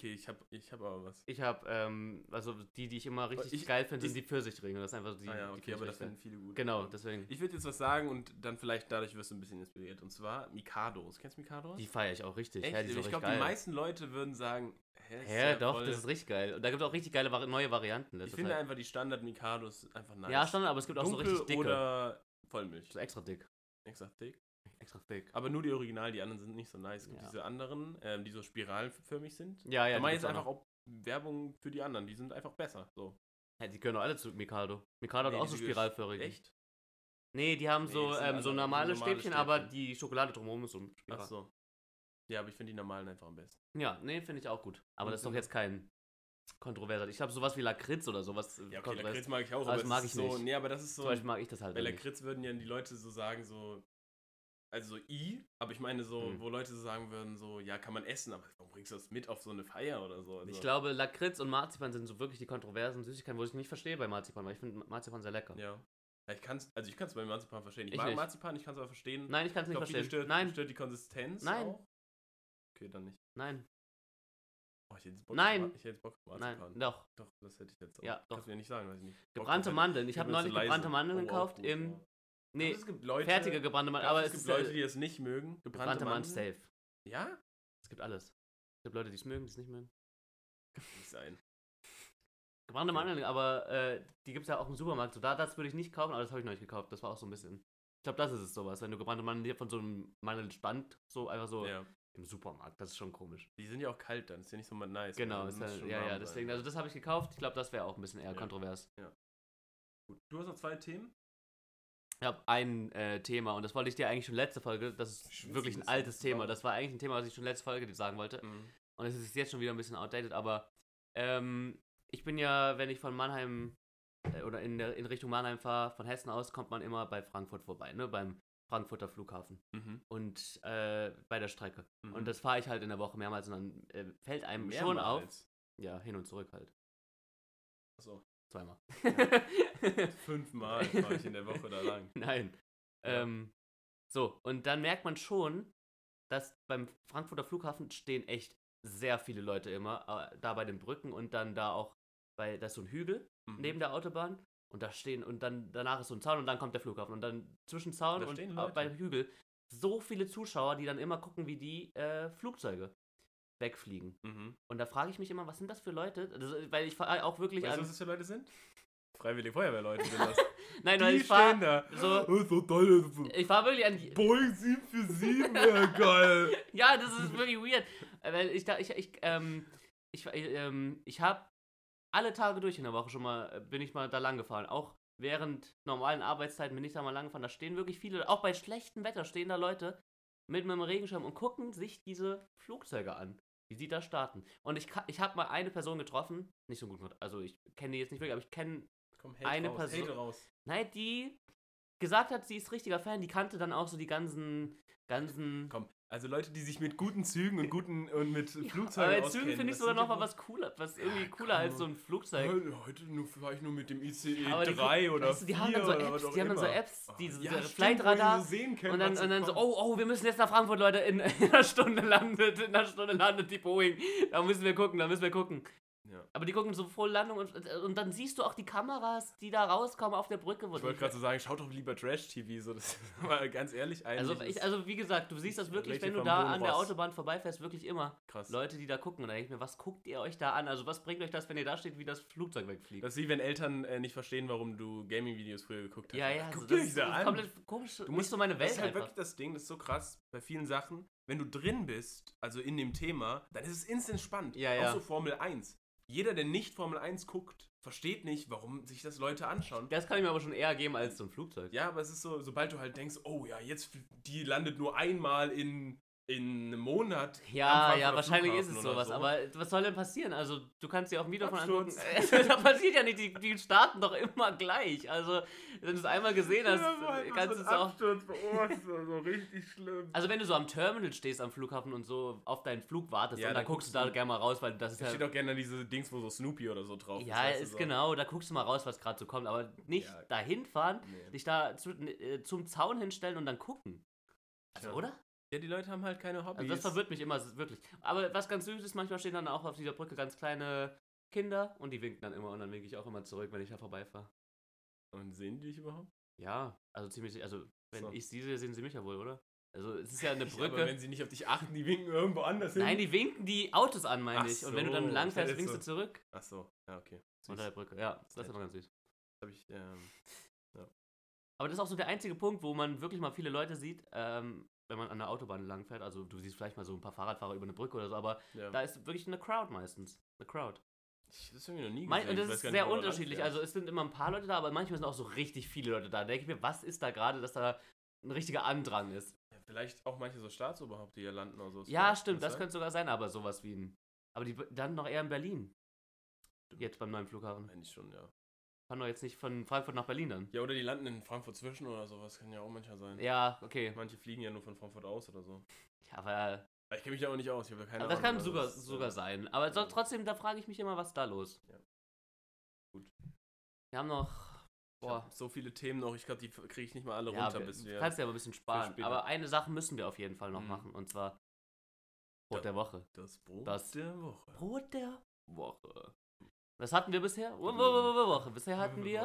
Speaker 2: Okay, ich hab, ich hab aber was.
Speaker 1: Ich habe, ähm, also die, die ich immer richtig
Speaker 2: ich-
Speaker 1: geil finde, sind
Speaker 2: ich-
Speaker 1: die Pfirsichringe. Das ist einfach so die.
Speaker 2: ah ja,
Speaker 1: die
Speaker 2: okay, aber das
Speaker 1: Pfirsichringe.
Speaker 2: finden viele gut.
Speaker 1: Genau, deswegen.
Speaker 2: Ich würde jetzt was sagen und dann vielleicht dadurch wirst du ein bisschen inspiriert. Und zwar Mikados. Kennst du Mikados?
Speaker 1: Die feiere ich auch richtig.
Speaker 2: Echt?
Speaker 1: Ja, die sind
Speaker 2: ich
Speaker 1: auch
Speaker 2: glaube,
Speaker 1: richtig
Speaker 2: die
Speaker 1: geil.
Speaker 2: meisten Leute würden sagen, hä, ist
Speaker 1: Ja, doch,
Speaker 2: voll-
Speaker 1: das ist richtig geil. Und da gibt es auch richtig geile Vari neue Varianten.
Speaker 2: Ich finde einfach die Standard Mikados einfach nice.
Speaker 1: Ja, Standard, aber es gibt auch
Speaker 2: Dunkel
Speaker 1: so richtig dicke.
Speaker 2: oder Vollmilch.
Speaker 1: so extra dick.
Speaker 2: Extra dick.
Speaker 1: Extra dick.
Speaker 2: Aber nur die Original, die anderen sind nicht so nice. Es gibt
Speaker 1: Ja.
Speaker 2: diese anderen, ähm, die so spiralförmig sind.
Speaker 1: Ja, ja.
Speaker 2: Ja,
Speaker 1: die
Speaker 2: mach ich
Speaker 1: gibt's
Speaker 2: jetzt
Speaker 1: auch
Speaker 2: einfach
Speaker 1: noch.
Speaker 2: auch Werbung für die anderen, die sind einfach besser. So.
Speaker 1: Ja, die können doch alle zu Mikado. Mikado
Speaker 2: Nee,
Speaker 1: hat auch so
Speaker 2: diese
Speaker 1: spiralförmige.
Speaker 2: Echt?
Speaker 1: Nee, die haben
Speaker 2: Nee,
Speaker 1: so,
Speaker 2: das sind
Speaker 1: ähm, so
Speaker 2: alle
Speaker 1: normale,
Speaker 2: normale
Speaker 1: Stäbchen, aber
Speaker 2: Stäbchen.
Speaker 1: die Schokolade drumherum ist so ein Spiral.
Speaker 2: Ach so. Ja, aber ich finde die normalen einfach am besten.
Speaker 1: Ja, nee, finde ich auch gut. Aber
Speaker 2: Und
Speaker 1: das ist doch
Speaker 2: sind-
Speaker 1: jetzt kein kontroverser. Ich habe sowas wie Lakritz oder sowas. äh,
Speaker 2: Ja, okay,
Speaker 1: kontrovers.
Speaker 2: Lakritz mag ich auch,
Speaker 1: Aber das
Speaker 2: es
Speaker 1: mag
Speaker 2: ist
Speaker 1: ich
Speaker 2: so,
Speaker 1: nicht.
Speaker 2: Nee, aber das ist so.
Speaker 1: Zum Beispiel mag ich das halt.
Speaker 2: bei
Speaker 1: irgendwie.
Speaker 2: Lakritz würden ja die Leute so sagen, so. Also so I, aber ich meine so,
Speaker 1: Hm.
Speaker 2: wo Leute so sagen würden, so, ja, kann man essen, aber warum bringst du das mit auf so eine Feier oder so? Also,
Speaker 1: Ich glaube, Lakritz und Marzipan sind so wirklich die kontroversen Süßigkeiten, wo ich nicht verstehe bei Marzipan, weil ich finde Marzipan sehr lecker.
Speaker 2: Ja. ja ich kann's, also ich kann es bei Marzipan verstehen. Ich,
Speaker 1: Ich
Speaker 2: mag
Speaker 1: nicht.
Speaker 2: Marzipan, ich kann es aber verstehen.
Speaker 1: Nein, ich kann es
Speaker 2: ich
Speaker 1: nicht
Speaker 2: glaub, viele
Speaker 1: verstehen.
Speaker 2: stört,
Speaker 1: nein,
Speaker 2: stört die Konsistenz
Speaker 1: Nein.
Speaker 2: auch. Okay, dann nicht.
Speaker 1: nein,
Speaker 2: Oh, ich hätte jetzt Bock
Speaker 1: Nein.
Speaker 2: Auf, Ma- ich hätte jetzt Bock auf
Speaker 1: nein,
Speaker 2: Marzipan.
Speaker 1: doch.
Speaker 2: Doch, das hätte ich jetzt auch.
Speaker 1: Ja, doch.
Speaker 2: Kannst du mir nicht sagen, weiß ich nicht. Bock
Speaker 1: Gebrannte
Speaker 2: auf-
Speaker 1: Mandeln. Ich
Speaker 2: bin
Speaker 1: habe
Speaker 2: mir zu
Speaker 1: neulich
Speaker 2: leise.
Speaker 1: gebrannte Mandeln
Speaker 2: Oh, auch
Speaker 1: gekauft
Speaker 2: gut, ja.
Speaker 1: im. Nee,
Speaker 2: Glaubst du, es gibt Leute,
Speaker 1: fertige gebrannte Mandeln. Aber
Speaker 2: glaubst du,
Speaker 1: es
Speaker 2: es
Speaker 1: ist
Speaker 2: gibt Leute, die
Speaker 1: äh,
Speaker 2: es nicht mögen.
Speaker 1: gebrannte Mandeln safe.
Speaker 2: Ja?
Speaker 1: Es gibt alles. Es gibt Leute, die es mögen, die es nicht mögen.
Speaker 2: Nicht sein.
Speaker 1: Gebrannte
Speaker 2: Okay.
Speaker 1: Mandeln, aber äh, die gibt es ja auch im Supermarkt. So, da, das würde ich nicht kaufen, aber das habe ich neulich gekauft. Das war auch so ein bisschen. Ich glaube, das ist es sowas. Wenn du gebrannte Mandeln hier von so einem Mandelstand, so einfach so
Speaker 2: Ja.
Speaker 1: im Supermarkt, das ist schon komisch.
Speaker 2: Die sind ja auch kalt dann. Ist ja nicht so mal nice.
Speaker 1: genau,
Speaker 2: Also
Speaker 1: ist
Speaker 2: muss
Speaker 1: ja,
Speaker 2: schon
Speaker 1: ja,
Speaker 2: warm
Speaker 1: ja,
Speaker 2: sein.
Speaker 1: deswegen. Also, das habe ich gekauft. Ich glaube, das wäre auch ein bisschen eher
Speaker 2: Ja.
Speaker 1: kontrovers.
Speaker 2: Gut. Du hast noch zwei Themen?
Speaker 1: Ich habe ein äh, Thema und das wollte ich dir eigentlich schon letzte Folge. Das ist
Speaker 2: Ich schwitze
Speaker 1: wirklich
Speaker 2: ein
Speaker 1: ein
Speaker 2: bisschen.
Speaker 1: altes Thema. Das war eigentlich ein Thema, was ich schon letzte Folge dir sagen wollte.
Speaker 2: Mhm.
Speaker 1: Und es ist jetzt schon wieder ein bisschen outdated, aber ähm, ich bin ja, wenn ich von Mannheim äh, oder in, der, in Richtung Mannheim fahre, von Hessen aus, kommt man immer bei Frankfurt vorbei, ne? Beim Frankfurter Flughafen
Speaker 2: Mhm.
Speaker 1: und äh, bei der Strecke.
Speaker 2: Mhm.
Speaker 1: Und das fahre ich halt in der Woche mehrmals und dann äh, fällt einem schon auf.
Speaker 2: Mehrmals.
Speaker 1: Ja, hin und zurück halt.
Speaker 2: Achso.
Speaker 1: Zweimal.
Speaker 2: *laughs*
Speaker 1: *laughs*
Speaker 2: Fünfmal fahre ich in der Woche da lang.
Speaker 1: Nein.
Speaker 2: Ja.
Speaker 1: Ähm, so, und dann merkt man schon, dass beim Frankfurter Flughafen stehen echt sehr viele Leute immer, äh, da bei den Brücken und dann da auch, weil da ist so ein Hügel
Speaker 2: Mhm.
Speaker 1: neben der Autobahn und da stehen und dann danach ist so ein Zaun und dann kommt der Flughafen und dann zwischen Zaun
Speaker 2: Da
Speaker 1: und
Speaker 2: stehen
Speaker 1: äh,
Speaker 2: Leute.
Speaker 1: beim Hügel so viele Zuschauer, die dann immer gucken, wie die äh, Flugzeuge wegfliegen.
Speaker 2: Mhm.
Speaker 1: Und da frage ich mich immer, was sind das für Leute? Also, weil ich fahre auch wirklich
Speaker 2: Weißt du, was
Speaker 1: an.
Speaker 2: das für Leute sind? *laughs* Freiwillige Feuerwehrleute sind das.
Speaker 1: Nein, *laughs* weil
Speaker 2: Die
Speaker 1: ich fahre.
Speaker 2: stehen da.
Speaker 1: so- Äh,
Speaker 2: Oh, so toll. das ist-
Speaker 1: Ich fahre wirklich an. die-
Speaker 2: Boeing 747, ja, geil.
Speaker 1: Ja, das ist wirklich weird. Äh, Weil ich da, ich, ich, ähm, ich, äh, ähm, ich habe alle Tage durch in der Woche schon mal, äh, bin ich mal da lang gefahren. Auch während normalen Arbeitszeiten bin ich da mal lang gefahren. Da stehen wirklich viele, auch bei schlechtem Wetter stehen da Leute mit einem Regenschirm und gucken sich diese Flugzeuge an, wie sie da starten. Und ich, ka- ich habe mal eine Person getroffen, nicht so gut, also ich kenne die jetzt nicht wirklich, aber ich kenne
Speaker 2: *laughs* Komm, hate
Speaker 1: Eine
Speaker 2: raus,
Speaker 1: Person-
Speaker 2: Hate raus.
Speaker 1: Nein, die gesagt hat, sie ist richtiger Fan, die kannte dann auch so die ganzen, ganzen.
Speaker 2: Komm, also Leute, die sich mit guten Zügen und guten und mit Flugzeugen
Speaker 1: Aber bei
Speaker 2: auskennen.
Speaker 1: Zügen finde ich
Speaker 2: das
Speaker 1: sogar
Speaker 2: sind
Speaker 1: noch mal
Speaker 2: ja
Speaker 1: was cooler, was irgendwie
Speaker 2: Ja,
Speaker 1: cooler
Speaker 2: komm.
Speaker 1: als so ein Flugzeug.
Speaker 2: Heute, heute nur, vielleicht nur mit dem ICE
Speaker 1: Aber die
Speaker 2: 3
Speaker 1: gucken-
Speaker 2: oder
Speaker 1: weißt du,
Speaker 2: 4
Speaker 1: die haben dann so
Speaker 2: oder was
Speaker 1: Apps,
Speaker 2: auch
Speaker 1: die haben dann so
Speaker 2: immer.
Speaker 1: Apps,
Speaker 2: Oh,
Speaker 1: diese
Speaker 2: ja,
Speaker 1: diese
Speaker 2: stimmt, wo
Speaker 1: Flightradar
Speaker 2: die so sehen können,
Speaker 1: und dann,
Speaker 2: was
Speaker 1: und dann so,
Speaker 2: kommt.
Speaker 1: oh, oh, wir müssen jetzt nach Frankfurt, Leute, in, *laughs* in einer Stunde landet, in einer Stunde landet die Boeing. Da müssen wir gucken, da müssen wir gucken.
Speaker 2: Ja.
Speaker 1: Aber die gucken so voll Landung und, und dann siehst du auch die Kameras, die da rauskommen auf der Brücke. wo
Speaker 2: Ich wollte
Speaker 1: die-
Speaker 2: gerade so sagen, schaut doch lieber Trash-TV, so das *laughs* aber ganz ehrlich, eigentlich
Speaker 1: also, ich,
Speaker 2: ist
Speaker 1: also wie gesagt, du siehst das
Speaker 2: Ich
Speaker 1: wirklich,
Speaker 2: rede
Speaker 1: wenn du
Speaker 2: vom
Speaker 1: da an
Speaker 2: hohen
Speaker 1: der
Speaker 2: Ross.
Speaker 1: Autobahn vorbeifährst, wirklich immer
Speaker 2: krass.
Speaker 1: Leute, die da gucken. Und da denke ich mir, was guckt ihr euch da an? Also was bringt euch das, wenn ihr da steht, wie das Flugzeug wegfliegt?
Speaker 2: Das ist wie wenn Eltern äh, nicht verstehen, warum du Gaming-Videos früher geguckt hast.
Speaker 1: Ja, ja,
Speaker 2: Guck
Speaker 1: also
Speaker 2: dir
Speaker 1: das
Speaker 2: diese
Speaker 1: ist
Speaker 2: an.
Speaker 1: komplett komisch. Du
Speaker 2: musst-
Speaker 1: musst so meine
Speaker 2: Das
Speaker 1: Welt
Speaker 2: ist halt
Speaker 1: einfach.
Speaker 2: wirklich das Ding, das ist so krass bei vielen Sachen. Wenn du drin bist, also in dem Thema, dann ist es instant spannend.
Speaker 1: Ja, ja.
Speaker 2: Auch so Formel 1. Jeder, der nicht Formel 1 guckt, versteht nicht, warum sich das Leute anschauen.
Speaker 1: Das kann ich mir aber schon eher geben als so ein Flugzeug.
Speaker 2: Ja, aber es ist so, sobald du halt denkst, oh ja, jetzt, fl- die landet nur einmal in, in einem Monat.
Speaker 1: Ja,
Speaker 2: am
Speaker 1: ja,
Speaker 2: Frankfurter
Speaker 1: wahrscheinlich ist
Speaker 2: Flughafen
Speaker 1: es
Speaker 2: oder
Speaker 1: sowas,
Speaker 2: so.
Speaker 1: aber was soll denn passieren? Also, du kannst dir auch ein Video von angucken.
Speaker 2: Absturz.
Speaker 1: *laughs* da passiert ja nicht, die, die starten doch immer gleich. Also, wenn du es einmal gesehen hast,
Speaker 2: *laughs*
Speaker 1: äh,
Speaker 2: Ja, aber halt
Speaker 1: kannst
Speaker 2: so
Speaker 1: du
Speaker 2: ein
Speaker 1: es auch.
Speaker 2: Absturz beobachten, so richtig schlimm.
Speaker 1: Also, wenn du so am Terminal stehst am Flughafen und so auf deinen Flug wartest,
Speaker 2: Ja,
Speaker 1: und dann
Speaker 2: dann
Speaker 1: guckst du
Speaker 2: guckst
Speaker 1: da
Speaker 2: du-
Speaker 1: gerne mal raus, weil das ist
Speaker 2: Da
Speaker 1: ja.
Speaker 2: steht auch gerne diese Dings, wo so Snoopy oder so drauf
Speaker 1: Also,
Speaker 2: ist.
Speaker 1: Ja,
Speaker 2: weißt du,
Speaker 1: ist
Speaker 2: so.
Speaker 1: genau, da guckst du mal raus, was gerade so kommt, aber nicht
Speaker 2: Ja.
Speaker 1: dahin fahren,
Speaker 2: Nee.
Speaker 1: dich da zu, äh, zum Zaun hinstellen und dann gucken. Also,
Speaker 2: Tja.
Speaker 1: oder?
Speaker 2: Ja, die Leute haben halt keine Hobbys.
Speaker 1: Also das verwirrt mich immer s- wirklich. Aber was ganz süß ist, manchmal stehen dann auch auf dieser Brücke ganz kleine Kinder und die winken dann immer und dann winke ich auch immer zurück, wenn ich da vorbeifahre.
Speaker 2: Und sehen die dich überhaupt?
Speaker 1: Ja, also ziemlich, si- also wenn
Speaker 2: So.
Speaker 1: ich sie sehe, sehen sie mich ja wohl, oder? Also es ist ja eine
Speaker 2: *laughs* Ja, aber
Speaker 1: Brücke.
Speaker 2: wenn sie nicht auf dich achten, die winken irgendwo anders hin.
Speaker 1: Nein, die winken die Autos an,
Speaker 2: Ach
Speaker 1: meine ich. Und wenn du dann
Speaker 2: so,
Speaker 1: lang
Speaker 2: ich hätte *laughs*
Speaker 1: fährst,
Speaker 2: jetzt
Speaker 1: winkst du
Speaker 2: so-
Speaker 1: zurück
Speaker 2: Ach so, ja, okay. Süß.
Speaker 1: unter der Brücke. Ja, das ist
Speaker 2: nett.
Speaker 1: immer ganz süß.
Speaker 2: Hab ich, ähm,
Speaker 1: Aber das ist auch so der einzige Punkt, wo man wirklich mal viele Leute sieht. Ähm, wenn man an der Autobahn langfährt, also du siehst vielleicht mal so ein paar Fahrradfahrer über eine Brücke oder so, aber
Speaker 2: Ja.
Speaker 1: da ist wirklich eine Crowd meistens. Eine Crowd.
Speaker 2: Ich, das habe ich noch nie gesehen.
Speaker 1: Mein, und
Speaker 2: Ich
Speaker 1: das
Speaker 2: weiß
Speaker 1: ist
Speaker 2: gar
Speaker 1: sehr
Speaker 2: nicht, wo man
Speaker 1: unterschiedlich.
Speaker 2: langfährt.
Speaker 1: Also es sind immer ein paar Leute da, aber manchmal sind auch so richtig viele Leute da. Da denke ich mir, was ist da gerade, dass da ein richtiger Andrang ist?
Speaker 2: Ja, vielleicht auch manche so Staatsoberhaupt, die hier landen oder so.
Speaker 1: Ja,
Speaker 2: Kann
Speaker 1: stimmt, das
Speaker 2: sein?
Speaker 1: könnte sogar sein, aber sowas wie ein. Aber die dann noch eher in Berlin.
Speaker 2: Stimmt.
Speaker 1: Jetzt beim neuen Flughafen.
Speaker 2: Eigentlich schon, ja.
Speaker 1: Kann doch jetzt nicht von Frankfurt nach Berlin dann.
Speaker 2: Ja, oder die landen in Frankfurt zwischen oder sowas, kann ja auch manchmal sein.
Speaker 1: Ja, okay.
Speaker 2: Manche fliegen ja nur von Frankfurt aus oder so.
Speaker 1: Ja, Aber
Speaker 2: Aber Ich kenne mich da auch nicht aus, ich habe ja keine
Speaker 1: aber das
Speaker 2: Ahnung.
Speaker 1: kann
Speaker 2: also
Speaker 1: sogar,
Speaker 2: das ist,
Speaker 1: sogar
Speaker 2: äh,
Speaker 1: sein. Aber so,
Speaker 2: ja.
Speaker 1: trotzdem, da frage ich mich immer, was ist da los?
Speaker 2: Ja. Gut.
Speaker 1: Wir haben noch.
Speaker 2: Ich hab
Speaker 1: Boah.
Speaker 2: so viele Themen noch, ich glaube, die kriege ich nicht mal alle
Speaker 1: Ja,
Speaker 2: runter,
Speaker 1: wir,
Speaker 2: bis
Speaker 1: du
Speaker 2: wir.
Speaker 1: kannst ja aber ein bisschen sparen.
Speaker 2: später.
Speaker 1: Aber eine Sache müssen wir auf jeden Fall noch
Speaker 2: Mhm.
Speaker 1: machen. Und zwar.
Speaker 2: Ja.
Speaker 1: Brot der Woche.
Speaker 2: das Brot
Speaker 1: das-
Speaker 2: der Woche.
Speaker 1: Brot der Woche. Mhm. Was hatten wir bisher? Wo- wo- wo- wo- Woche. Bisher hatten wir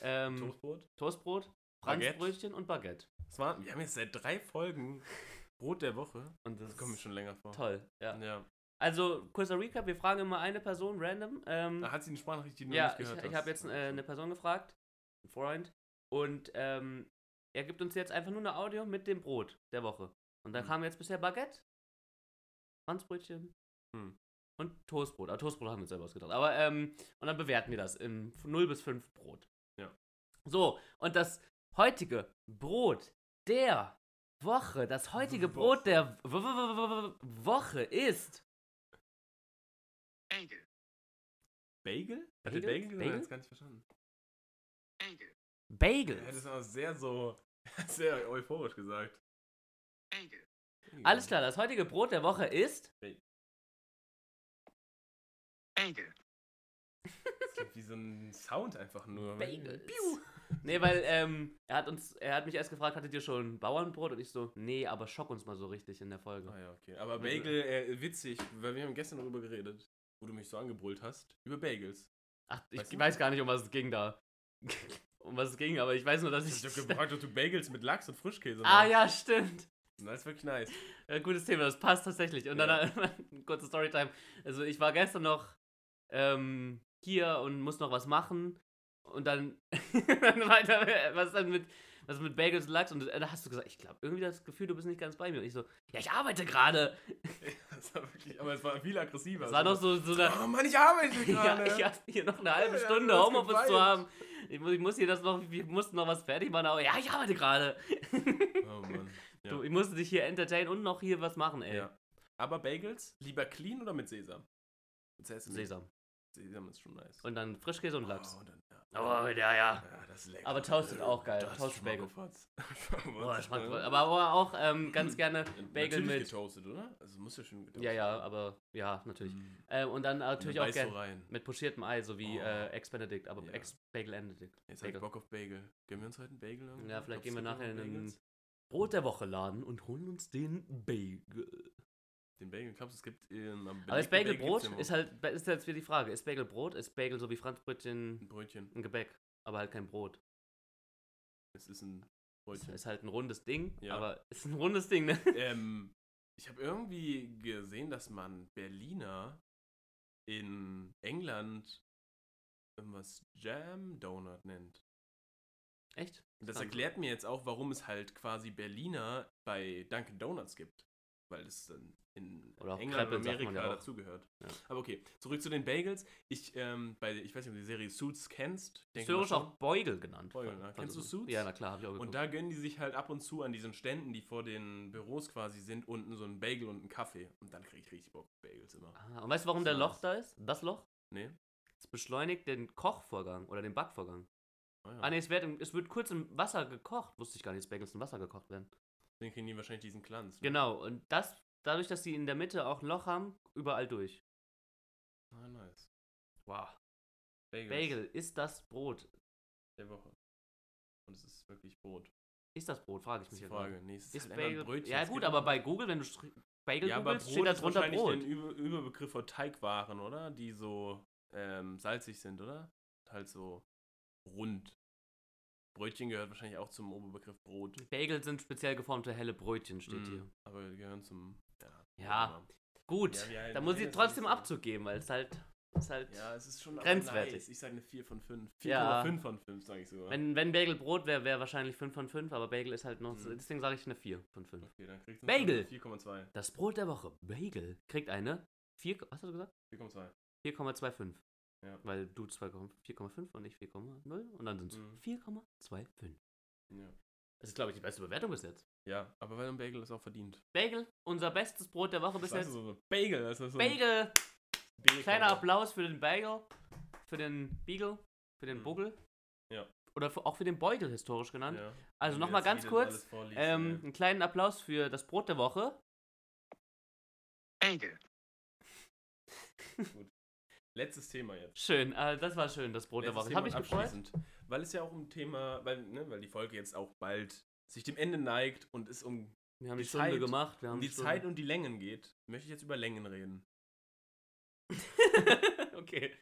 Speaker 1: ähm,
Speaker 2: Toastbrot?
Speaker 1: Toastbrot,
Speaker 2: Baguette.
Speaker 1: Franzbrötchen und Baguette.
Speaker 2: Das war, wir haben jetzt seit drei Folgen Brot der Woche.
Speaker 1: Und das,
Speaker 2: Das kommt mir schon länger vor.
Speaker 1: toll. Ja.
Speaker 2: Ja.
Speaker 1: Also, kurzer Recap: Wir fragen immer eine Person random. Ähm,
Speaker 2: Da hat sie eine Sprachnachricht, die du
Speaker 1: ja,
Speaker 2: noch nicht
Speaker 1: ich,
Speaker 2: gehört
Speaker 1: ich
Speaker 2: hast.
Speaker 1: habe jetzt äh, eine Person gefragt, ein Freund, und ähm, er gibt uns jetzt einfach nur eine Audio mit dem Brot der Woche. Und dann
Speaker 2: Hm.
Speaker 1: kam jetzt bisher Baguette, Franzbrötchen
Speaker 2: Hm.
Speaker 1: und Toastbrot. Ah, Toastbrot haben wir uns selber ausgedacht. Aber, ähm, und dann bewerten wir das in 0 bis 5 Brot.
Speaker 2: Ja.
Speaker 1: So, und das heutige Brot der Woche, das heutige Brot der W- W- W- W- Woche ist.
Speaker 3: Bagel,
Speaker 2: Bagel? Hat
Speaker 1: Bagel?
Speaker 2: der Bagel? gesagt?
Speaker 1: Bagel?
Speaker 2: Ich hab's gar nicht verstanden.
Speaker 3: Bagel,
Speaker 2: Ja, das
Speaker 1: Bagels.
Speaker 2: ist aber sehr so, *laughs* sehr euphorisch gesagt.
Speaker 3: Bagel,
Speaker 1: Alles klar, das heutige Brot der Woche ist.
Speaker 3: Bagel,
Speaker 2: Das klingt wie so ein Sound einfach nur.
Speaker 1: Bagels.
Speaker 2: Piu.
Speaker 1: Nee, weil ähm, er hat uns, er hat mich erst gefragt, hattet ihr schon Bauernbrot? Und ich so, nee, aber schock uns mal so richtig in der Folge.
Speaker 2: Ah ja, okay. Aber Bagel, äh, witzig, weil wir haben gestern darüber geredet, wo du mich so angebrüllt hast, über Bagels.
Speaker 1: Ach, ich
Speaker 2: Weißt du?
Speaker 1: weiß gar nicht, um was es ging da. *laughs* um was es ging, aber ich weiß nur, dass ich. *laughs*
Speaker 2: Ich hab gefragt, ob du Bagels mit Lachs und Frischkäse
Speaker 1: ah
Speaker 2: machst.
Speaker 1: ja, stimmt.
Speaker 2: Das ist wirklich nice. *laughs*
Speaker 1: Ja, gutes Thema, das passt tatsächlich. Und dann *laughs* kurze Storytime. Also ich war gestern noch ähm, hier und muss noch was machen. Und dann, *laughs* dann weiter, was dann mit, was mit Bagels und Lachs? Und äh, da hast du gesagt, ich glaube, irgendwie das Gefühl, du bist nicht ganz bei mir. Und ich so, ja, ich arbeite gerade.
Speaker 2: Das war wirklich, aber es war viel aggressiver.
Speaker 1: Das war noch so, so
Speaker 2: *laughs*
Speaker 1: eine, *laughs*
Speaker 2: Oh Mann, ich arbeite
Speaker 1: Ja,
Speaker 2: gerade.
Speaker 1: ich hab hier noch eine halbe
Speaker 2: Ja, wir haben
Speaker 1: Stunde
Speaker 2: was
Speaker 1: Homeoffice zu
Speaker 2: gefeiert.
Speaker 1: haben. Ich muss, ich muss hier das noch, wir mussten noch was fertig machen, aber ja, ich arbeite gerade.
Speaker 2: Oh Mann. Ja.
Speaker 1: Du, Ich musste dich hier entertainen und noch hier was machen, ey.
Speaker 2: Ja. Aber Bagels, lieber clean oder mit Sesam? Mit Sesam.
Speaker 1: Sesam.
Speaker 2: Sesam ist schon nice.
Speaker 1: Und dann Frischkäse und Lachs.
Speaker 2: Oh, dann,
Speaker 1: Oh,
Speaker 2: ja.
Speaker 1: ja, ja.
Speaker 2: ja, das ist lecker.
Speaker 1: Aber Toasted auch geil.
Speaker 2: Das
Speaker 1: Toasted Bagel.
Speaker 2: *laughs* Schmackofatz.
Speaker 1: Boah, schmeckt voll. Aber, aber auch ähm,
Speaker 2: *clears throat*
Speaker 1: ganz gerne Bagel
Speaker 2: Natürlich
Speaker 1: mit.
Speaker 2: getoastet, oder? Also muss ja schon getoastet
Speaker 1: Ja, ja, aber ja, natürlich.
Speaker 2: Mhm.
Speaker 1: Ähm, und dann natürlich auch
Speaker 2: beißt du
Speaker 1: gerne
Speaker 2: rein.
Speaker 1: mit pochiertem Ei, so wie
Speaker 2: Oh.
Speaker 1: äh, Ex-Benedict, aber
Speaker 2: Ja.
Speaker 1: Ex-Bagel-Benedict.
Speaker 2: Jetzt hab ich
Speaker 1: Bagel.
Speaker 2: Bock auf Bagel. Gönnen wir uns heute einen Bagel? irgendwann?
Speaker 1: Ja, vielleicht
Speaker 2: Glaubst
Speaker 1: gehen
Speaker 2: du,
Speaker 1: wir nachher in
Speaker 2: gibt's
Speaker 1: einen
Speaker 2: Bagels?
Speaker 1: Brot der Woche laden und holen uns den Bagel.
Speaker 2: Den Bagel, glaubst du, es gibt... ähm, am
Speaker 1: Aber ist
Speaker 2: belegten Bagel
Speaker 1: Bagelbrot
Speaker 2: gibt's ja immer
Speaker 1: ist halt, ist jetzt wieder die Frage, ist Bagelbrot, ist Bagel so wie Franzbrötchen
Speaker 2: Ein Brötchen.
Speaker 1: ein Gebäck, aber halt kein Brot.
Speaker 2: Es ist ein
Speaker 1: Ist,
Speaker 2: Brötchen.
Speaker 1: ist halt ein rundes Ding,
Speaker 2: Ja.
Speaker 1: aber ist ein rundes Ding,
Speaker 2: *laughs*
Speaker 1: ne?
Speaker 2: ähm, ich habe irgendwie gesehen, dass man Berliner in England irgendwas Jam Donut nennt.
Speaker 1: Echt?
Speaker 2: Und das
Speaker 1: Interessant.
Speaker 2: erklärt mir jetzt auch, warum es halt quasi Berliner bei Dunkin' Donuts gibt. Weil es dann in
Speaker 1: Oder auch
Speaker 2: England
Speaker 1: Kreppel,
Speaker 2: und
Speaker 1: sagt man
Speaker 2: Amerika
Speaker 1: ja auch.
Speaker 2: dazugehört.
Speaker 1: Ja.
Speaker 2: Aber okay, zurück zu den Bagels. Ich, ähm, bei, ich weiß nicht, ob du die Serie Suits kennst. Ich denke mal
Speaker 1: Historisch auch
Speaker 2: schon.
Speaker 1: Beugel genannt.
Speaker 2: Beugel,
Speaker 1: Fand-
Speaker 2: ne?
Speaker 1: fand
Speaker 2: Kennst
Speaker 1: ich-
Speaker 2: du Suits?
Speaker 1: Ja, na klar, hab ich auch geguckt.
Speaker 2: Und da gönnen die sich halt ab und zu an diesen Ständen, die vor den Büros quasi sind, unten so einen Bagel und einen Kaffee. Und dann kriege ich richtig Bock auf Bagels immer.
Speaker 1: ah, und weißt du, warum der Loch da ist? Das Loch?
Speaker 2: Nee?
Speaker 1: Es beschleunigt den Kochvorgang oder den Backvorgang.
Speaker 2: Ah ja.
Speaker 1: Ah ne, es wird, im- es wird kurz im Wasser gekocht. Wusste ich gar nicht, dass Bagels im Wasser gekocht werden.
Speaker 2: Deswegen kriegen die wahrscheinlich diesen Glanz. ne?
Speaker 1: Genau, und das, dadurch, dass sie in der Mitte auch ein Loch haben, überall durch.
Speaker 2: Ah, nice.
Speaker 1: Wow.
Speaker 2: Bagels
Speaker 1: Bagel ist das Brot.
Speaker 2: der Woche. Und es ist wirklich Brot.
Speaker 1: Ist das Brot, frage ich
Speaker 2: Das ist
Speaker 1: mich
Speaker 2: die
Speaker 1: ja
Speaker 2: Frage. Nee, es ist,
Speaker 1: Ist
Speaker 2: halt einfach
Speaker 1: Bagel,
Speaker 2: ein Brötchen.
Speaker 1: ja
Speaker 2: Es
Speaker 1: gut,
Speaker 2: geht
Speaker 1: aber
Speaker 2: um-
Speaker 1: bei Google, wenn du str- Bagel
Speaker 2: ja, aber Brot
Speaker 1: googelst, steht da
Speaker 2: ist
Speaker 1: drunter
Speaker 2: wahrscheinlich
Speaker 1: Brot.
Speaker 2: ein Über Überbegriff für Teigwaren, oder? Die so ähm, salzig sind, oder? Halt so rund. Brötchen gehört wahrscheinlich auch zum Oberbegriff Brot.
Speaker 1: Bagel sind speziell geformte helle Brötchen, steht
Speaker 2: Mm,
Speaker 1: hier.
Speaker 2: Aber die gehören zum. Ja.
Speaker 1: Ja.
Speaker 2: aber-
Speaker 1: Gut,
Speaker 2: Ja, wie halt-
Speaker 1: da muss
Speaker 2: nee,
Speaker 1: ich
Speaker 2: das ist
Speaker 1: trotzdem
Speaker 2: nicht so.
Speaker 1: Abzug geben, weil es halt Ist halt,
Speaker 2: Ja, es ist schon aber
Speaker 1: Grenzwertig.
Speaker 2: Nice. Ich sage eine 4 von 5. 4,5
Speaker 1: Ja.
Speaker 2: von 5, sage ich sogar.
Speaker 1: wenn, wenn Bagel Brot wäre, wäre wahrscheinlich 5 von 5, aber Bagel ist halt noch. so-
Speaker 2: Mhm.
Speaker 1: Deswegen sage ich eine 4 von 5.
Speaker 2: okay, dann kriegst du
Speaker 1: Bagel!
Speaker 2: 4,2.
Speaker 1: Das Brot der Woche, Bagel, kriegt eine 4, was hast du gesagt?
Speaker 2: 4,2.
Speaker 1: 4,25.
Speaker 2: Ja.
Speaker 1: Weil du 4,5 und ich 4,0 und dann sind es
Speaker 2: Mhm.
Speaker 1: 4,25.
Speaker 2: Ja.
Speaker 1: Das ist, glaube ich, die beste Bewertung bis jetzt.
Speaker 2: ja, aber weil ein Bagel ist auch verdient.
Speaker 1: Bagel, unser bestes Brot der Woche bis
Speaker 2: Das
Speaker 1: jetzt.
Speaker 2: ist so ein Bagel. Das ist so ein
Speaker 1: Bagel!
Speaker 2: Bagel.
Speaker 1: Kleiner Applaus für den Bagel, für den Beagle, für den
Speaker 2: Mhm.
Speaker 1: Buggel.
Speaker 2: Ja.
Speaker 1: Oder für, auch für den Beutel historisch genannt.
Speaker 2: Ja.
Speaker 1: Also
Speaker 2: Wenn
Speaker 1: nochmal
Speaker 2: du jetzt
Speaker 1: ganz
Speaker 2: wieder alles
Speaker 1: kurz,
Speaker 2: vorliest,
Speaker 1: ähm, einen kleinen Applaus für das Brot der Woche.
Speaker 3: anger,
Speaker 2: ey. Letztes Thema jetzt.
Speaker 1: Schön, äh, das war schön, das Brot der
Speaker 2: Letztes
Speaker 1: Woche. Habe ich
Speaker 2: Thema und
Speaker 1: gefreut.
Speaker 2: abschließend, Weil es ja auch um Thema, weil, ne, weil die Folge jetzt auch bald sich dem Ende neigt und es um,
Speaker 1: Wir haben die,
Speaker 2: Die
Speaker 1: Stunde
Speaker 2: Zeit-
Speaker 1: gemacht. Wir haben
Speaker 2: um die
Speaker 1: Stunde.
Speaker 2: Zeit und die Längen geht, möchte ich jetzt über Längen reden.
Speaker 1: *laughs* okay.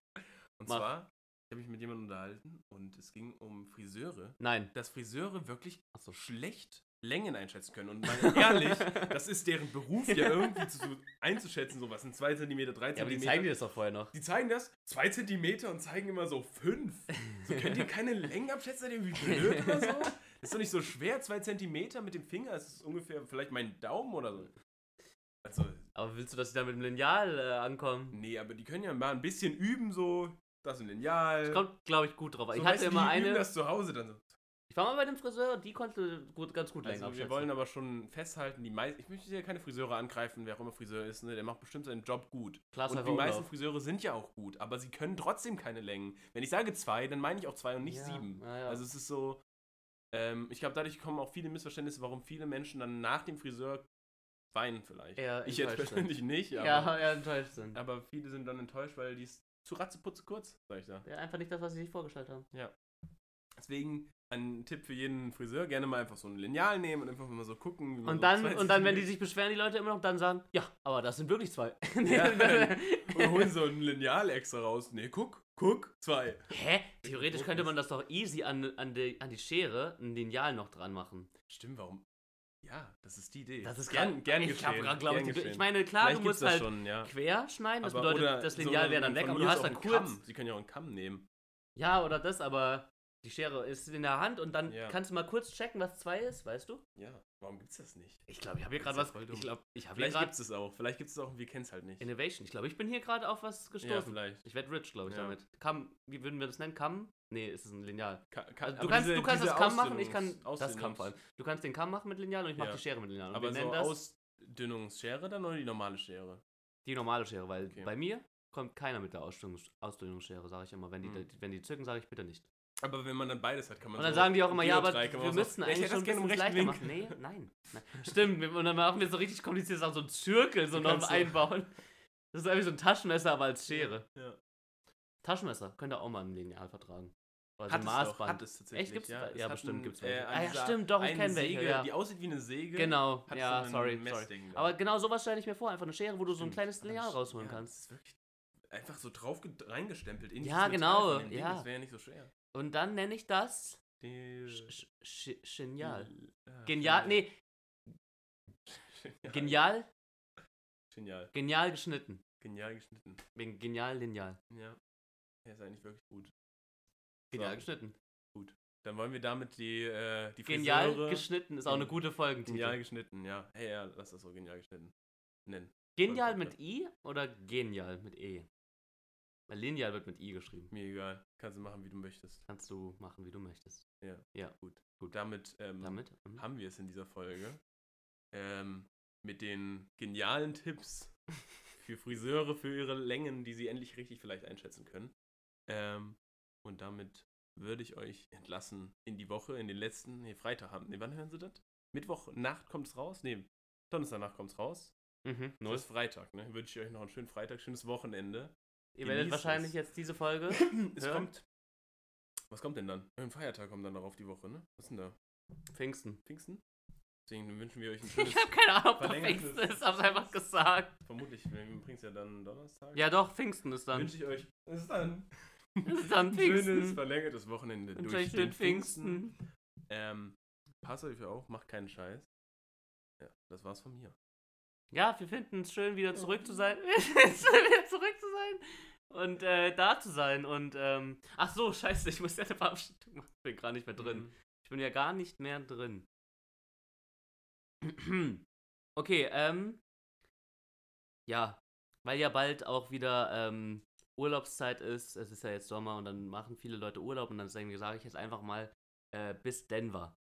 Speaker 2: Und
Speaker 1: Mach.
Speaker 2: zwar, ich habe mich mit jemandem unterhalten und es ging um Friseure,
Speaker 1: Nein.
Speaker 2: dass Friseure wirklich
Speaker 1: Ach so.
Speaker 2: schlecht Längen einschätzen können. Und
Speaker 1: *laughs*
Speaker 2: mal ehrlich, das ist deren Beruf ja irgendwie zu, einzuschätzen, sowas sind 2 cm, 3
Speaker 1: Ja, aber die
Speaker 2: cm.
Speaker 1: zeigen dir das doch vorher noch.
Speaker 2: die zeigen das 2 cm und zeigen immer so 5. So könnt ihr keine Längen abschätzen, seid ihr irgendwie blöd oder so? Das ist doch nicht so schwer, 2 cm mit dem Finger, das ist ungefähr vielleicht mein Daumen oder so. Also,
Speaker 1: Aber willst du, dass sie da mit dem Lineal äh, ankommen?
Speaker 2: nee, aber die können ja mal ein bisschen üben, so, das und Lineal.
Speaker 1: Das kommt, glaube ich, gut drauf. an.
Speaker 2: Äh. So,
Speaker 1: ich hatte
Speaker 2: weißt du,
Speaker 1: immer
Speaker 2: die üben
Speaker 1: eine.
Speaker 2: das zu Hause dann so.
Speaker 1: Ich war mal bei dem Friseur, die konnte gut, ganz gut länger
Speaker 2: Also, wir
Speaker 1: abschätzen.
Speaker 2: wollen aber schon festhalten, die meisten, ich möchte ja keine Friseure angreifen, wer auch immer Friseur ist, ne, der macht bestimmt seinen Job gut.
Speaker 1: Klasse,
Speaker 2: und die meisten Friseure sind ja auch gut, aber sie können trotzdem keine Längen. Wenn ich sage zwei, dann meine ich auch zwei und nicht
Speaker 1: Ja,
Speaker 2: sieben.
Speaker 1: ja, ja.
Speaker 2: Also es ist so, ähm, ich glaube, dadurch kommen auch viele Missverständnisse, warum viele Menschen dann nach dem Friseur weinen vielleicht.
Speaker 1: Ja,
Speaker 2: ich jetzt
Speaker 1: enttäuscht
Speaker 2: persönlich nicht, aber,
Speaker 1: Ja, ja, enttäuscht sind.
Speaker 2: aber viele sind dann enttäuscht, weil die ist zu ratzeputze kurz, sag ich da.
Speaker 1: Ja, einfach nicht das, was sie sich vorgestellt haben.
Speaker 2: Deswegen ein Tipp für jeden Friseur, gerne mal einfach so ein Lineal nehmen und einfach mal so gucken. Wie man
Speaker 1: Und
Speaker 2: so
Speaker 1: dann,
Speaker 2: 20
Speaker 1: und dann, wenn die
Speaker 2: nimmt.
Speaker 1: sich beschweren, die Leute immer noch, dann sagen, ja, aber das sind wirklich zwei. *laughs*
Speaker 2: und holen so ein Lineal extra raus. Nee, guck, guck, zwei.
Speaker 1: Hä? Theoretisch könnte man das doch easy an, an, die, an die Schere ein Lineal noch dran machen.
Speaker 2: Stimmt, warum? Ja, das ist die Idee.
Speaker 1: Das ist
Speaker 2: gern,
Speaker 1: grad-
Speaker 2: gern
Speaker 1: ich
Speaker 2: geschehen.
Speaker 1: hab grad, glaub
Speaker 2: gern
Speaker 1: ich, die-
Speaker 2: geschehen.
Speaker 1: ich meine, klar,
Speaker 2: Vielleicht
Speaker 1: du
Speaker 2: gibt's
Speaker 1: musst
Speaker 2: das
Speaker 1: halt
Speaker 2: schon, ja.
Speaker 1: quer schneiden, das
Speaker 2: Aber- oder
Speaker 1: bedeutet, das
Speaker 2: so
Speaker 1: Lineal
Speaker 2: eine-
Speaker 1: wäre dann weg,
Speaker 2: von
Speaker 1: aber
Speaker 2: mir
Speaker 1: du
Speaker 2: aus
Speaker 1: hast
Speaker 2: auch
Speaker 1: dann
Speaker 2: einen
Speaker 1: kurz.
Speaker 2: Kamm. Sie können ja auch einen Kamm nehmen.
Speaker 1: Ja, oder das, aber die Schere ist in der Hand und dann
Speaker 2: Ja.
Speaker 1: kannst du mal kurz checken, was zwei ist, weißt du?
Speaker 2: Ja, warum gibt's das nicht?
Speaker 1: Ich glaube, ich habe hier
Speaker 2: Das
Speaker 1: gerade was.
Speaker 2: ist ja voll dumm.
Speaker 1: Ich glaube, ich habe hier
Speaker 2: Vielleicht
Speaker 1: gerade
Speaker 2: gibt's es auch. Vielleicht gibt's es auch und wir kennen's halt nicht.
Speaker 1: Innovation. Ich glaube, ich bin hier gerade auf was
Speaker 2: ja,
Speaker 1: gestoßen.
Speaker 2: vielleicht.
Speaker 1: ich werde rich, glaube ich,
Speaker 2: Ja.
Speaker 1: damit. Kamm, wie würden wir das nennen? Kamm? Nee, ist es ein Lineal.
Speaker 2: Ka- ka-
Speaker 1: Also, du
Speaker 2: aber
Speaker 1: kannst,
Speaker 2: diese-
Speaker 1: du kannst das
Speaker 2: diese
Speaker 1: Kamm machen, ich
Speaker 2: Ausdünnungs-
Speaker 1: kann. Das Kamm vor allem. Du kannst den Kamm machen mit Lineal und ich mache
Speaker 2: Ja.
Speaker 1: die Schere mit Lineal. Und
Speaker 2: Aber
Speaker 1: wir nennen
Speaker 2: so
Speaker 1: das
Speaker 2: Ausdünnungsschere dann oder die normale Schere?
Speaker 1: die normale Schere, weil
Speaker 2: Okay.
Speaker 1: bei mir kommt keiner mit der Ausdünnungs- Ausdünnungsschere, sage ich immer. Wenn die,
Speaker 2: Hm.
Speaker 1: wenn die zücken, sage ich bitte nicht.
Speaker 2: Aber wenn man dann beides hat, kann man
Speaker 1: Und dann
Speaker 2: so
Speaker 1: sagen die auch
Speaker 2: ein
Speaker 1: immer, ja, aber
Speaker 2: Biodreieck kann man
Speaker 1: wir
Speaker 2: auch so-
Speaker 1: müssen
Speaker 2: Ja,
Speaker 1: eigentlich schon ein bisschen leichter machen. Nee, nein. nein. Stimmt, wir- und dann machen wir so richtig kompliziert Sachen, so einen Zirkel
Speaker 2: *laughs*
Speaker 1: so
Speaker 2: Du
Speaker 1: noch
Speaker 2: kannst so-
Speaker 1: einbauen. Das ist eigentlich so ein Taschenmesser, aber als Schere. Also
Speaker 2: Ja.
Speaker 1: Taschenmesser könnte auch mal ein Lineal vertragen. Oder so
Speaker 2: Hat
Speaker 1: ein
Speaker 2: es doch, hat
Speaker 1: Maßband.
Speaker 2: es tatsächlich.
Speaker 1: Echt, gibt's
Speaker 2: ja,
Speaker 1: da-
Speaker 2: es
Speaker 1: ja,
Speaker 2: hat
Speaker 1: bestimmt
Speaker 2: ein,
Speaker 1: gibt's
Speaker 2: äh,
Speaker 1: welche.
Speaker 2: an
Speaker 1: Ah ja,
Speaker 2: dieser
Speaker 1: stimmt, doch, ich
Speaker 2: einen
Speaker 1: kenn welche,
Speaker 2: Säge,
Speaker 1: ja.
Speaker 2: Die aussieht wie eine Säge.
Speaker 1: Genau,
Speaker 2: Hat
Speaker 1: ja,
Speaker 2: so ein
Speaker 1: sorry, sorry.
Speaker 2: Messding da.
Speaker 1: Aber genau sowas stelle ich mir vor, einfach eine Schere, wo du so ein
Speaker 2: Stimmt.
Speaker 1: kleines
Speaker 2: Aber
Speaker 1: Lineal
Speaker 2: das-
Speaker 1: rausholen
Speaker 2: Hm, ja,
Speaker 1: kannst.
Speaker 2: Das ist wirklich einfach so drauf ged- reingestempelt in
Speaker 1: Ja,
Speaker 2: dieses Metall von
Speaker 1: genau,
Speaker 2: dem Ding.
Speaker 1: ja.
Speaker 2: Das wäre ja nicht so schwer.
Speaker 1: Und dann nenne ich das
Speaker 2: Die,
Speaker 1: Sch- Sch- Sch- Genial.
Speaker 2: L- ah,
Speaker 1: Genial, nee,
Speaker 2: *laughs* Genial.
Speaker 1: genial,
Speaker 2: Genial.
Speaker 1: genial geschnitten.
Speaker 2: Genial geschnitten.
Speaker 1: Wegen genial lineal.
Speaker 2: Ja. Der ist eigentlich wirklich gut.
Speaker 1: Genial
Speaker 2: So.
Speaker 1: geschnitten.
Speaker 2: Dann wollen wir damit die, äh, die
Speaker 1: Genial
Speaker 2: Friseure-
Speaker 1: geschnitten ist auch eine gute Folge.
Speaker 2: Genial geschnitten, ja. Hey, ja, lass das so genial geschnitten nennen.
Speaker 1: Genial
Speaker 2: Voll
Speaker 1: mit I oder genial mit E? Weil Lineal wird mit I geschrieben.
Speaker 2: Mir egal. Kannst du machen, wie du möchtest.
Speaker 1: Kannst du machen, wie du möchtest.
Speaker 2: Gut, damit, ähm,
Speaker 1: Damit? Mhm.
Speaker 2: haben wir es in dieser Folge. Ähm, mit den genialen Tipps für Friseure, für ihre Längen, die sie endlich richtig vielleicht einschätzen können. Ähm, und damit würde ich euch entlassen in die Woche, in den letzten, nee, Freitag haben. Nee, wann hören Sie das? Mittwoch Nacht kommt's raus? Nee, Donnerstagnacht kommt's raus.
Speaker 1: *laughs* Mhm.
Speaker 2: Nur ist Freitag, ne? Wünsche ich euch noch einen schönen Freitag, schönes Wochenende.
Speaker 1: Ihr werdet
Speaker 2: Genießt
Speaker 1: wahrscheinlich
Speaker 2: es.
Speaker 1: jetzt diese Folge.
Speaker 2: *laughs* Es
Speaker 1: hören.
Speaker 2: kommt. Was kommt denn dann? Ein Feiertag kommt dann darauf die Woche, ne? Was ist denn da?
Speaker 1: Pfingsten.
Speaker 2: Pfingsten? Deswegen wünschen wir euch ein schönes
Speaker 1: *laughs* Ich habe keine Ahnung, ob da
Speaker 2: Verlängertes-
Speaker 1: Pfingsten ist, hab's einfach gesagt.
Speaker 2: Vermutlich, wir bringen es ja dann Donnerstag.
Speaker 1: Ja doch, Pfingsten ist *laughs* dann.
Speaker 2: Wünsche ich euch. Bis dann.
Speaker 1: Bis dann,
Speaker 2: Ein Schönes,
Speaker 1: Pfingsten.
Speaker 2: verlängertes Wochenende
Speaker 1: Wünsche
Speaker 2: durch
Speaker 1: euch schönen
Speaker 2: den Pfingsten.
Speaker 1: Pfingsten.
Speaker 2: Ähm, passt euch auf, macht keinen Scheiß. Ja, das war's von mir.
Speaker 1: *laughs* Ja, wir finden es schön, wieder zurück zu sein. wieder zurück zu sein. und äh, da zu sein. Und ähm, ach so, scheiße, ich muss ja eine Verabschiedung machen. Ich bin gar nicht mehr drin.
Speaker 2: Mhm.
Speaker 1: Ich bin ja gar nicht mehr drin. *clears throat* Okay, ähm. Ja, weil ja bald auch wieder ähm, Urlaubszeit ist. Es ist ja jetzt Sommer und dann machen viele Leute Urlaub und dann sage ich jetzt einfach mal äh, bis Denver.